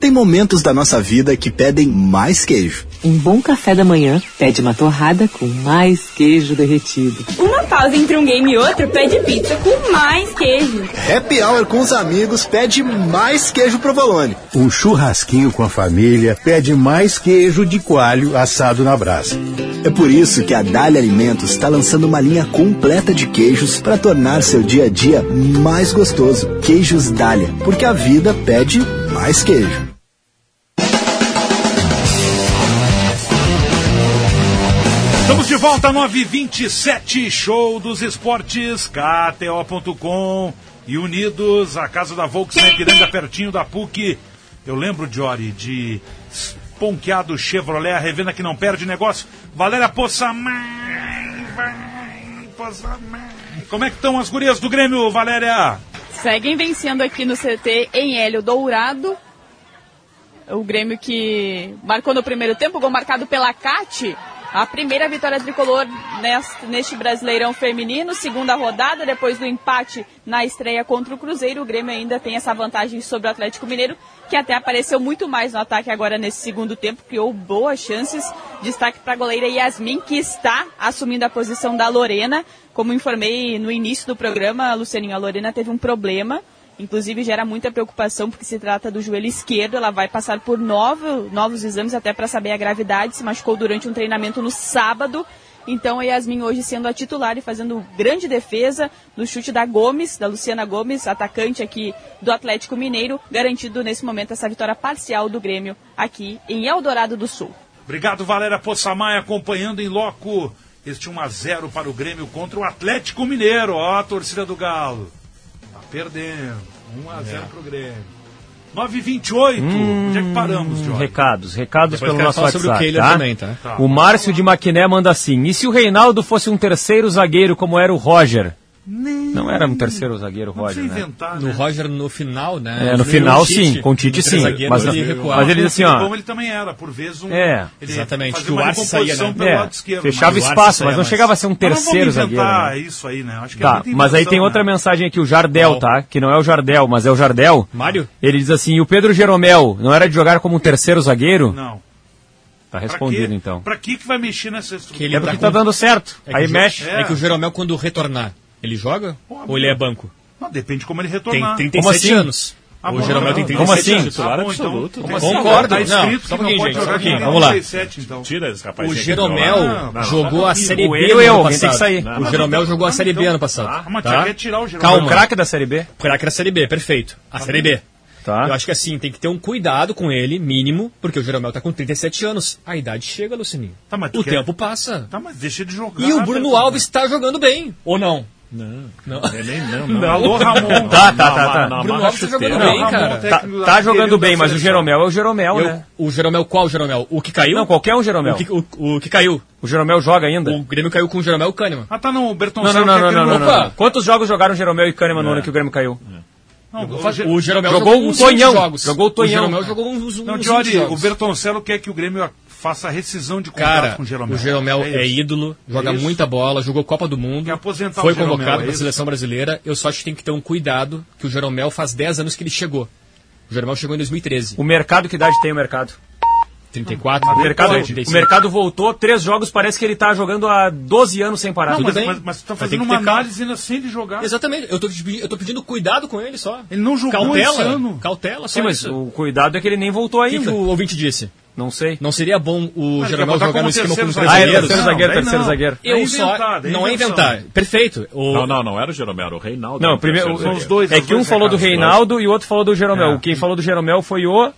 S16: Tem momentos da nossa vida que pedem mais queijo.
S17: Um bom café da manhã pede uma torrada com mais queijo derretido.
S5: Uma pausa entre um game e outro pede pizza com mais queijo.
S16: Happy Hour com os amigos pede mais queijo provolone.
S18: Um churrasquinho com a família pede mais queijo de coalho assado na brasa.
S16: É por isso que a Dália Alimentos está lançando uma linha completa de queijos para tornar seu dia a dia mais gostoso. Queijos Dália, porque a vida pede mais queijo.
S3: Estamos de volta, 9h27, show dos esportes, KTO.com e Unidos, a casa da Volkswagen Ipiranga, pertinho da PUC. Eu lembro, Jory, de Ponqueado Chevrolet, a revenda que não perde negócio. Valéria Poçamai, vai, Poçamai. Como é que estão as gurias do Grêmio, Valéria?
S5: Seguem vencendo aqui no CT em Hélio Dourado. O Grêmio que marcou no primeiro tempo, gol marcado pela Cati. A primeira vitória tricolor neste, neste Brasileirão Feminino, segunda rodada, depois do empate na estreia contra o Cruzeiro, o Grêmio ainda tem essa vantagem sobre o Atlético Mineiro, que até apareceu muito mais no ataque agora nesse segundo tempo, criou boas chances. Destaque para a goleira Yasmin, que está assumindo a posição da Lorena. Como informei no início do programa, Lucianinho, a Lorena teve um problema. Inclusive gera muita preocupação porque se trata do joelho esquerdo. Ela vai passar por novo, novos exames até para saber a gravidade. Se machucou durante um treinamento no sábado. Então a Yasmin hoje sendo a titular e fazendo grande defesa no chute da Gomes, da Luciana Gomes, atacante aqui do Atlético Mineiro, garantido nesse momento essa vitória parcial do Grêmio aqui em Eldorado do Sul.
S3: Obrigado, Valéria Poçamai, acompanhando em loco este 1x0 para o Grêmio contra o Atlético Mineiro. Ó, a torcida do Galo. Tá perdendo. 1x0
S2: É. Hum.
S3: pro Grêmio. 9h28. Onde é que paramos, Jorge?
S2: Recados, recados
S3: Depois
S2: pelo
S3: quero
S2: nosso
S3: falar sobre
S2: WhatsApp.
S3: o Kehler
S2: tá?
S3: também, tá? Tá.
S2: O Márcio de Maquiné manda assim: e se o Reinaldo fosse um terceiro zagueiro como era o Roger? Não era um terceiro zagueiro, Roger. Né?
S9: No Roger no final, né?
S2: É, no
S9: Veio
S2: final
S9: o Tite,
S2: sim, com o Tite
S9: entre
S2: sim.
S9: zagueiros,
S2: Mas,
S9: ele recuava.
S2: mas ele diz assim, ó.
S3: Como ele também era, por vezes um.
S2: É.
S3: ele
S9: Exatamente,
S3: fazia
S9: que o
S3: uma
S9: ar saía,
S3: recomposição
S9: né?
S3: pelo
S9: É,
S3: lado esquerdo.
S2: Fechava
S3: Mas o ar
S2: espaço,
S3: saía
S2: mas não
S3: mais.
S2: chegava a ser um
S3: Mas não vamos
S2: terceiro
S3: inventar
S2: zagueiro, né?
S3: isso aí, né? Acho que é
S2: Tá,
S3: muita
S2: mas aí
S3: invenção,
S2: tem outra mensagem aqui, o Jardel, tá? Que não é o Jardel, mas é o Jardel.
S9: Mário?
S2: Ele diz assim, e o Pedro Jeromel não era de jogar como um terceiro zagueiro?
S3: Não.
S2: Tá respondido,
S3: quê?
S2: então.
S3: Pra que, que vai mexer nessa estrutura?
S9: Que ele
S2: É porque tá dando certo.
S9: É que
S2: Aí
S9: o Ge-
S2: mexe.
S9: É. que o Jeromel, quando retornar, ele joga? ou ele é banco?
S3: Não, depende de como ele
S9: Tem
S3: retornar.
S9: 37
S2: assim?
S9: anos.
S3: Ah,
S9: o
S3: bom,
S9: Jeromel tem
S3: não,
S9: 37
S3: não.
S9: anos.
S3: Ah, bom, então, como assim?
S9: Concordo.
S3: Tá
S9: não,
S3: escrito
S9: só um
S3: que não
S9: pouquinho,
S3: pode
S9: gente. Só um
S3: jogar
S9: pouquinho.
S3: quem
S9: Vamos lá.
S3: tem 37, então.
S4: Tira esse rapaz.
S2: é
S9: O Jeromel jogou a Série
S2: O
S9: B
S2: eu,
S9: no
S2: eu,
S9: ano
S2: alguém tem que
S9: passado.
S2: sair.
S9: O
S2: Não,
S9: Jeromel
S2: não,
S9: jogou a
S2: não,
S9: Série B
S2: então.
S9: ano passado.
S2: Ah, mas
S9: tá?
S2: quer tirar o Jeromel.
S9: Calma.
S2: O craque da Série B?
S9: O craque da Série B, perfeito. A Série B.
S2: Tá.
S9: Eu acho que assim, tem que ter um cuidado com ele, mínimo, porque o Jeromel tá com 37 anos. A idade chega, Lucininho. o
S3: Tá, quer-
S9: tempo passa.
S3: Tá, mas deixa de jogar.
S9: E o Bruno Alves tá jogando bem, ou não?
S4: Não.
S9: Não. *laughs*
S4: não,
S3: Alô, Ramon.
S2: Tá, tá, tá, tá.
S9: Bruno Alves tá jogando bem, cara.
S2: Tá, tá jogando bem, mas o Jeromel é o Jeromel,
S9: Eu-
S2: né?
S9: O Jeromel qual Jeromel? O que caiu?
S2: Não, qualquer um Jeromel.
S9: O que, o- o que caiu?
S2: O Jeromel joga ainda?
S9: O Grêmio caiu com o Jeromel Kahneman.
S3: Ah, tá, não. O Berton
S2: Não, não, não, não, não, não,
S9: Opa!
S2: não. Quantos jogos jogaram Jeromel e Kahneman
S9: É.
S2: no ano que o Grêmio caiu?
S9: O Jeromel
S2: jogou,
S9: jogou
S2: o
S9: uns 20
S2: Tonhão.
S9: jogos.
S2: Jogou o
S9: O
S2: Tonhão.
S9: Jeromel jogou uns- uns
S3: Não,
S9: 20
S3: Diori, o
S9: jogos.
S3: Bertoncello quer que o Grêmio faça rescisão de contrato
S9: Cara,
S3: com o Jeromel.
S9: o Jeromel é,
S3: isso.
S9: ídolo, joga
S3: isso.
S9: muita bola, jogou Copa do Mundo,
S3: aposentar
S9: foi
S3: o Jeromel,
S9: convocado
S3: é
S9: para a
S3: isso.
S9: seleção brasileira. Eu só acho que tem que ter um cuidado, que o Jeromel faz 10 anos que ele chegou. O Jeromel chegou em 2013.
S2: O mercado, que idade tem o mercado?
S9: 34,
S2: O mercado,
S9: 35.
S2: o mercado voltou, três jogos, parece que ele tá jogando há 12 anos sem parar.
S9: Não, mas- mas-
S3: mas tu tá
S2: Vai ter
S3: fazendo
S2: que
S3: uma
S2: ter calma.
S3: análise ainda sem ele jogar.
S9: Exatamente, eu tô, te pedi- eu tô pedindo cuidado com ele só.
S3: Ele não jogou
S9: cautela,
S3: esse ano.
S9: Cautela, só
S2: Sim, mas
S9: isso.
S2: o cuidado é que ele nem voltou
S9: que
S2: ainda.
S9: o ouvinte disse?
S2: Não sei.
S9: Não seria bom o Jeromel
S2: Mas ele quer botar
S9: jogar
S2: como
S9: no esquema com
S2: terceiro
S9: os
S2: zagueiro. Ah, é,
S9: brasileiros?
S2: terceiro zagueiro,
S9: daí
S2: terceiro zagueiro.
S9: Eu
S2: Daí
S9: só...
S2: inventar, daí
S9: não é
S2: invenção.
S9: inventar. Perfeito. O-
S4: Não, não, não era o Jeromel, era o Reinaldo.
S2: Não,
S4: Era o
S2: primeiro,
S4: terceiro
S2: os
S4: zagueiro.
S2: dois, é que um falou do Reinaldo e o outro falou do Jeromel.
S9: É.
S2: Quem falou do Jeromel foi o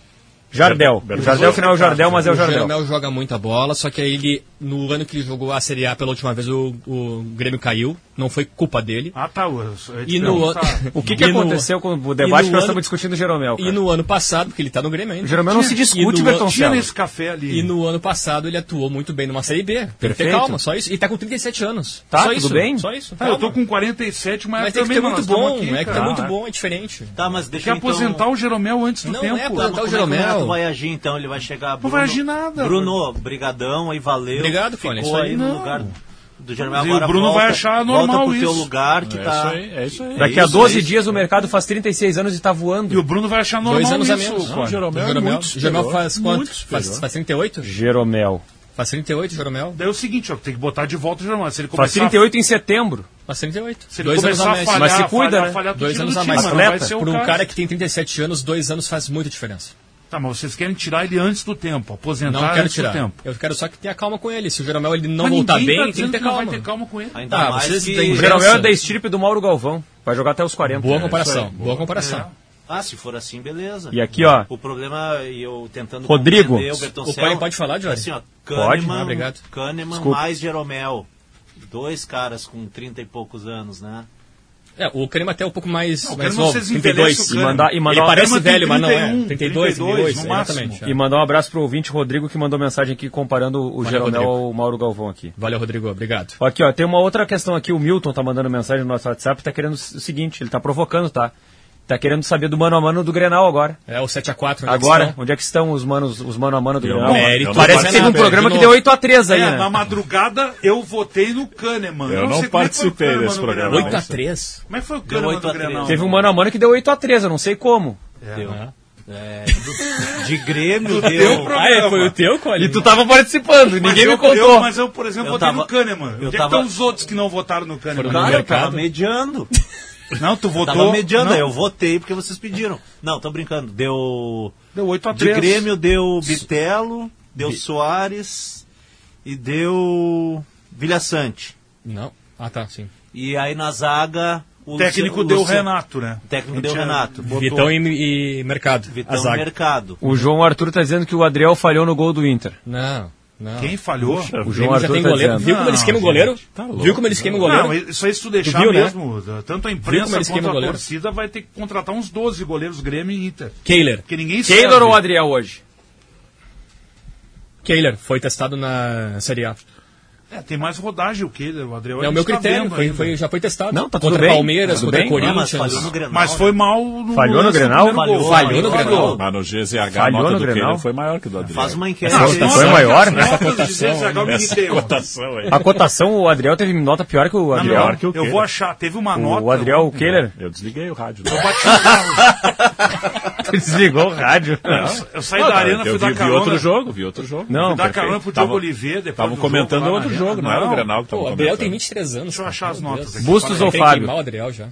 S2: Jardel. O Jardel que não é o Jardel, mas é o
S9: O
S2: Jardel.
S9: Jeromel joga muita bola, só que aí ele, no ano que ele jogou a Série A pela última vez, o, o Grêmio caiu. Não foi culpa dele.
S3: Ah, tá.
S9: E no ano-
S2: *laughs* O que, que
S9: E no-
S2: aconteceu com o
S9: e
S2: debate
S9: no
S2: que nós
S9: ano-
S2: estamos discutindo o Jeromel?
S9: E
S2: cara?
S9: no ano passado, porque ele tá no Grêmio ainda.
S2: O Jeromel não se discute, Bertoncello. Tira esse
S3: café ali.
S9: E no ano passado ele atuou muito bem numa Série B. Perfeito.
S2: Perfeito.
S9: Calma, só isso. E tá com 37 anos.
S2: Tá,
S9: só
S2: tudo
S9: isso,
S2: bem?
S9: Só isso.
S3: Ah, eu tô com 47, mas,
S9: Mas tem que
S3: também
S9: ter muito bom, é que tá
S3: tá
S2: Ah,
S9: muito bom, é diferente.
S10: Tá, mas
S3: Tem
S10: deixa
S3: que
S10: eu, então-
S3: aposentar o Jeromel antes do
S10: Não
S3: tempo. Tá
S10: é aposentar o Jeromel. vai agir então? Ele vai chegar. Bruno,
S3: vai agir nada,
S10: Bruno, brigadão aí, valeu.
S9: Obrigado,
S10: Ficou
S9: Fone,
S10: aí,
S9: isso aí.
S10: no
S9: Não.
S10: lugar do Jeromel.
S3: Mas e
S10: Agora
S3: o Bruno
S10: volta,
S3: vai achar
S10: volta
S3: normal
S10: pro teu
S3: isso.
S10: lugar que
S3: É
S10: tá.
S3: isso aí, é isso aí.
S2: Daqui
S3: É
S2: a
S3: isso,
S2: 12
S3: é isso.
S2: dias o mercado faz 36 anos e tá voando.
S3: E o Bruno vai achar normal
S9: Dois anos
S3: isso,
S9: a menos.
S3: cara.
S9: O Jeromel faz quanto? Faz, faz 38?
S2: Jeromel.
S9: Faz 38, Jeromel?
S3: Daí é o seguinte, ó, tem que botar de volta o Jeromel. Se ele começar
S2: Faz 38 em setembro.
S9: Faz 38.
S3: Se ele começar a falhar,
S2: Mas se cuida,
S3: falhar,
S2: né?
S3: falhar, tu
S9: Dois
S3: tira
S9: anos
S3: do
S9: a
S3: time,
S9: mais.
S3: mas não vai
S9: Atleta,
S3: ser o
S9: por um
S3: caso.
S9: cara que tem 37 anos, dois anos faz muita diferença.
S3: Tá, mas vocês querem tirar ele antes do tempo, aposentar
S9: Não quero
S3: antes do
S9: tirar.
S3: tempo.
S9: Eu quero só que tenha calma com ele. Se o Jeromel ele não
S3: Mas
S9: voltar
S3: ninguém
S9: bem,
S3: tá
S9: tem que
S3: dizendo
S9: ter
S3: que não vai
S9: calma.
S3: ter calma com ele.
S10: Ainda
S9: Ah,
S10: mais
S9: vocês
S10: que...
S9: têm-
S2: O Jeromel é da estirpe do Mauro Galvão. Vai jogar até os É 40.
S9: Boa comparação, boa
S3: É.
S9: comparação.
S10: Ah, se for assim, beleza.
S2: E aqui, ó.
S10: O problema, e eu tentando
S2: Rodrigo.
S10: compreender o Bertoncello...
S9: O pai pode falar, Jorge?
S10: Assim, ó, Kahneman,
S9: Pode? Ah, obrigado.
S10: Kahneman
S9: Desculpa.
S10: mais Jeromel. Dois caras com 30 e poucos anos, né?
S9: É, o Kahneman até é um pouco mais,
S10: Não, o
S9: mais
S10: Kahneman,
S9: novo,
S10: vocês envelhecem
S9: 32.
S10: o Kahneman. E mandar- e mandar-
S9: ele parece
S10: Kahneman tem
S9: velho, mas não é.
S10: 31,
S9: 32, 32
S10: no máximo.
S9: exatamente. é.
S2: E mandar um abraço pro ouvinte Rodrigo que mandou mensagem aqui comparando o
S9: Valeu,
S2: Jeromel
S9: Rodrigo.
S2: ao Mauro Galvão aqui.
S9: Valeu, Rodrigo, obrigado.
S2: Aqui, ó, tem uma outra questão aqui. O Milton tá mandando mensagem no nosso WhatsApp, tá querendo o seguinte, ele tá provocando, tá? Tá querendo saber do mano a mano do Grenal agora.
S9: É o 7x4.
S2: Agora, onde é que estão os manos, os mano a mano do
S9: Deu
S2: Grenal?
S9: mérito.
S2: Parece que teve um
S9: Mérito.
S2: programa
S9: De
S2: que
S9: novo.
S2: deu 8x3 aí,
S3: É,
S2: né?
S3: na madrugada eu votei no Kahneman.
S4: Eu não
S3: sei como é que foi o
S4: participei
S3: Kahneman
S4: desse
S3: no
S4: programa,
S3: Grenal.
S4: não
S9: 3.
S3: Como é que foi o
S10: Deu
S3: Kahneman
S10: oito
S3: do
S10: a
S3: Grenal?
S2: Teve um mano a mano que deu 8x3, eu não sei como.
S10: Deu. É, do- de Grêmio, deu.
S9: Ah, é, foi o teu, Colin?
S2: E tu tava participando,
S3: Mas
S2: ninguém
S3: eu-
S2: me contou.
S3: eu- mas eu, por exemplo,
S10: Eu
S3: votei no
S10: tava-
S3: Kahneman.
S10: eu
S3: Onde é que
S10: tava-
S3: estão os outros que não votaram no Kahneman?
S10: Cara, eu tava mediando.
S3: Não, tu
S10: Eu
S3: votou.
S10: tava mediando,
S3: Não.
S10: eu votei porque vocês pediram. Não, tô brincando. Deu.
S3: Deu 8 a
S10: De
S3: 3.
S10: Grêmio deu Bitelo, deu Soares e deu Vilhaçante.
S9: Não. Ah, tá, sim.
S10: E aí na zaga.
S3: O técnico deu o
S10: Luciano-
S3: Renato, né?
S10: O técnico
S3: Ele
S10: deu o
S3: tinha-
S10: Renato.
S9: Vitão e, e Mercado.
S10: Vitão
S9: a zaga.
S10: Mercado.
S2: O João Arthur tá dizendo que o Adriel falhou no gol do Inter.
S9: Não, não.
S3: Quem falhou?
S2: O
S9: O Grêmio
S2: João
S9: já
S2: Arthur
S9: tem
S2: tá
S9: goleiro.
S2: dizendo. tá
S9: Viu como ele esquema o goleiro? Viu
S2: né?
S9: como ele esquema o goleiro?
S3: Não, isso aí se tu deixar
S9: viu, né?
S3: mesmo, tanto a
S9: Viu como
S3: imprensa
S9: ele esquema
S3: quanto
S9: o
S3: a
S9: goleiro?
S3: torcida vai ter que contratar uns 12 goleiros Grêmio e Inter.
S9: Kehler.
S3: Porque ninguém sabe.
S2: Keylor ou Adriel hoje?
S9: Kehler foi testado na Série A.
S3: É, tem mais rodagem o Kehler, o Adriel.
S9: É
S3: a
S9: o meu
S3: gente tá
S9: critério,
S3: vendo
S9: foi,
S3: ainda.
S9: foi- já foi testado.
S2: Não, tá tudo
S9: contra
S2: bem,
S9: Palmeiras,
S2: tudo
S9: contra
S2: bem.
S10: Ah, mas
S9: Corinthians.
S10: falhou no Grenal.
S3: Mas foi mal no
S2: Falhou no
S3: lance do
S2: Grenal?
S3: tá primeiro gol.
S9: Falhou no Grenal.
S4: Mas no GZH a
S2: Falhou
S4: nota
S2: no
S4: do
S2: Grenal?
S4: Keylor foi maior que o do Adriano.
S10: Faz uma enquete.
S3: Ah,
S2: Então
S10: aí.
S2: foi
S3: nossa,
S2: maior,
S3: as
S2: né?
S3: notas
S4: Essa
S3: de ZH me
S4: Essa
S3: irritam.
S4: cotação aí.
S2: A cotação, o Adriel teve nota pior que o
S3: Na
S2: Adriel.
S4: Pior que o
S3: eu
S4: Kehler.
S3: vou achar, teve uma nota.
S2: O Adriel, o
S3: ontem,
S2: Kehler,
S4: Eu desliguei o rádio.
S3: Eu bati no
S4: *laughs*
S3: carro.
S2: desligou o rádio.
S3: Eu- Eu saí
S2: tá,
S3: da arena,
S4: eu
S3: fui dar
S4: vi, vi
S3: carona.
S4: outro jogo, vi outro jogo.
S2: Não,
S4: Fui
S3: Dar
S4: perfeito.
S3: carona pro
S4: Tava-
S3: Diogo Oliveira. depois
S4: Estavam
S3: do jogo é?
S4: comentando
S3: lá na
S4: outro
S9: Ah,
S3: arena.
S4: jogo, não, era o Grenal que
S9: Pô,
S4: estavam
S9: o Adriel tem
S4: comentando.
S9: 23 anos.
S3: tá Deixa eu
S9: cara.
S3: achar as
S9: Meu
S3: notas
S9: Deus.
S3: aqui.
S2: Bustos
S9: Tem
S2: ou
S9: que
S2: Fábio?
S9: queimar o Adriel já.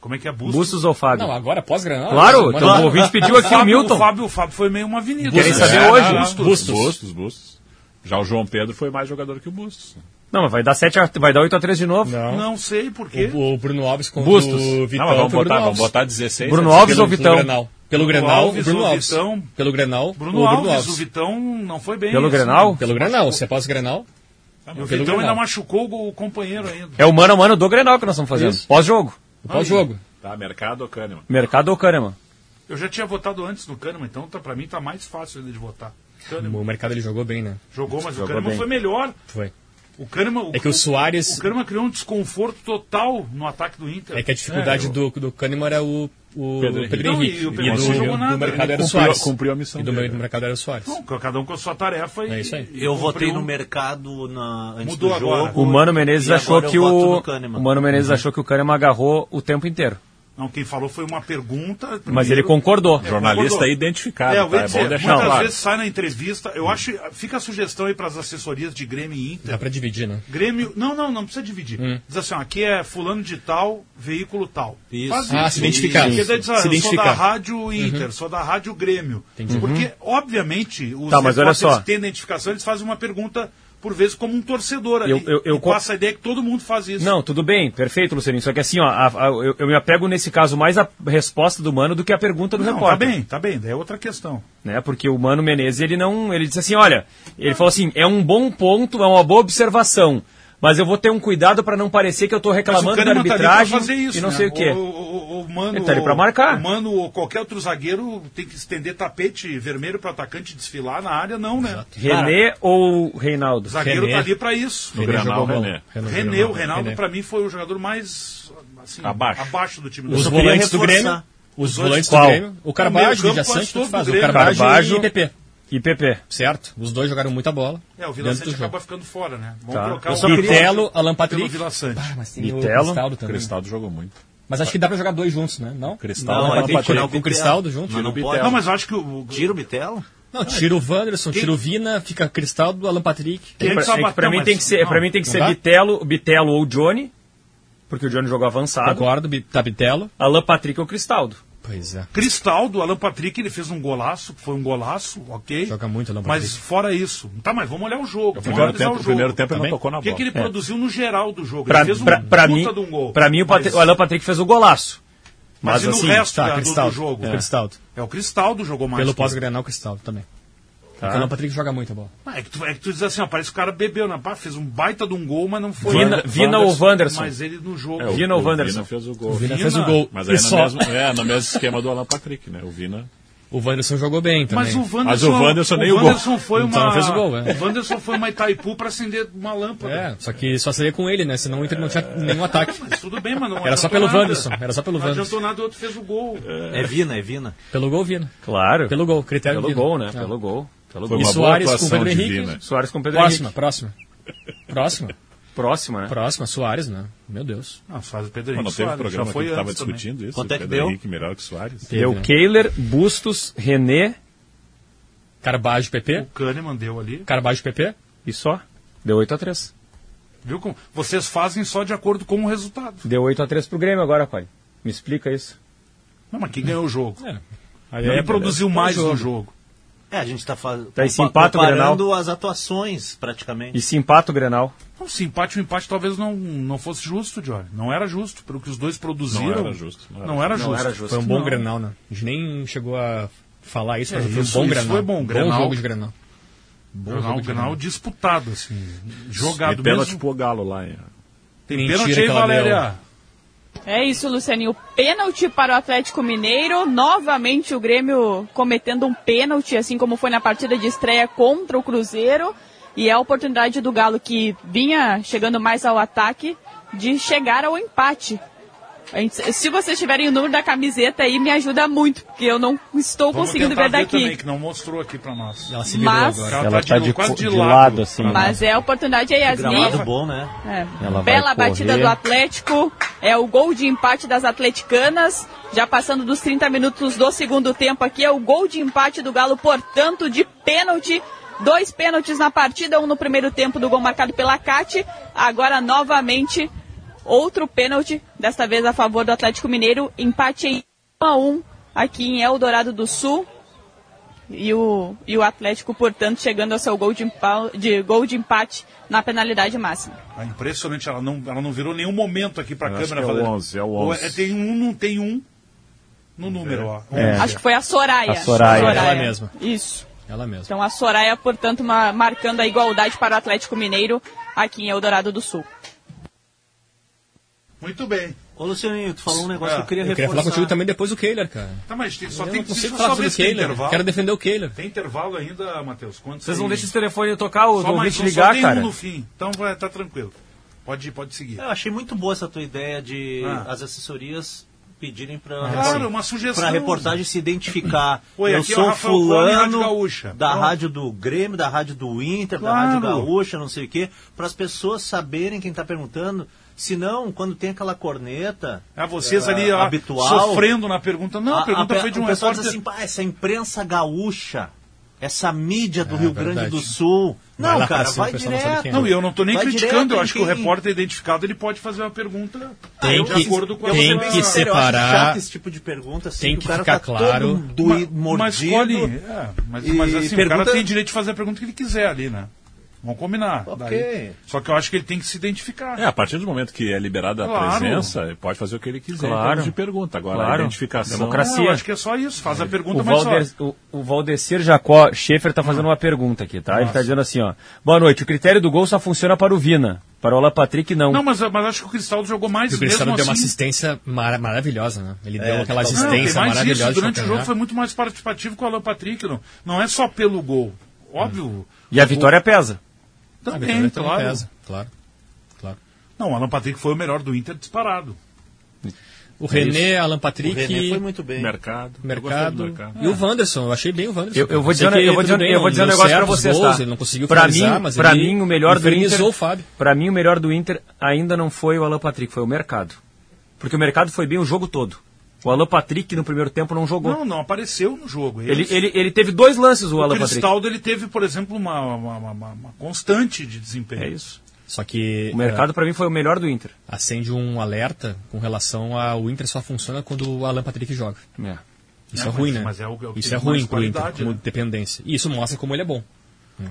S3: Como é que é? Bustos?
S2: Bustos ou Fábio?
S9: Não, agora pós-Grenal. né?
S2: Claro,
S9: mas-
S2: então o ouvinte pediu aqui o
S3: Fábio-
S2: Milton.
S3: O Fábio, o Fábio foi meio uma avenida.
S2: Querem
S3: né?
S2: saber
S3: É,
S2: hoje?
S3: lá,
S9: Bustos.
S4: Bustos. Bustos, Bustos. Já o João Pedro foi mais jogador que o Bustos.
S2: Não, mas vai dar, 7 a, vai dar 8 a 3 de novo.
S3: Não sei por quê.
S9: O, o Bruno Alves contra
S2: Bustos.
S9: o Vitão.
S4: não, mas vamos
S9: foi o Bruno
S4: botar, vamos
S9: Alves.
S4: botar 16.
S2: Bruno
S4: né?
S2: Alves
S9: Pelo-
S2: ou Vitão?
S9: Pelo Grenal. Pelo
S3: Bruno
S9: Grenal,
S3: Alves,
S9: o Bruno
S3: o
S9: Alves.
S3: Vitão.
S9: Pelo Grenal,
S3: Bruno
S9: o
S3: Alves,
S9: Bruno
S3: o
S9: Alves.
S3: Vitão não foi bem.
S2: Pelo
S3: esse,
S2: Grenal?
S9: Pelo Grenal, você é pós-Grenal.
S3: né? O
S9: Pelo
S3: Vitão ainda
S9: Grenal.
S3: machucou o o companheiro ainda.
S2: É o mano a mano do Grenal que nós estamos fazendo.
S9: Isso.
S2: Pós-jogo.
S9: Pós-jogo.
S4: Tá, mercado ou Kahneman?
S2: Mercado ou Kahneman?
S3: Eu já tinha votado antes no Kahneman, então tá, pra mim tá mais fácil ainda de votar. Kahneman
S9: O mercado ele jogou bem, né?
S3: jogou, mas o
S2: Jogou
S3: Kahneman
S2: bem.
S3: foi melhor.
S9: Foi.
S3: O Kahneman,
S9: É que o Soares.
S3: o Kahneman criou um desconforto total no ataque do Inter.
S9: É que a dificuldade
S4: É, eu-
S9: do, do Kahneman era o, o
S4: Pedro
S9: Pedro, Henrique.
S3: Henrique. Não, e o Pedro
S9: e
S3: Henrique não
S9: do,
S3: jogou nada,
S9: do mercado
S3: ele
S9: era o
S4: cumpriu-
S9: Soares.
S4: cumpriu a missão
S9: E do,
S4: dele,
S9: do
S4: né?
S9: mercado era o Soares.
S3: Não, cada um com a sua tarefa e.
S9: É isso aí.
S3: e
S10: Eu votei
S3: cumpriu.
S10: no mercado na, antes
S3: um. Mudou
S10: do jogo.
S3: agora.
S2: O Mano Menezes
S10: e
S2: achou
S10: agora eu
S2: que
S10: voto
S2: o.
S10: no Kahneman.
S3: Uhum.
S2: O Mano Menezes achou que o Kahneman agarrou o tempo inteiro.
S3: Não, quem falou foi uma pergunta.
S2: Mas
S3: primeiro.
S2: ele concordou.
S4: Jornalista identificado,
S3: É, eu
S4: tá?
S3: ia
S4: É
S3: dizer,
S4: bom deixar
S3: muitas
S4: claro.
S3: vezes sai na entrevista, eu acho, fica a sugestão aí para as assessorias de Grêmio e Inter.
S9: Dá pra dividir, né?
S3: Grêmio, não, não, não precisa dividir.
S9: Hum.
S3: Diz assim, ó, aqui é fulano de tal, veículo tal.
S9: Isso. Ah, se identificar.
S3: Porque daí diz,
S9: Se
S3: ah, eu sou da
S9: identificar.
S3: rádio Inter,
S9: Uhum.
S3: sou da rádio Grêmio.
S9: Entendi.
S3: Porque,
S9: Uhum.
S3: obviamente, os
S2: Tá, mas olha
S3: repórteres
S2: só.
S3: que têm identificação, eles fazem uma pergunta, por vezes, como um torcedor ali.
S2: Eu- eu- eu
S3: e
S2: co-
S3: passa a ideia que todo mundo faz isso.
S2: Não, tudo bem, perfeito, Lucerinho. Só que assim, ó, a- a- eu, eu me apego nesse caso mais à resposta do Mano do que à pergunta do
S3: Não, tá
S2: repórter.
S3: bem, tá bem, daí é outra questão.
S2: né? Porque o Mano Menezes, ele não, ele disse assim, olha, ele falou assim, é um bom ponto, é uma boa observação, mas eu vou ter um cuidado para não parecer que eu estou
S3: Mas o
S2: reclamando da
S3: Kahneman tá ali pra
S2: arbitragem
S3: fazer isso,
S2: e não
S3: né?
S2: sei o quê.
S3: O, o- o mano,
S2: Ele tá ali pra marcar.
S3: O mano ou qualquer outro zagueiro tem que estender tapete vermelho para atacante desfilar na área, não, né?
S2: René ou Reinaldo?
S3: O zagueiro tá ali para isso.
S2: No Granal,
S3: René.
S2: René.
S3: René, o Reinaldo
S2: René.
S3: para mim foi o jogador mais assim,
S4: Abaixo.
S3: abaixo do time.
S9: Os volantes do
S3: Tá.
S9: Grêmio. Os volantes do Grêmio. O
S3: É,
S9: Carbajo, o Vidia Santos, tudo faz. O Carbajo, e PP.
S2: E PP.
S9: Certo. Os dois jogaram muita bola.
S3: É, o Vila
S9: dentro do
S3: Sante
S9: jogo.
S3: acaba ficando fora, né? Vamos
S9: Tá.
S3: trocar
S9: Eu
S3: o
S9: só queria- Bitelo, Alan Patrick.
S3: Pelo Vila Sante.
S9: Bah, mas tem o Bitelo. Cristaldo também.
S4: Cristaldo jogou muito.
S9: Mas acho que dá pra jogar dois juntos, né? Não?
S4: Cristaldo,
S9: não,
S4: Alan
S9: Patrick,
S4: Patrick.
S9: não, com o Cristaldo junto.
S4: Mas não Tira o pode. Bitelo. Não, mas
S3: eu acho que o...
S10: Tira o Bitelo?
S9: Não, tira o Wanderson, tira o Vina, fica Cristaldo, Alan Patrick.
S2: É que pra, é que pra mim tem que ser, pra mim tem que ser
S9: Não dá?
S2: Bitelo, Bitelo ou Johnny, porque o Johnny jogou avançado.
S9: Concordo, tá Bitelo.
S2: Alan Patrick ou Cristaldo.
S9: Pois é.
S3: Cristaldo, Alan Patrick, ele fez um golaço, foi um golaço, ok. Joga
S9: muito, Alan
S3: Mas fora isso, tá, mas vamos olhar o jogo.
S2: O
S3: Vamos
S2: primeiro
S3: analisar
S2: tempo-
S3: o
S2: o
S3: jogo.
S2: primeiro tempo ele não
S3: Também.
S2: tocou na
S3: O que,
S2: bola.
S3: que ele
S2: É.
S3: produziu no geral do jogo?
S2: Pra,
S3: ele fez um
S2: pra- pra
S3: puta
S2: mim,
S3: de um gol.
S2: pra mim o, Pat-
S3: Mas-
S2: o Alan Patrick fez o golaço.
S3: Mas,
S2: Mas,
S3: e no
S2: assim,
S3: resto
S9: tá,
S3: da- do- do,
S9: Cristaldo,
S3: jogo?
S9: é. Cristaldo.
S3: É o Cristaldo jogou mais.
S9: Pelo
S3: que-
S9: pós-grenal, Cristaldo também.
S3: Tá.
S9: O Alan Patrick joga muita bola.
S3: Ah, É que, tu, é que tu diz assim, ó, parece que o cara bebeu, né? Pá, fez um baita de um gol, mas não foi.
S2: Vina- Vina ou Wanderson?
S3: Mas ele no jogo.
S4: É, o- o Vina fez o gol.
S9: O Vina fez o gol.
S4: Mas
S9: E
S4: aí no
S9: só.
S4: mesmo, é, no mesmo esquema do Alan Patrick, né? O Vina.
S9: O Wanderson jogou bem também.
S3: Mas o Wanderson,
S4: Mas o Wanderson nem o gol.
S3: Wanderson foi uma.
S9: Então não fez o gol, é.
S3: O Wanderson foi uma Itaipu pra acender uma lâmpada.
S9: É, só que só seria com ele, né? Senão o Inter não tinha nenhum ataque.
S3: Mas tudo bem, mano.
S9: Era só pelo Wanderson, era só pelo
S3: não
S9: Wanderson.
S3: adiantou nada, o outro fez o gol.
S10: É Vina, é Vina.
S9: Pelo gol, Vina.
S2: Claro.
S9: Pelo gol, critério
S2: Pelo
S9: Vina.
S2: gol, né?
S9: É.
S2: Pelo gol. Pelo
S9: E Soares com Pedro Henrique.
S2: Soares com Pedro
S9: próxima,
S2: Henrique.
S9: Próxima, próxima.
S2: Próxima, né?
S9: Próxima, Soares, né? Meu Deus.
S3: Não, Soares e Pedro
S4: Mas não teve programa que estava discutindo isso.
S9: Quanto é que
S4: Pedro
S9: deu?
S4: Henrique melhor que Soares.
S9: né?
S2: Deu É Kehler, Bustos, René.
S9: Carbajo, PP.
S3: O Kahneman deu ali.
S9: Carbajo, PP.
S2: E só. Deu 8x3.
S3: Viu como? Vocês fazem só de acordo com o resultado.
S2: Deu 8x3 pro Grêmio agora, pai. Me explica isso.
S3: Não, mas quem ganhou o jogo?
S9: É.
S3: Aí Ele é, produziu beleza. mais no jogo.
S10: É, a gente tá, faz...
S2: Tá, e se
S10: compa-
S2: empata o
S10: comparando as atuações, praticamente.
S2: E se empata o Grenal.
S3: Não, se empate, o empate talvez não, não fosse justo, Johnny. Não era justo, pelo que os dois produziram.
S9: Não era justo, não era.
S3: Não era
S9: Não
S3: justo.
S9: era justo. Foi um bom
S3: Não.
S9: Grenal, né? A gente nem chegou a falar isso, mas
S3: É,
S9: foi
S3: isso-
S9: um bom
S3: isso
S9: Grenal.
S3: foi bom, Grenal.
S9: jogo de Grenal. um Bom
S3: Grenal,
S9: jogo de
S3: Grenal
S9: Grenal.
S3: disputado, assim. Jogado
S4: E pênalti
S3: mesmo.
S4: pro Galo lá. hein?
S3: Tem
S9: Mentira
S3: pênalti
S9: que
S3: aí,
S9: ela
S3: Valéria.
S5: É isso, Lucianinho. Pênalti para o Atlético Mineiro. Novamente o Grêmio cometendo um pênalti, assim como foi na partida de estreia contra o Cruzeiro. E é a oportunidade do Galo, que vinha chegando mais ao ataque, de chegar ao empate. A gente- Se vocês tiverem o número da camiseta aí, me ajuda muito, porque eu não estou
S3: Vamos
S5: conseguindo
S3: tentar
S5: ver daqui.
S3: Também, que não mostrou aqui pra nós. Ela
S9: se
S5: virou Mas- agora.
S2: Ela tá de
S3: quase
S2: co- de lado, assim,
S3: pra
S5: Mas
S3: nós.
S5: é a oportunidade aí, Yasmin.
S10: né?
S5: É.
S2: Ela vai
S5: Bela batida
S2: correr.
S5: do Atlético. É o gol de empate das atleticanas. Já passando dos 30 minutos do segundo tempo aqui, é o gol de empate do Galo, portanto, de pênalti. Dois pênaltis na partida, um no primeiro tempo do gol marcado pela Cate. Agora, novamente, outro pênalti, desta vez a favor do Atlético Mineiro. Empate em 1 a 1 aqui em Eldorado do Sul. E o, e o Atlético, portanto, chegando ao seu gol de, empa- de, gol de empate na penalidade máxima.
S3: Ah, impressionante, ela não, ela não virou nenhum momento aqui pra
S4: Eu acho
S3: câmera.
S4: que é o
S3: Valéria.
S4: 11, é o
S3: Ou
S4: 11.
S3: tem um, não tem um no número, ó.
S2: É.
S5: Acho que foi a Soraya.
S2: A Soraya.
S9: Ela mesma.
S5: Isso.
S9: Ela mesma.
S5: Então a Soraya, portanto, ma- marcando a igualdade para o Atlético Mineiro aqui em Eldorado do Sul.
S3: Muito bem.
S10: Ô, Lucianinho, tu falou um negócio
S3: É.
S10: que eu queria
S9: Eu queria falar
S10: reforçar.
S9: contigo também depois do Kehler, cara.
S3: Tá, mas tem- só
S9: Eu
S3: tem
S9: não
S3: que
S9: consigo
S3: só
S9: falar
S3: ver
S9: sobre
S3: se
S9: o
S3: tem
S9: Kehler.
S3: intervalo.
S9: Quero defender o Kehler.
S3: Tem intervalo ainda, Matheus? Quantos
S2: Vocês não
S3: aí?
S2: deixam esse telefone tocar, o
S3: Só
S2: do ouvinte
S3: mais um, só
S2: ligar,
S3: tem
S2: cara.
S3: Um no fim. Então vai, tá tranquilo. Pode, ir, pode seguir.
S10: Eu achei muito boa essa tua ideia de
S3: Ah.
S10: as assessorias pedirem
S3: Ah,
S10: para
S3: claro, uma sugestão.
S10: para reportagem se identificar.
S3: *coughs* Oi,
S10: eu
S3: aqui é o
S10: sou
S3: Rafael Cone, Rádio
S10: fulano
S3: Gaúcha.
S10: da
S3: Pronto.
S10: rádio do Grêmio, da rádio do Inter,
S3: Claro.
S10: da rádio Gaúcha, não sei o quê, para as pessoas saberem quem está perguntando. Se não, quando tem aquela corneta
S3: Ah, vocês
S10: eh,
S3: ali ah,
S10: habitual,
S3: sofrendo na pergunta. Não, a, pergunta
S10: pe-
S3: foi de
S10: o
S3: um
S10: pessoal
S3: repórter.
S10: diz assim, "Pá, essa imprensa gaúcha, essa mídia do
S3: É,
S10: Rio
S3: verdade.
S10: Grande do Sul.
S3: Vai
S10: Não,
S3: lá pra
S10: cara,
S3: cima,
S10: vai
S3: o pessoal não sabe
S10: direto.
S3: quem é. Não, e eu não tô nem
S10: Vai
S3: criticando,
S10: direto
S3: eu
S10: em
S3: acho que o
S10: quem-
S3: repórter identificado ele pode fazer uma pergunta
S10: Tem
S3: de
S10: que-
S3: acordo com a
S10: tem
S3: sua-
S10: que separar- Eu acho chato esse tipo de pergunta, assim, Tem que que o cara ficar tá todo claro. doído,
S3: Mas- mas
S10: mordido.
S3: olhe, é, mas,
S10: E
S3: mas assim, o cara
S10: pergunta-
S3: tem direito de fazer a pergunta que ele quiser ali, né? Vamos combinar.
S10: Ok.
S3: Daí- Só que eu acho que ele tem que se identificar.
S4: É, a partir do momento que é liberada a
S3: Claro.
S4: presença, ele pode fazer o que ele quiser em
S2: Claro.
S4: termos de pergunta. Agora, a
S2: Claro.
S4: identificação...
S2: Democracia.
S3: Não, eu acho que é só isso. Faz a pergunta,
S2: O,
S3: mas
S2: Valder,
S3: só.
S2: o, o Valdecir Jacó Schaefer está fazendo uma pergunta aqui, tá? Ele está dizendo assim, ó. Boa noite, o critério do gol só funciona para o Vina. Para o Alan Patrick, não.
S3: Não, mas, mas acho que o Cristaldo jogou mais
S2: E o
S3: mesmo
S2: Cristaldo
S3: assim.
S2: deu
S9: Uma assistência mara- maravilhosa, né? Ele deu aquela
S3: Não, tem
S9: assistência
S3: mais isso.
S9: maravilhosa. de
S3: Durante o jogo
S9: campeonato.
S3: foi muito mais participativo com o Alan Patrick. Não, não é só pelo gol. Óbvio.
S2: E a vitória pesa.
S9: A
S3: Também,
S9: vitória também
S3: claro.
S9: pesa, claro. claro.
S3: Não, o Alan Patrick foi o melhor do Inter disparado.
S9: O René, Alan Patrick.
S4: Mercado.
S9: Mercado.
S3: É.
S9: E o Wanderson, eu achei bem o Wanderson.
S2: Eu, eu vou
S9: Sei
S2: dizer,
S9: que
S2: eu vou
S9: tudo
S2: dizer,
S9: bem,
S2: eu vou
S9: não
S2: dizer um
S9: deu
S2: negócio para
S9: certo os
S2: vocês,
S9: gols,
S2: tá?
S9: Ele não conseguiu
S2: pra mim,
S9: finalizar, mas
S2: pra
S9: ele
S2: mim o melhor do
S9: infernizou
S2: Inter,
S9: o Fábio.
S2: Para mim o melhor do Inter ainda não foi o Alan Patrick, foi o mercado. Porque o mercado foi bem o jogo todo. O Alan Patrick no primeiro tempo não jogou.
S3: Não, não apareceu no jogo.
S2: Ele, ele, ele teve dois lances o, Alan Patrick.
S3: Cristaldo ele teve, por exemplo, uma, uma, uma- uma- uma constante de desempenho.
S2: É isso.
S9: Só que. é,
S2: O mercado para mim foi o melhor do Inter.
S9: Acende um alerta com relação ao Inter só funciona quando o Alan Patrick joga. Isso é,
S3: É, mas-
S9: ruim, né?
S3: mas é o que- o que
S9: isso é
S3: tem
S9: ruim
S3: mais
S9: pro Inter,
S3: qualidade,
S9: como
S3: né?
S9: dependência. E isso mostra como ele é bom.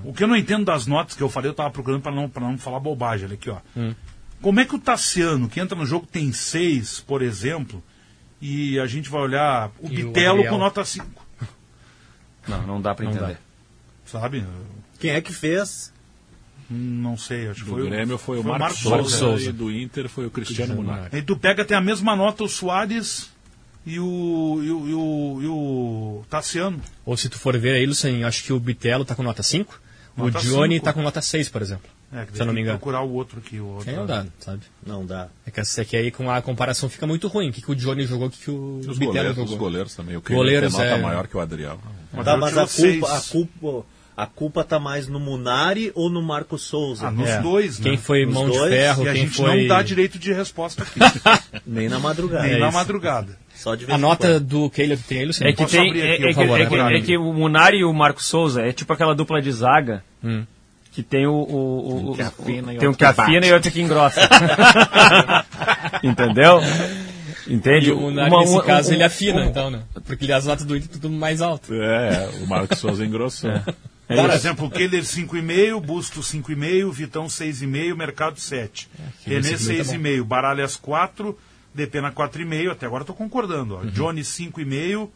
S3: O que eu não entendo das notas que eu falei, eu tava procurando para não, pra não falar bobagem. Olha aqui, ó. Como é que o Tassiano, que entra no jogo, tem seis, por exemplo, e a gente vai olhar o
S2: E o
S3: Bitelo
S2: Gabriel.
S3: com nota 5,
S2: Não, não dá para
S3: Não
S2: entender.
S3: sabe?
S10: Quem é que fez?
S3: Não sei, acho que
S4: Do
S3: foi
S4: Grêmio foi o
S3: foi
S4: Marcos
S3: Marcos
S4: Souza,
S3: Souza.
S4: e do Inter foi o Cristiano Munari.
S3: Aí tu pega, tem a mesma nota o Soares e o, e o, e o, e o Tassiano.
S9: Ou se tu for ver aí, Luciano, acho que o Bitelo tá com nota 5, o
S3: Nota
S9: Johnny
S3: cinco.
S9: tá com nota 6, por exemplo.
S3: É, que
S9: se eu não
S3: tem
S9: me
S3: que
S9: engano.
S3: procurar o outro aqui. O outro,
S9: Aí não dá, sabe?
S10: Não dá.
S9: É que essa aqui aí com a comparação fica muito ruim. O que, que o Johnny jogou, o que, que o
S4: Os
S9: Bitelo
S4: goleiros,
S9: jogou.
S4: os goleiros também. O Keno
S9: goleiros
S4: tem nota
S9: é...
S4: maior que o Adriel.
S9: Mas
S10: Tá,
S9: eu
S10: mas
S9: tiro
S10: a culpa, a
S9: seis.
S10: culpa, a culpa tá mais no Munari ou no Marco Souza? É.
S3: Ah, nos dois, né?
S9: Quem foi
S10: Nos
S9: mão de
S10: dois?
S9: ferro,
S3: E a
S9: quem
S3: gente
S9: foi...
S3: não dá direito de resposta aqui.
S10: *laughs* Nem na madrugada.
S3: Nem
S9: É
S3: na
S9: isso.
S3: madrugada.
S10: Só de
S9: A nota do Keylor que tem aí, Luciano?
S2: É que, tem, é, é que, é
S9: né,
S2: que- é que o Munari e o Marco Souza é tipo aquela dupla de zaga
S9: Hum.
S2: que tem o. o- o-
S9: Um que afina e
S2: o- tem
S9: outro
S2: um que
S9: que bate.
S2: afina e outro
S9: *laughs*
S2: que engrossa. *laughs* Entendeu? Entende?
S9: E o Munari,
S2: Uma-
S9: nesse
S2: uma-
S9: caso,
S2: um-
S9: ele afina,
S2: um-
S9: então, né? Porque ele as notas do Inter tudo mais alto. É.
S4: É, o Marcos Souza engrossou. é
S3: Por exemplo, o Keller 5,5, Busto 5,5, Vitão 6,5, Mercado 7.
S4: que
S3: René
S4: esse número tá
S3: 6,5, Baralhas 4, Depena 4,5, até agora estou concordando. Ó. Johnny 5,5,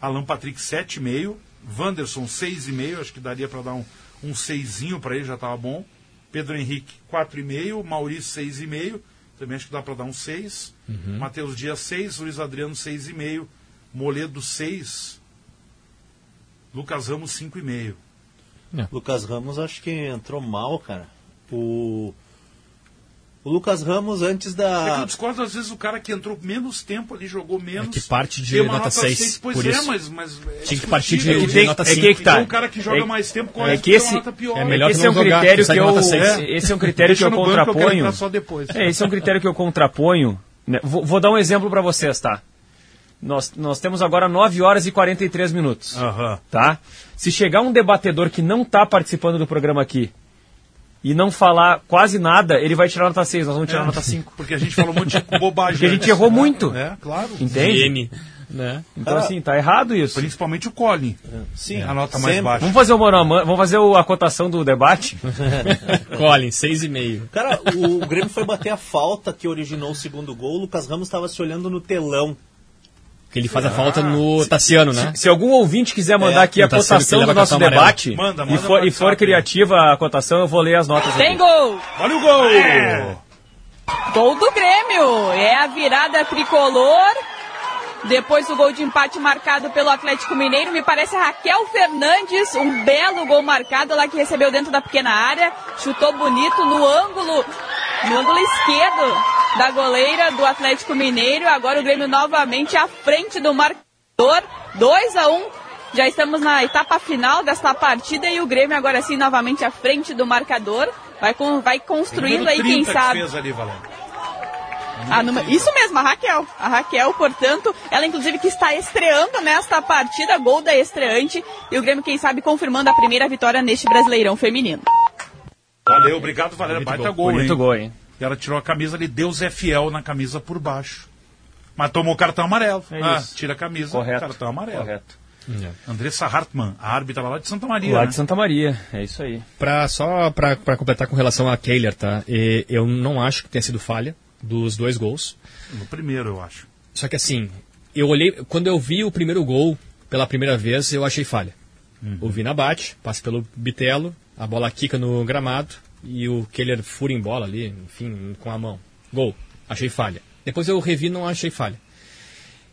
S3: Alan Patrick 7,5, Wanderson 6,5, acho que daria para dar um, um 6 para ele, já estava bom. Pedro Henrique 4,5, Maurício 6,5, também acho que dá para dar um 6.
S9: Uhum.
S3: Matheus Dias 6, Luiz Adriano 6,5, Moledo 6, Lucas Ramos 5,5.
S10: Lucas Ramos acho que entrou mal, cara. O, o Lucas Ramos antes
S3: É que
S10: da.
S3: eu discordo, às vezes, o cara que entrou menos tempo ali, jogou menos.
S9: que parte de
S3: tem uma
S9: nota seis,
S3: seis, Pois
S9: por
S3: é,
S9: isso.
S3: mas, mas é
S9: Tinha que partir de-
S3: discutível.
S9: de nota cinco.
S2: É que tá.
S3: Então, o cara que joga
S2: É-
S3: mais tempo, qual
S2: é que
S3: que tem
S2: esse
S3: uma nota pior?
S2: é melhor esse é um critério que eu esse é um critério que
S3: Deixa
S2: eu
S3: no banco, eu quero
S2: contraponho.
S3: entrar só depois.
S2: É, esse é um critério que eu contraponho. né? Vou, vou dar um exemplo para vocês, tá? Nós, nós temos agora 9 horas e 43 minutos. Tá? Se chegar um debatedor que não está participando do programa aqui e não falar quase nada, ele vai tirar nota 6, nós vamos tirar
S3: É,
S2: nota 5.
S3: Porque a gente
S5: *laughs*
S3: falou um monte de bobagem.
S2: Porque a gente
S3: antes,
S2: errou
S3: né?
S2: muito.
S3: É, claro. Ah,
S2: Entende?
S9: Né?
S2: Então, assim, tá errado isso.
S3: Principalmente o Colin.
S10: Sim.
S3: A nota mais
S10: Sempre.
S3: baixa.
S2: Vamos fazer, o mano a mano- vamos fazer o- a cotação do debate?
S9: *laughs* Colin, 6,5.
S10: Cara, o, o Grêmio foi bater a falta que originou o segundo gol. O Lucas Ramos estava se olhando no telão.
S9: Que ele
S2: Ah,
S9: faz a falta no Tassiano, né?
S2: Se algum ouvinte quiser mandar
S9: É,
S2: aqui a
S9: não tá sendo que ele
S2: cotação do
S9: vai
S2: nosso
S9: cartão amarelo.
S2: debate
S9: Manda,
S2: e
S9: manda
S2: for,
S9: no
S2: e for criativa a cotação, eu vou ler as notas
S5: Tem
S2: aqui.
S5: gol!
S3: Olha o gol!
S5: Gol do Grêmio! É a virada tricolor. Depois do gol de empate marcado pelo Atlético Mineiro, me parece a Raquel Fernandes, um belo gol marcado lá que recebeu dentro da pequena área, chutou bonito no ângulo, no ângulo esquerdo da goleira do Atlético Mineiro. Agora o Grêmio novamente à frente do marcador. 2 a 1 já estamos na etapa final desta partida e o Grêmio agora sim novamente à frente do marcador. Vai, com, vai construindo aí, quem sabe.
S3: fez ali, Valente.
S5: Ah, numa- Isso mesmo, a Raquel. A Raquel, portanto, ela inclusive que está estreando nesta partida, gol da estreante. E o Grêmio, quem sabe, confirmando a primeira vitória neste Brasileirão feminino.
S3: Valeu, obrigado, Valéria. Baita gol,
S2: Bonito
S3: hein?
S2: gol, hein?
S3: E ela tirou a camisa ali, Deus é fiel na camisa por baixo. Mas tomou cartão amarelo.
S2: É
S3: ah,
S2: isso.
S3: tira a camisa,
S2: Correto.
S3: cartão amarelo.
S2: Correto.
S3: Andressa Hartmann, a árbitra lá de Santa Maria.
S9: Lá
S3: né?
S9: de
S2: Santa Maria, é isso aí.
S9: Pra, só pra, pra completar com relação a Kehler, tá? E eu não acho que tenha sido falha dos dois gols.
S3: No primeiro, eu acho.
S9: Só que assim, eu olhei. Quando eu vi o primeiro gol pela primeira vez, eu achei falha.
S3: Uhum.
S9: O Vina bate, passa pelo Bitelo, a bola quica no gramado e o Kehler fura em bola ali, enfim, com a mão. Gol. Achei falha. Depois eu revi não achei falha.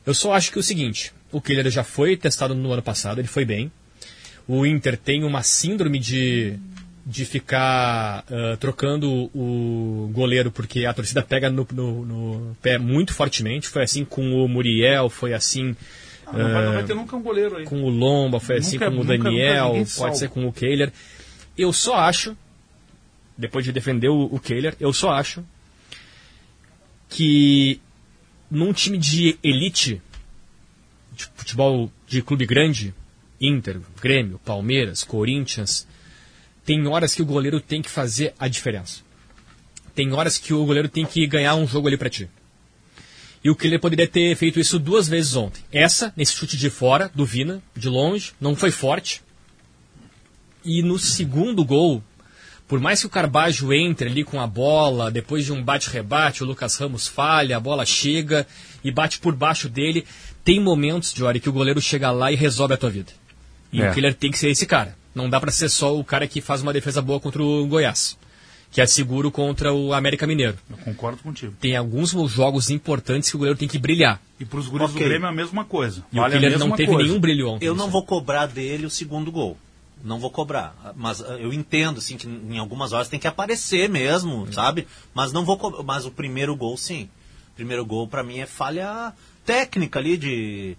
S9: Eu só acho que é o seguinte, o Kehler já foi testado no ano passado, ele foi bem. O Inter tem uma síndrome de, de ficar ah, trocando o goleiro porque a torcida pega no, no- no pé muito fortemente. Foi assim com o Muriel, foi assim
S3: Ah, não, vai, não vai
S9: ah,
S3: ter nunca um goleiro aí.
S9: com o Lomba, foi assim
S3: Nunca-
S9: com o
S3: nunca- nunca
S9: Daniel,
S3: ninguém salva.
S9: pode ser com o Kehler. Eu só acho, depois de defender o, o Kehler, eu só acho que num time de elite, de futebol de clube grande, Inter, Grêmio, Palmeiras, Corinthians, tem horas que o goleiro tem que fazer a diferença. Tem horas que o goleiro tem que ganhar um jogo ali pra ti. E o Killer poderia ter feito isso duas vezes ontem. Essa, nesse chute de fora, do Vina, de longe, não foi forte. E no segundo gol, por mais que o Carbajo entre ali com a bola, depois de um bate-rebate, o Lucas Ramos falha, a bola chega e bate por baixo dele. Tem momentos, Jory, que o goleiro chega lá e resolve a tua vida. E
S2: É.
S9: o Killer tem que ser esse cara. Não dá pra ser só o cara que faz uma defesa boa contra o Goiás, que é seguro contra o América Mineiro.
S3: Eu concordo contigo.
S9: Tem alguns jogos importantes que o goleiro tem que brilhar.
S3: E pros guris
S9: Ok.
S3: do Grêmio é a mesma coisa.
S9: E o
S3: Vale a
S9: Killer
S3: mesma
S9: não teve
S3: coisa.
S9: nenhum brilho ontem.
S10: Eu não vou cobrar dele o segundo gol. Não vou cobrar. Mas ah, eu entendo, assim, que em algumas horas tem que aparecer mesmo, sabe? Mas não vou cobrar. Mas o primeiro gol, sim. O primeiro gol, pra mim, é falha técnica ali de.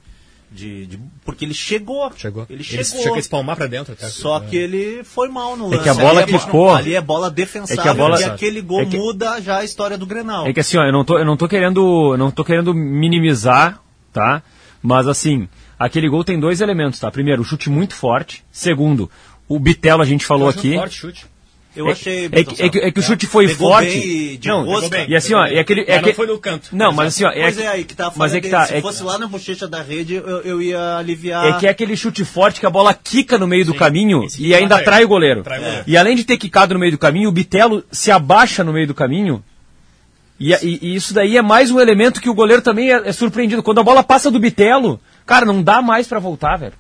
S10: de, de- porque ele chegou. Chegou. Ele
S9: Ele
S10: chegou.
S9: chegou a espalmar pra dentro até.
S10: Só que ele foi mal no
S9: É
S10: lance.
S9: que a bola
S10: ali, é bo-
S2: quicou.
S10: ali é bola defensável.
S2: É que a bola-
S10: E aquele gol
S2: É que-
S10: muda já a história do Grenal.
S2: É que assim, ó, eu não tô, eu não tô querendo, eu não tô querendo minimizar, tá? Mas assim, aquele gol tem dois elementos, tá? Primeiro, o chute muito forte. Segundo, o Bitelo a gente falou
S9: Eu acho
S2: aqui.
S9: forte chute.
S10: Eu
S2: É-
S10: achei.
S2: é,
S10: Beto
S2: que, é que- é que o
S10: Sá.
S2: chute foi
S10: Pegou
S2: forte.
S10: bem de
S2: não,
S10: rosca.
S2: e assim, ó, é aquele, é
S10: Mas não
S2: aquele-
S10: foi no canto.
S2: Não, mas assim, ó, é,
S10: Pois
S2: que-
S10: é, aí que tá a
S2: mas
S10: falha
S2: é que
S10: dele.
S2: tá,
S10: Se
S2: é,
S10: fosse lá na bochecha da rede, eu, eu ia aliviar.
S2: é que é aquele chute forte que a bola quica no meio do caminho e ainda
S10: atrai.
S2: atrai o goleiro.
S10: Atrai o goleiro.
S2: E além de ter quicado no meio do caminho, o Bitelo se abaixa no meio do caminho. E, e- e isso daí é mais um elemento que o goleiro também é, é surpreendido. Quando a bola passa do Bitelo, cara, não dá mais pra voltar, velho.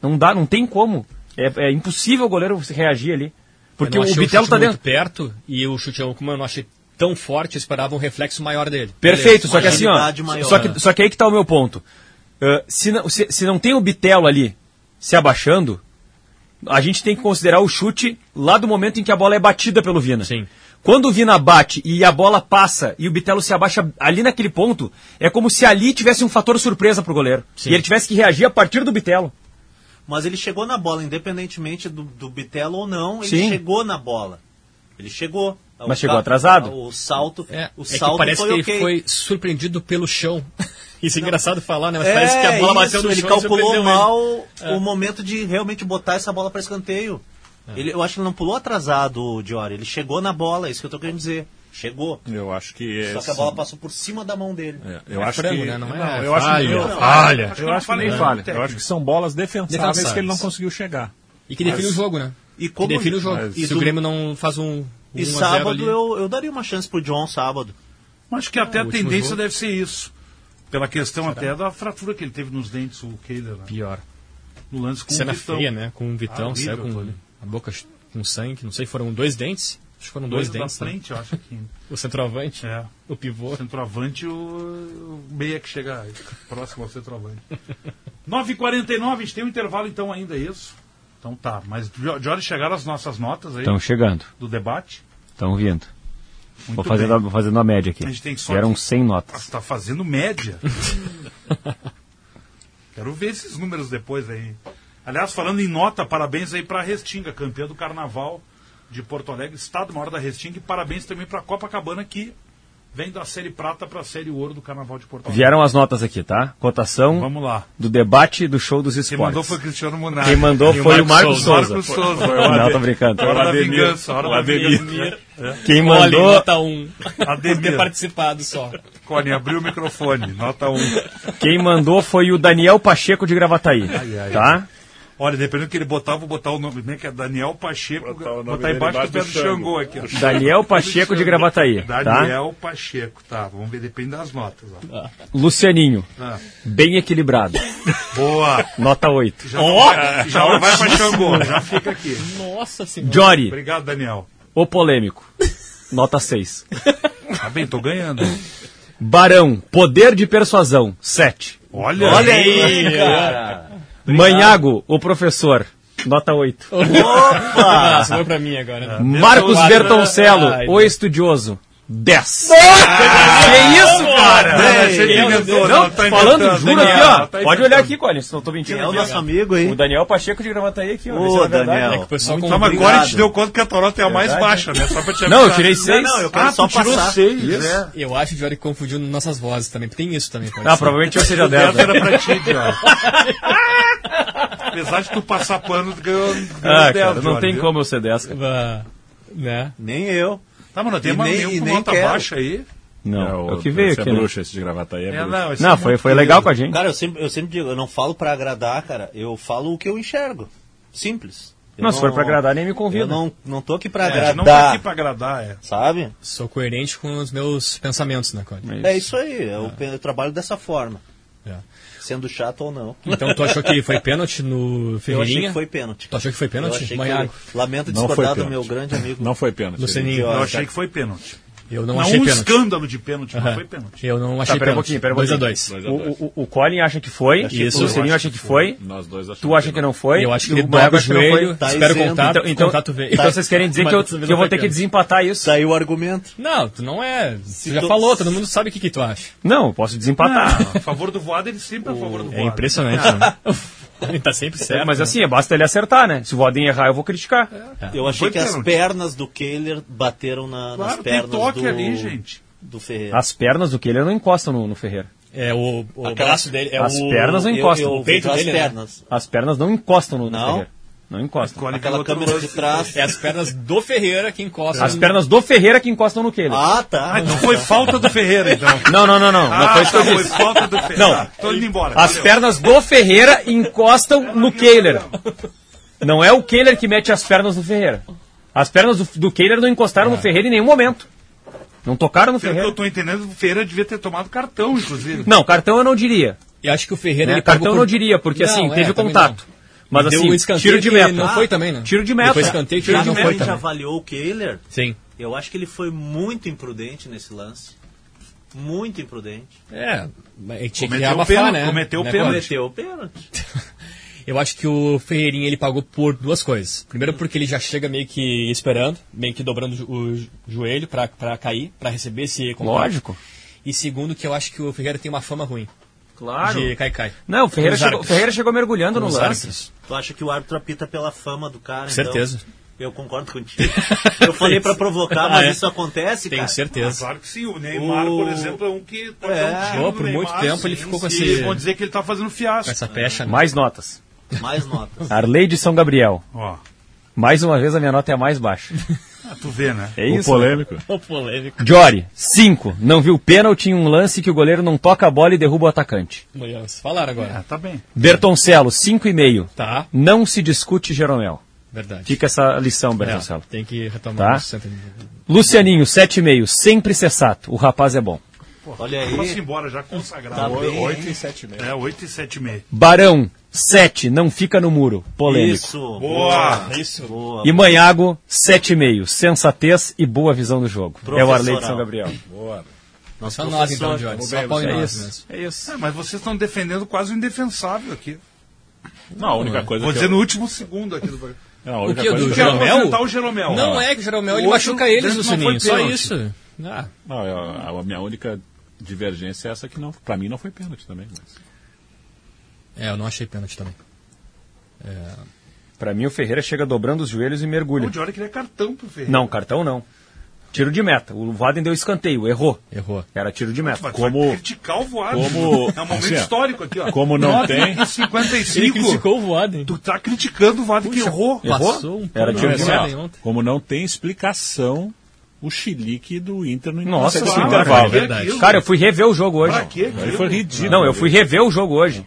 S2: Não dá, não tem como. É, é impossível o goleiro reagir ali. Porque
S9: Eu
S2: o
S9: não achei
S2: Bitelo
S9: chute
S2: tá
S9: muito
S2: dentro.
S9: perto e o chute, como eu não achei tão forte, eu esperava um reflexo maior dele. Beleza.
S2: Perfeito, só que assim,
S9: Agilidade
S2: ó.
S9: maior.
S2: Só que, só que aí que tá o meu ponto. Ah, se, não, se, se não tem o Bitelo ali se abaixando, a gente tem que considerar o chute lá do momento em que a bola é batida pelo Vina. Sim. Quando o Vina bate e a bola passa e o Bitelo se abaixa ali naquele ponto, é como se ali tivesse um fator surpresa pro goleiro. E ele tivesse que reagir a partir do Bitelo.
S10: Mas ele chegou na bola, independentemente do, do Bitelo ou não, ele
S2: Sim.
S10: chegou na bola. Ele chegou.
S2: Mas chegou atrasado.
S10: O salto, o
S9: É que
S10: salto
S9: parece
S10: foi
S9: que ele
S10: ok.
S9: foi surpreendido pelo chão. *laughs* Isso é engraçado falar, né? Mas
S10: É,
S9: parece que a bola bateu
S10: isso,
S9: no
S10: ele
S9: chão e
S10: calculou
S9: surpreendeu ele.
S10: mal
S9: É.
S10: o momento de realmente botar essa bola para escanteio.
S9: É.
S10: Ele, eu acho que ele não pulou atrasado, o Diori. Ele chegou na bola, é isso que eu tô querendo dizer. Chegou.
S4: Eu acho que é.
S10: Só que a bola passou por cima da mão dele.
S9: É
S4: Eu acho que
S9: né?
S10: eu acho que-
S4: eu-
S10: não,
S4: falha.
S10: eu acho que
S4: nem
S10: não.
S4: falha. Eu
S10: Técnico.
S4: acho que são bolas defensáveis
S9: Defensáveis.
S4: que ele não conseguiu chegar.
S9: E que define
S4: Mas-
S9: o jogo, né?
S10: E como-
S9: que define o jogo.
S10: Mas-
S9: Se
S10: e
S9: o
S10: do-
S9: Grêmio não faz um. um
S10: E
S9: a zero ali.
S10: sábado eu, eu daria uma chance pro John sábado.
S3: Acho que até a
S10: O último
S3: tendência
S10: jogo.
S3: deve ser isso. Pela questão até da fratura que ele teve nos dentes, o Keiler. Né?
S9: Pior.
S3: No lance com
S9: Cena
S3: o Vitão.
S9: feia, né? Com o Vitão,
S3: Ah,
S9: saiu
S3: horrível,
S9: com
S3: Tony.
S9: a boca ch- com sangue. Não sei, foram dois dentes? Acho que foram dois,
S3: da
S9: dentes. né?
S3: frente, eu acho que.
S9: *laughs* O centroavante,
S3: É.
S9: o pivô.
S3: O centroavante, o, o meia que chega próximo ao centroavante. *laughs* 9h49, a gente tem um intervalo então ainda, é isso? Então tá, mas Jorge, chegaram as nossas notas aí
S2: Estão chegando.
S3: do debate.
S2: Estão vindo. Então, Vou fazendo, a- vou fazendo a média aqui.
S3: A gente tem que só
S2: Eram
S3: que-
S2: 100 notas.
S3: Você tá fazendo média. *laughs* Quero ver esses números depois aí. Aliás, falando em nota, parabéns aí pra Restinga, campeã do Carnaval de Porto Alegre, estado maior da Restinga, e parabéns também pra Copacabana, que vem da Série Prata pra Série Ouro do Carnaval de Porto Alegre.
S2: Vieram as notas aqui, tá? Cotação
S3: Vamos lá.
S2: do debate do show dos esportes.
S3: Quem mandou foi o Cristiano Munari.
S2: Quem mandou
S3: E
S2: foi o Marcos Souza.
S3: Marcos Souza.
S2: Não, tô brincando.
S3: Hora da vingança. Hora
S9: O
S3: da
S9: Ademir.
S3: vingança. É.
S2: Quem
S9: Olha,
S2: mandou-
S9: nota 1. Por
S3: Ademir.
S9: ter participado só.
S3: Cone, abriu o microfone. Nota 1.
S2: Quem mandou foi o Daniel Pacheco de Gravataí,
S3: Ai, ai.
S2: tá?
S3: Olha, dependendo do que ele botar, eu vou botar o nome, né? Que é Daniel Pacheco. Botar,
S2: nome dele
S3: embaixo do pé do
S2: embaixo do
S3: Xangô,
S2: Xangô.
S3: aqui. ó.
S2: Daniel Pacheco de Gravataí, tá?
S3: Daniel Pacheco, tá. Vamos ver, depende das notas. Ó.
S2: Lucianinho,
S3: Ah.
S2: bem equilibrado.
S3: Boa!
S2: Nota 8.
S3: Já, não vai, já não vai pra Xangô, já fica aqui.
S9: Nossa senhora.
S2: Jory.
S3: Obrigado, Daniel.
S2: O polêmico, nota 6.
S3: Tá bem, tô ganhando.
S2: Barão, poder de persuasão, 7.
S3: Olha,
S2: Manhago, o professor, nota 8.
S9: Opa! Sobrou pra mim agora.
S2: *laughs* É. Marcos
S9: Quatro.
S2: Bertoncello,
S9: Ai,
S2: o estudioso, 10.
S9: que
S2: isso, cara? Não,
S3: tá
S2: falando,
S3: inventando,
S2: juro
S3: Daniel,
S2: aqui, ó.
S3: tá
S2: Pode olhar aqui, Colin, se não tô mentindo.
S3: Quem é o
S2: aqui,
S3: nosso
S2: ó.
S3: amigo aí?
S2: O Daniel Pacheco de Gravataí aqui, ó.
S3: Ô,
S2: Vê se é verdade,
S3: Daniel.
S2: né, que o pessoal
S3: Muito
S2: confunde.
S3: mas agora a gente deu conta que a Toronto é a mais
S9: Verdade,
S3: baixa, né? Só pra te
S2: Não, eu
S3: avisar.
S2: tirei seis.
S9: Não, não, eu quero
S3: ah,
S9: só
S3: tu tirou
S9: passar.
S3: seis,
S9: Isso.
S3: né?
S9: Eu acho, Jory, que confundiu nossas vozes também. porque Tem isso também. pode
S2: É. Ah,
S9: ser.
S2: provavelmente eu seja dez,
S3: Essa era
S2: né?
S3: pra ti, Diogo. *laughs*
S2: *laughs*
S3: Apesar de tu passar pano, tu ganhou, ganhou
S2: Ah,
S3: dez,
S2: cara, não
S3: Jorge,
S2: tem
S3: viu?
S2: como eu ser 10, cara.
S9: Né?
S3: Nem eu. Tá, mano, tem
S9: E
S3: uma
S9: nem-
S3: nem,
S9: e
S3: com
S9: nem
S3: nota
S9: quero. Um
S3: baixa aí.
S2: Não,
S4: É,
S2: é
S4: o-
S2: o, que veio
S4: esse é
S2: aqui.
S4: bruxo, esse de
S10: tá
S4: gravata aí é
S3: É,
S4: bruxo.
S3: não, esse
S2: Não, foi- foi legal com a gente.
S10: Cara, eu sempre, eu sempre digo, eu não falo pra agradar, cara. Eu falo o que eu enxergo. Simples. Eu
S2: Mas se for pra agradar, nem me convida.
S10: Eu não, não tô aqui pra
S9: É,
S10: agradar.
S9: não tá aqui
S3: pra agradar, é.
S10: Sabe?
S9: Sou coerente com os meus pensamentos, né, Cody?
S10: É isso aí. Eu, pe- eu trabalho dessa forma. Sendo chato ou não.
S9: É. Então tu achou que foi pênalti no
S10: Eu achei
S9: Ferreirinha?
S10: que foi pênalti.
S9: Tu achou que foi
S10: Eu
S9: pênalti? ah,
S10: achei que-
S9: Manhago.
S10: Lamento
S9: Não foi
S10: discordar do
S9: pênalti.
S10: meu grande amigo.
S4: Não foi pênalti.
S9: Lucianinho.
S10: Idiota.
S3: Eu achei que foi pênalti.
S9: Eu não achei
S3: um
S9: pênalti.
S3: escândalo de pênalti, mas
S9: Aham.
S3: foi pênalti.
S9: Eu não achei
S2: tá, pera um
S9: pênalti.
S2: pouquinho, pera um
S9: Dois a
S2: pouquinho.
S9: dois. Dois a dois.
S2: O, o, o Colin acha que
S9: Achei
S2: foi, o
S9: que foi. Eu
S2: Lucininho acha
S9: acho que
S2: que foi,
S9: foi. Nós
S4: dois achamos
S2: tu acha que não foi,
S9: Eu acho que
S2: e
S9: ele
S2: o Mago
S9: dobra o
S2: acha que não
S9: joelho,
S2: foi.
S9: Tá espera o isento. contato,
S2: então, então,
S9: contato veio.
S2: então
S9: Tá-
S2: vocês querem dizer
S9: mas
S2: que eu,
S9: dessa vez
S2: que eu
S9: não
S2: vou
S9: foi
S2: ter que
S9: pênalti.
S2: desempatar isso?
S10: Saiu o argumento.
S9: Não, tu não é. Tu já
S10: tu-
S9: falou, todo mundo sabe o que, que tu acha. Ah,
S2: Não, eu posso *laughs* desempatar.
S3: A favor do voado, ele sempre é a favor do voado.
S9: É impressionante, né? *laughs* Ele tá sempre certo.
S2: Mas
S9: né?
S2: assim, basta ele acertar, né? Se o Voden errar, eu vou criticar.
S9: É.
S10: Eu achei
S2: Foi
S10: que as
S2: pênalti.
S10: pernas do Kehler bateram na, nas
S3: Claro, tem
S10: pernas
S3: toque
S10: do,
S3: ali, gente.
S10: do Ferreira.
S2: As pernas do Keller não encostam no, no Ferreira.
S9: É o, o
S10: Aquela-
S9: braço dele. É
S2: as
S9: o,
S2: pernas não
S10: eu-
S2: encostam.
S10: eu
S2: no
S10: vi as
S2: né?
S10: pernas.
S2: As pernas não encostam no, no
S10: Não.
S2: Ferreira. Não encostam.
S10: Aquela câmera de trás.
S9: É as pernas do Ferreira que encostam.
S2: As pernas do Ferreira que encostam no Keller.
S10: Ah, tá.
S3: Ah, então foi falta do Ferreira, então.
S2: *laughs* Não, não, não, não. não
S3: Ah,
S2: foi isso que eu
S3: tá, foi
S2: disse.
S3: falta do Ferreira.
S2: Não.
S3: Tá, tô indo embora.
S2: As
S3: valeu.
S2: pernas do Ferreira encostam no Kehler. Não é o Kehler que mete as pernas no Ferreira. As pernas do, do Kehler não encostaram no Ferreira em nenhum momento. Não tocaram no
S3: É. Pelo que
S2: Ferreira.
S3: eu tô entendendo, o Ferreira devia ter tomado cartão, inclusive.
S2: Não, cartão eu não diria.
S9: E acho que o Ferreira.
S2: né?
S9: Ele
S2: Cartão eu
S9: pagou por-
S2: não diria, porque
S9: Não,
S2: assim,
S9: é,
S2: teve o
S9: também
S2: contato.
S9: não.
S2: Mas
S10: um
S9: Deu
S2: assim,
S9: o escanteio
S2: tiro de
S9: que
S2: meta.
S9: não foi também, né?
S2: Tiro de meta. Ah,
S9: Depois escanteio que
S10: Já
S9: já não foi
S10: já
S9: também.
S10: avaliou o Kehler.
S9: Sim.
S10: Eu acho que ele foi muito imprudente nesse lance. Muito imprudente.
S9: É, mas ele tinha que
S10: Cometeu o
S9: abafar,
S10: pênalti,
S9: né?
S10: cometeu o
S9: né,
S10: pênalti.
S9: Conde?
S10: Cometeu o pênalti. *laughs*
S9: Eu acho que o Ferreirinha ele pagou por duas coisas. Primeiro porque ele já chega meio que esperando, meio que dobrando jo- o jo- joelho pra, pra cair, pra receber esse contato.
S2: Lógico.
S9: E segundo que eu acho que o Ferreira tem uma fama ruim.
S2: Claro.
S9: De cai-cai.
S2: Não, o Ferreira
S9: Os
S2: chegou, o
S9: árbitros.
S2: Ferreira chegou mergulhando
S9: Com
S2: no
S9: os
S2: lance.
S9: árbitros.
S10: Tu acha que o árbitro apita pela fama do cara? então?
S9: Certeza.
S10: Eu concordo contigo. Eu falei pra
S9: *laughs*
S10: provocar, mas
S9: Ah, é.
S10: isso acontece,
S9: Tenho
S10: cara.
S9: certeza.
S3: Ah, Claro que sim, o Neymar,
S10: O-
S3: por exemplo, é um que pode
S10: É.
S3: dar um tiro
S9: Pô,
S3: no
S9: por muito
S3: Neymar,
S9: tempo ele
S3: sim,
S9: ficou com
S3: sim,
S9: esse-
S3: eles vão dizer que ele tá fazendo fiasco.
S9: Com essa pecha. né?
S2: Mais notas.
S10: Mais notas.
S2: Arley de São Gabriel.
S3: Ó,
S2: Mais uma vez a minha nota é a mais baixa.
S3: ah, tu vê, né?
S2: É isso.
S4: O
S2: né?
S4: polêmico.
S9: Ô, polêmico.
S2: Jory, 5. Não viu pênalti em um lance que o goleiro não toca a bola e derruba o atacante.
S9: Mulheres, falaram agora.
S2: É,
S3: Ah, tá bem.
S2: Bertoncello, 5,5.
S9: Tá,
S2: Não se discute Jeromel.
S9: verdade.
S2: Fica essa lição,
S9: É,
S2: Bertoncello.
S9: tem que retomar
S2: Tá?
S9: o centro.
S2: Lucianinho, 7,5. Sempre cessato. O rapaz é bom.
S10: Olha aí.
S3: Posso ir embora, já consagrado.
S10: Tá bem, hein?
S3: e 7 meia. É, 8 e 7 meia.
S2: Barão, 7. Não fica no muro. Polêmico.
S10: Isso.
S3: Boa!
S9: Isso.
S10: Boa.
S2: E Manhago, 7,5. Sensatez e boa visão do jogo. É o Arley de São Gabriel.
S10: Nós
S9: Só nós então, Jorge. Só pau em
S2: é
S9: nós
S2: isso.
S9: mesmo.
S2: É isso.
S3: Ah, mas vocês estão defendendo quase o indefensável aqui.
S4: Não, a única coisa
S3: Vou
S4: que
S3: dizer
S4: eu...
S3: no último segundo aqui do programa.
S4: Não, É, a única
S9: O quê,
S4: coisa
S9: do
S4: que eu-
S3: Quero
S9: Jeromel?
S3: apresentar é o Jeromel.
S9: Não é que o Jeromel ele
S3: Outro
S9: machuca eles,
S3: dentro não
S9: Lucininho.
S3: foi
S9: Só
S3: pênalti.
S9: isso.
S2: Ah.
S4: Não, eu- a, a minha única divergência é essa que não, para mim não foi pênalti também. Mas...
S9: É, eu não achei pênalti também. É,
S2: Pra mim, o Ferreira chega dobrando os joelhos e mergulha.
S3: O Jory queria cartão pro Ferreira.
S2: Não, cartão não. Tiro de meta. O Vaden deu escanteio, errou.
S9: Errou.
S2: Era tiro de meta.
S3: Como... Criticar o Voaden.
S2: Como-
S3: É um momento
S2: assim, ó,
S3: histórico aqui, ó.
S2: como não
S3: Nove
S2: tem-
S3: e 55.
S4: Ele criticou
S9: o Voaden.
S3: Tu tá criticando o Voaden que errou.
S2: um
S4: Era assim,
S3: tiro de meta.
S4: Como não tem explicação o chilique do Inter no
S2: Nossa
S4: no
S2: senhora,
S4: intervalo.
S2: é verdade. Cara, eu fui rever o jogo hoje.
S4: Pra quê aquilo?
S2: Ele foi
S4: é ridículo.
S2: Não, eu fui rever o jogo hoje.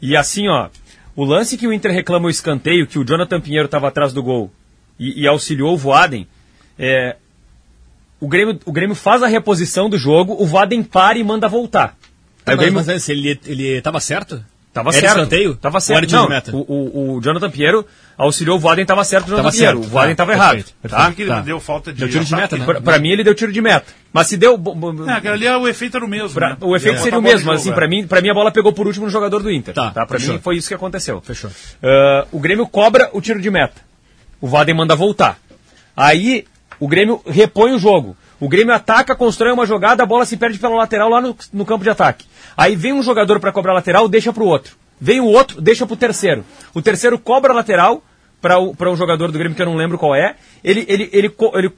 S2: E assim, ó, o lance que o Inter reclama o escanteio, que o Jonathan Pinheiro estava atrás do gol e, e auxiliou o Voaden, é, o, Grêmio, o Grêmio faz a reposição do jogo, o Voaden para e manda voltar. Aí
S9: Tá, Mas,
S2: o Grêmio
S9: mas antes, ele, ele tava certo?
S2: Tava
S9: Era
S2: certo.
S9: escanteio? Ou
S2: Tava
S9: era
S2: certo.
S9: tiro de
S2: Não,
S9: meta?
S2: O, o, o Jonathan Piero auxiliou o Voaden, tava certo o Jonathan
S9: Tava
S2: Piero.
S9: certo.
S2: O Voaden
S9: Tá,
S2: tava errado.
S9: perfeito.
S2: Tá?
S9: Porque
S3: ele
S2: Tá.
S3: deu falta de
S2: Deu tiro de
S3: ataque,
S2: meta, né?
S3: né?
S2: Pra, pra mim ele deu tiro de meta. Mas se deu. bo- bo-
S3: É, aquele ali, o efeito era o mesmo.
S2: pra-
S3: né?
S2: o efeito
S3: Ia
S2: seria
S3: botar
S2: o
S3: bola de
S2: mesmo, mas assim,
S3: jogo,
S2: pra
S3: é.
S2: mim, pra mim a bola pegou por último no jogador do Inter. Tá, pra
S9: fechou.
S2: mim foi isso que aconteceu. Fechou. o Grêmio cobra o tiro de meta. O Vaden manda voltar. Aí o Grêmio repõe o jogo. O Grêmio ataca, constrói uma jogada, a bola se perde pela lateral lá no, no campo de ataque. Aí vem um jogador pra cobrar a lateral, deixa pro outro. Vem o outro, deixa pro terceiro. O terceiro cobra a lateral para o, pra um jogador do Grêmio que eu não lembro qual é. Ele, ele, ele, co- ele,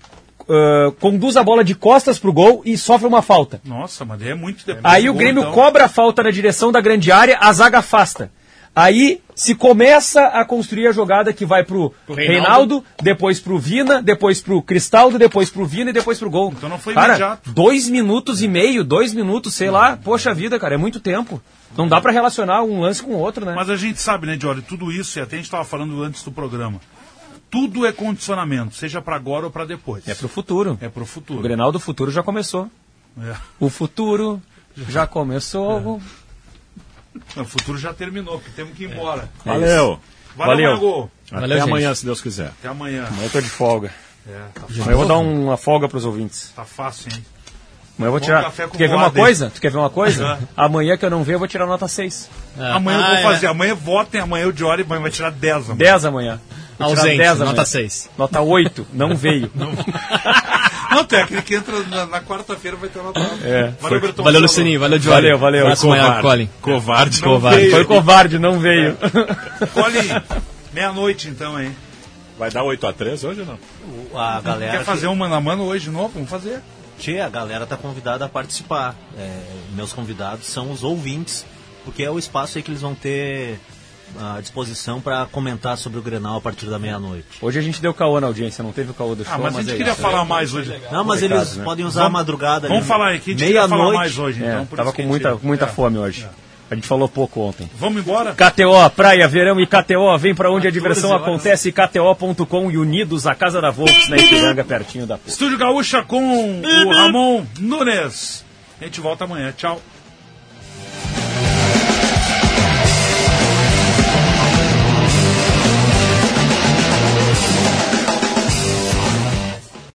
S2: ah, conduz a bola de costas pro gol e sofre uma falta.
S3: Nossa, mas daí é muito depois.
S2: Aí
S3: do
S2: o
S3: gol,
S2: Grêmio
S3: então.
S2: cobra a falta na direção da grande área, a zaga afasta. Aí se começa a construir a jogada que vai pro,
S3: Pro
S2: Reinaldo,
S3: Reinaldo.
S2: depois pro Vina, depois pro Cristaldo, depois pro Vina e depois pro gol. Então
S3: não foi
S2: cara,
S3: imediato.
S2: Dois minutos e meio, dois minutos, sei lá. Poxa vida, cara, é muito tempo. Não dá pra relacionar um lance com o outro, né?
S3: Mas a gente sabe, né, Diori, tudo isso, e até a gente estava falando antes do programa, tudo é condicionamento, seja para agora ou para depois. É para
S2: o futuro.
S3: É para o
S2: O
S3: futuro.
S2: Grenal do futuro já começou.
S3: É.
S2: O futuro já começou.
S3: O futuro já terminou, porque temos que ir embora.
S2: É. Valeu.
S3: É isso. Valeu, Margot.
S4: Até amanhã, se Deus quiser.
S3: Até amanhã.
S2: Amanhã eu tô de folga.
S3: É, tá
S2: Amanhã eu vou dar um- uma folga pros ouvintes.
S3: Tá fácil, hein?
S2: Mas eu vou
S3: Bom
S2: tirar.
S3: café
S2: Tu
S3: com
S2: quer ver uma
S3: moada, hein?
S2: coisa? Tu quer ver uma coisa? Amanhã que eu não ver, eu vou tirar nota 6.
S3: Amanhã eu vou fazer, amanhã votem, amanhã o Diori amanhã vai tirar 10 amanhã.
S2: 10 amanhã. Vou tirar
S3: Ausente,
S2: 10
S3: nota seis.
S2: Nota 8, não
S3: *laughs*
S2: veio.
S3: Não, tu é aquele que entra na, na quarta-feira vai ter uma
S2: É.
S3: Valeu,
S2: Foi- valeu,
S3: Bertão. Falou.
S2: Lucininho, valeu, Diori. Valeu, valeu.
S9: Vai acompanhar o Colin.
S4: Covarde.
S9: Não Covarde. veio.
S2: Foi covarde, não veio.
S3: É. Colin, meia-noite então, hein?
S4: Vai dar 8x3 hoje ou não?
S10: Ah, A galera
S3: Quer fazer
S10: que-
S3: um mano a mano hoje de novo? Vamos fazer.
S10: Tchê, a galera tá convidada a participar. É, meus convidados são os ouvintes, porque é o espaço aí que eles vão ter à disposição para comentar sobre o Grenal a partir da meia-noite.
S2: *laughs* Hoje a gente deu caô na audiência, não teve o caô do show.
S10: Ah, mas a gente
S2: é
S10: queria
S2: isso.
S10: falar mais hoje. Não, mas
S2: Complicado, né?
S10: eles podem usar a madrugada ali.
S2: Vamos
S10: falar aí, que a gente queria falar
S2: Meia-noite.
S10: mais hoje,
S2: É,
S10: então, por
S2: tava
S10: isso que
S2: com
S10: a
S2: muita,
S10: gente-
S2: muita
S10: é.
S2: fome hoje. A gente falou pouco ontem.
S3: Vamos embora?
S2: KTO, praia, verão e KTO, vem pra onde a diversão
S3: 14
S2: acontece, KTO.com e unidos à Casa da Volks na Ipiranga, pertinho da
S3: Estúdio Gaúcha com o Ramon Nunes. A gente volta amanhã. Tchau.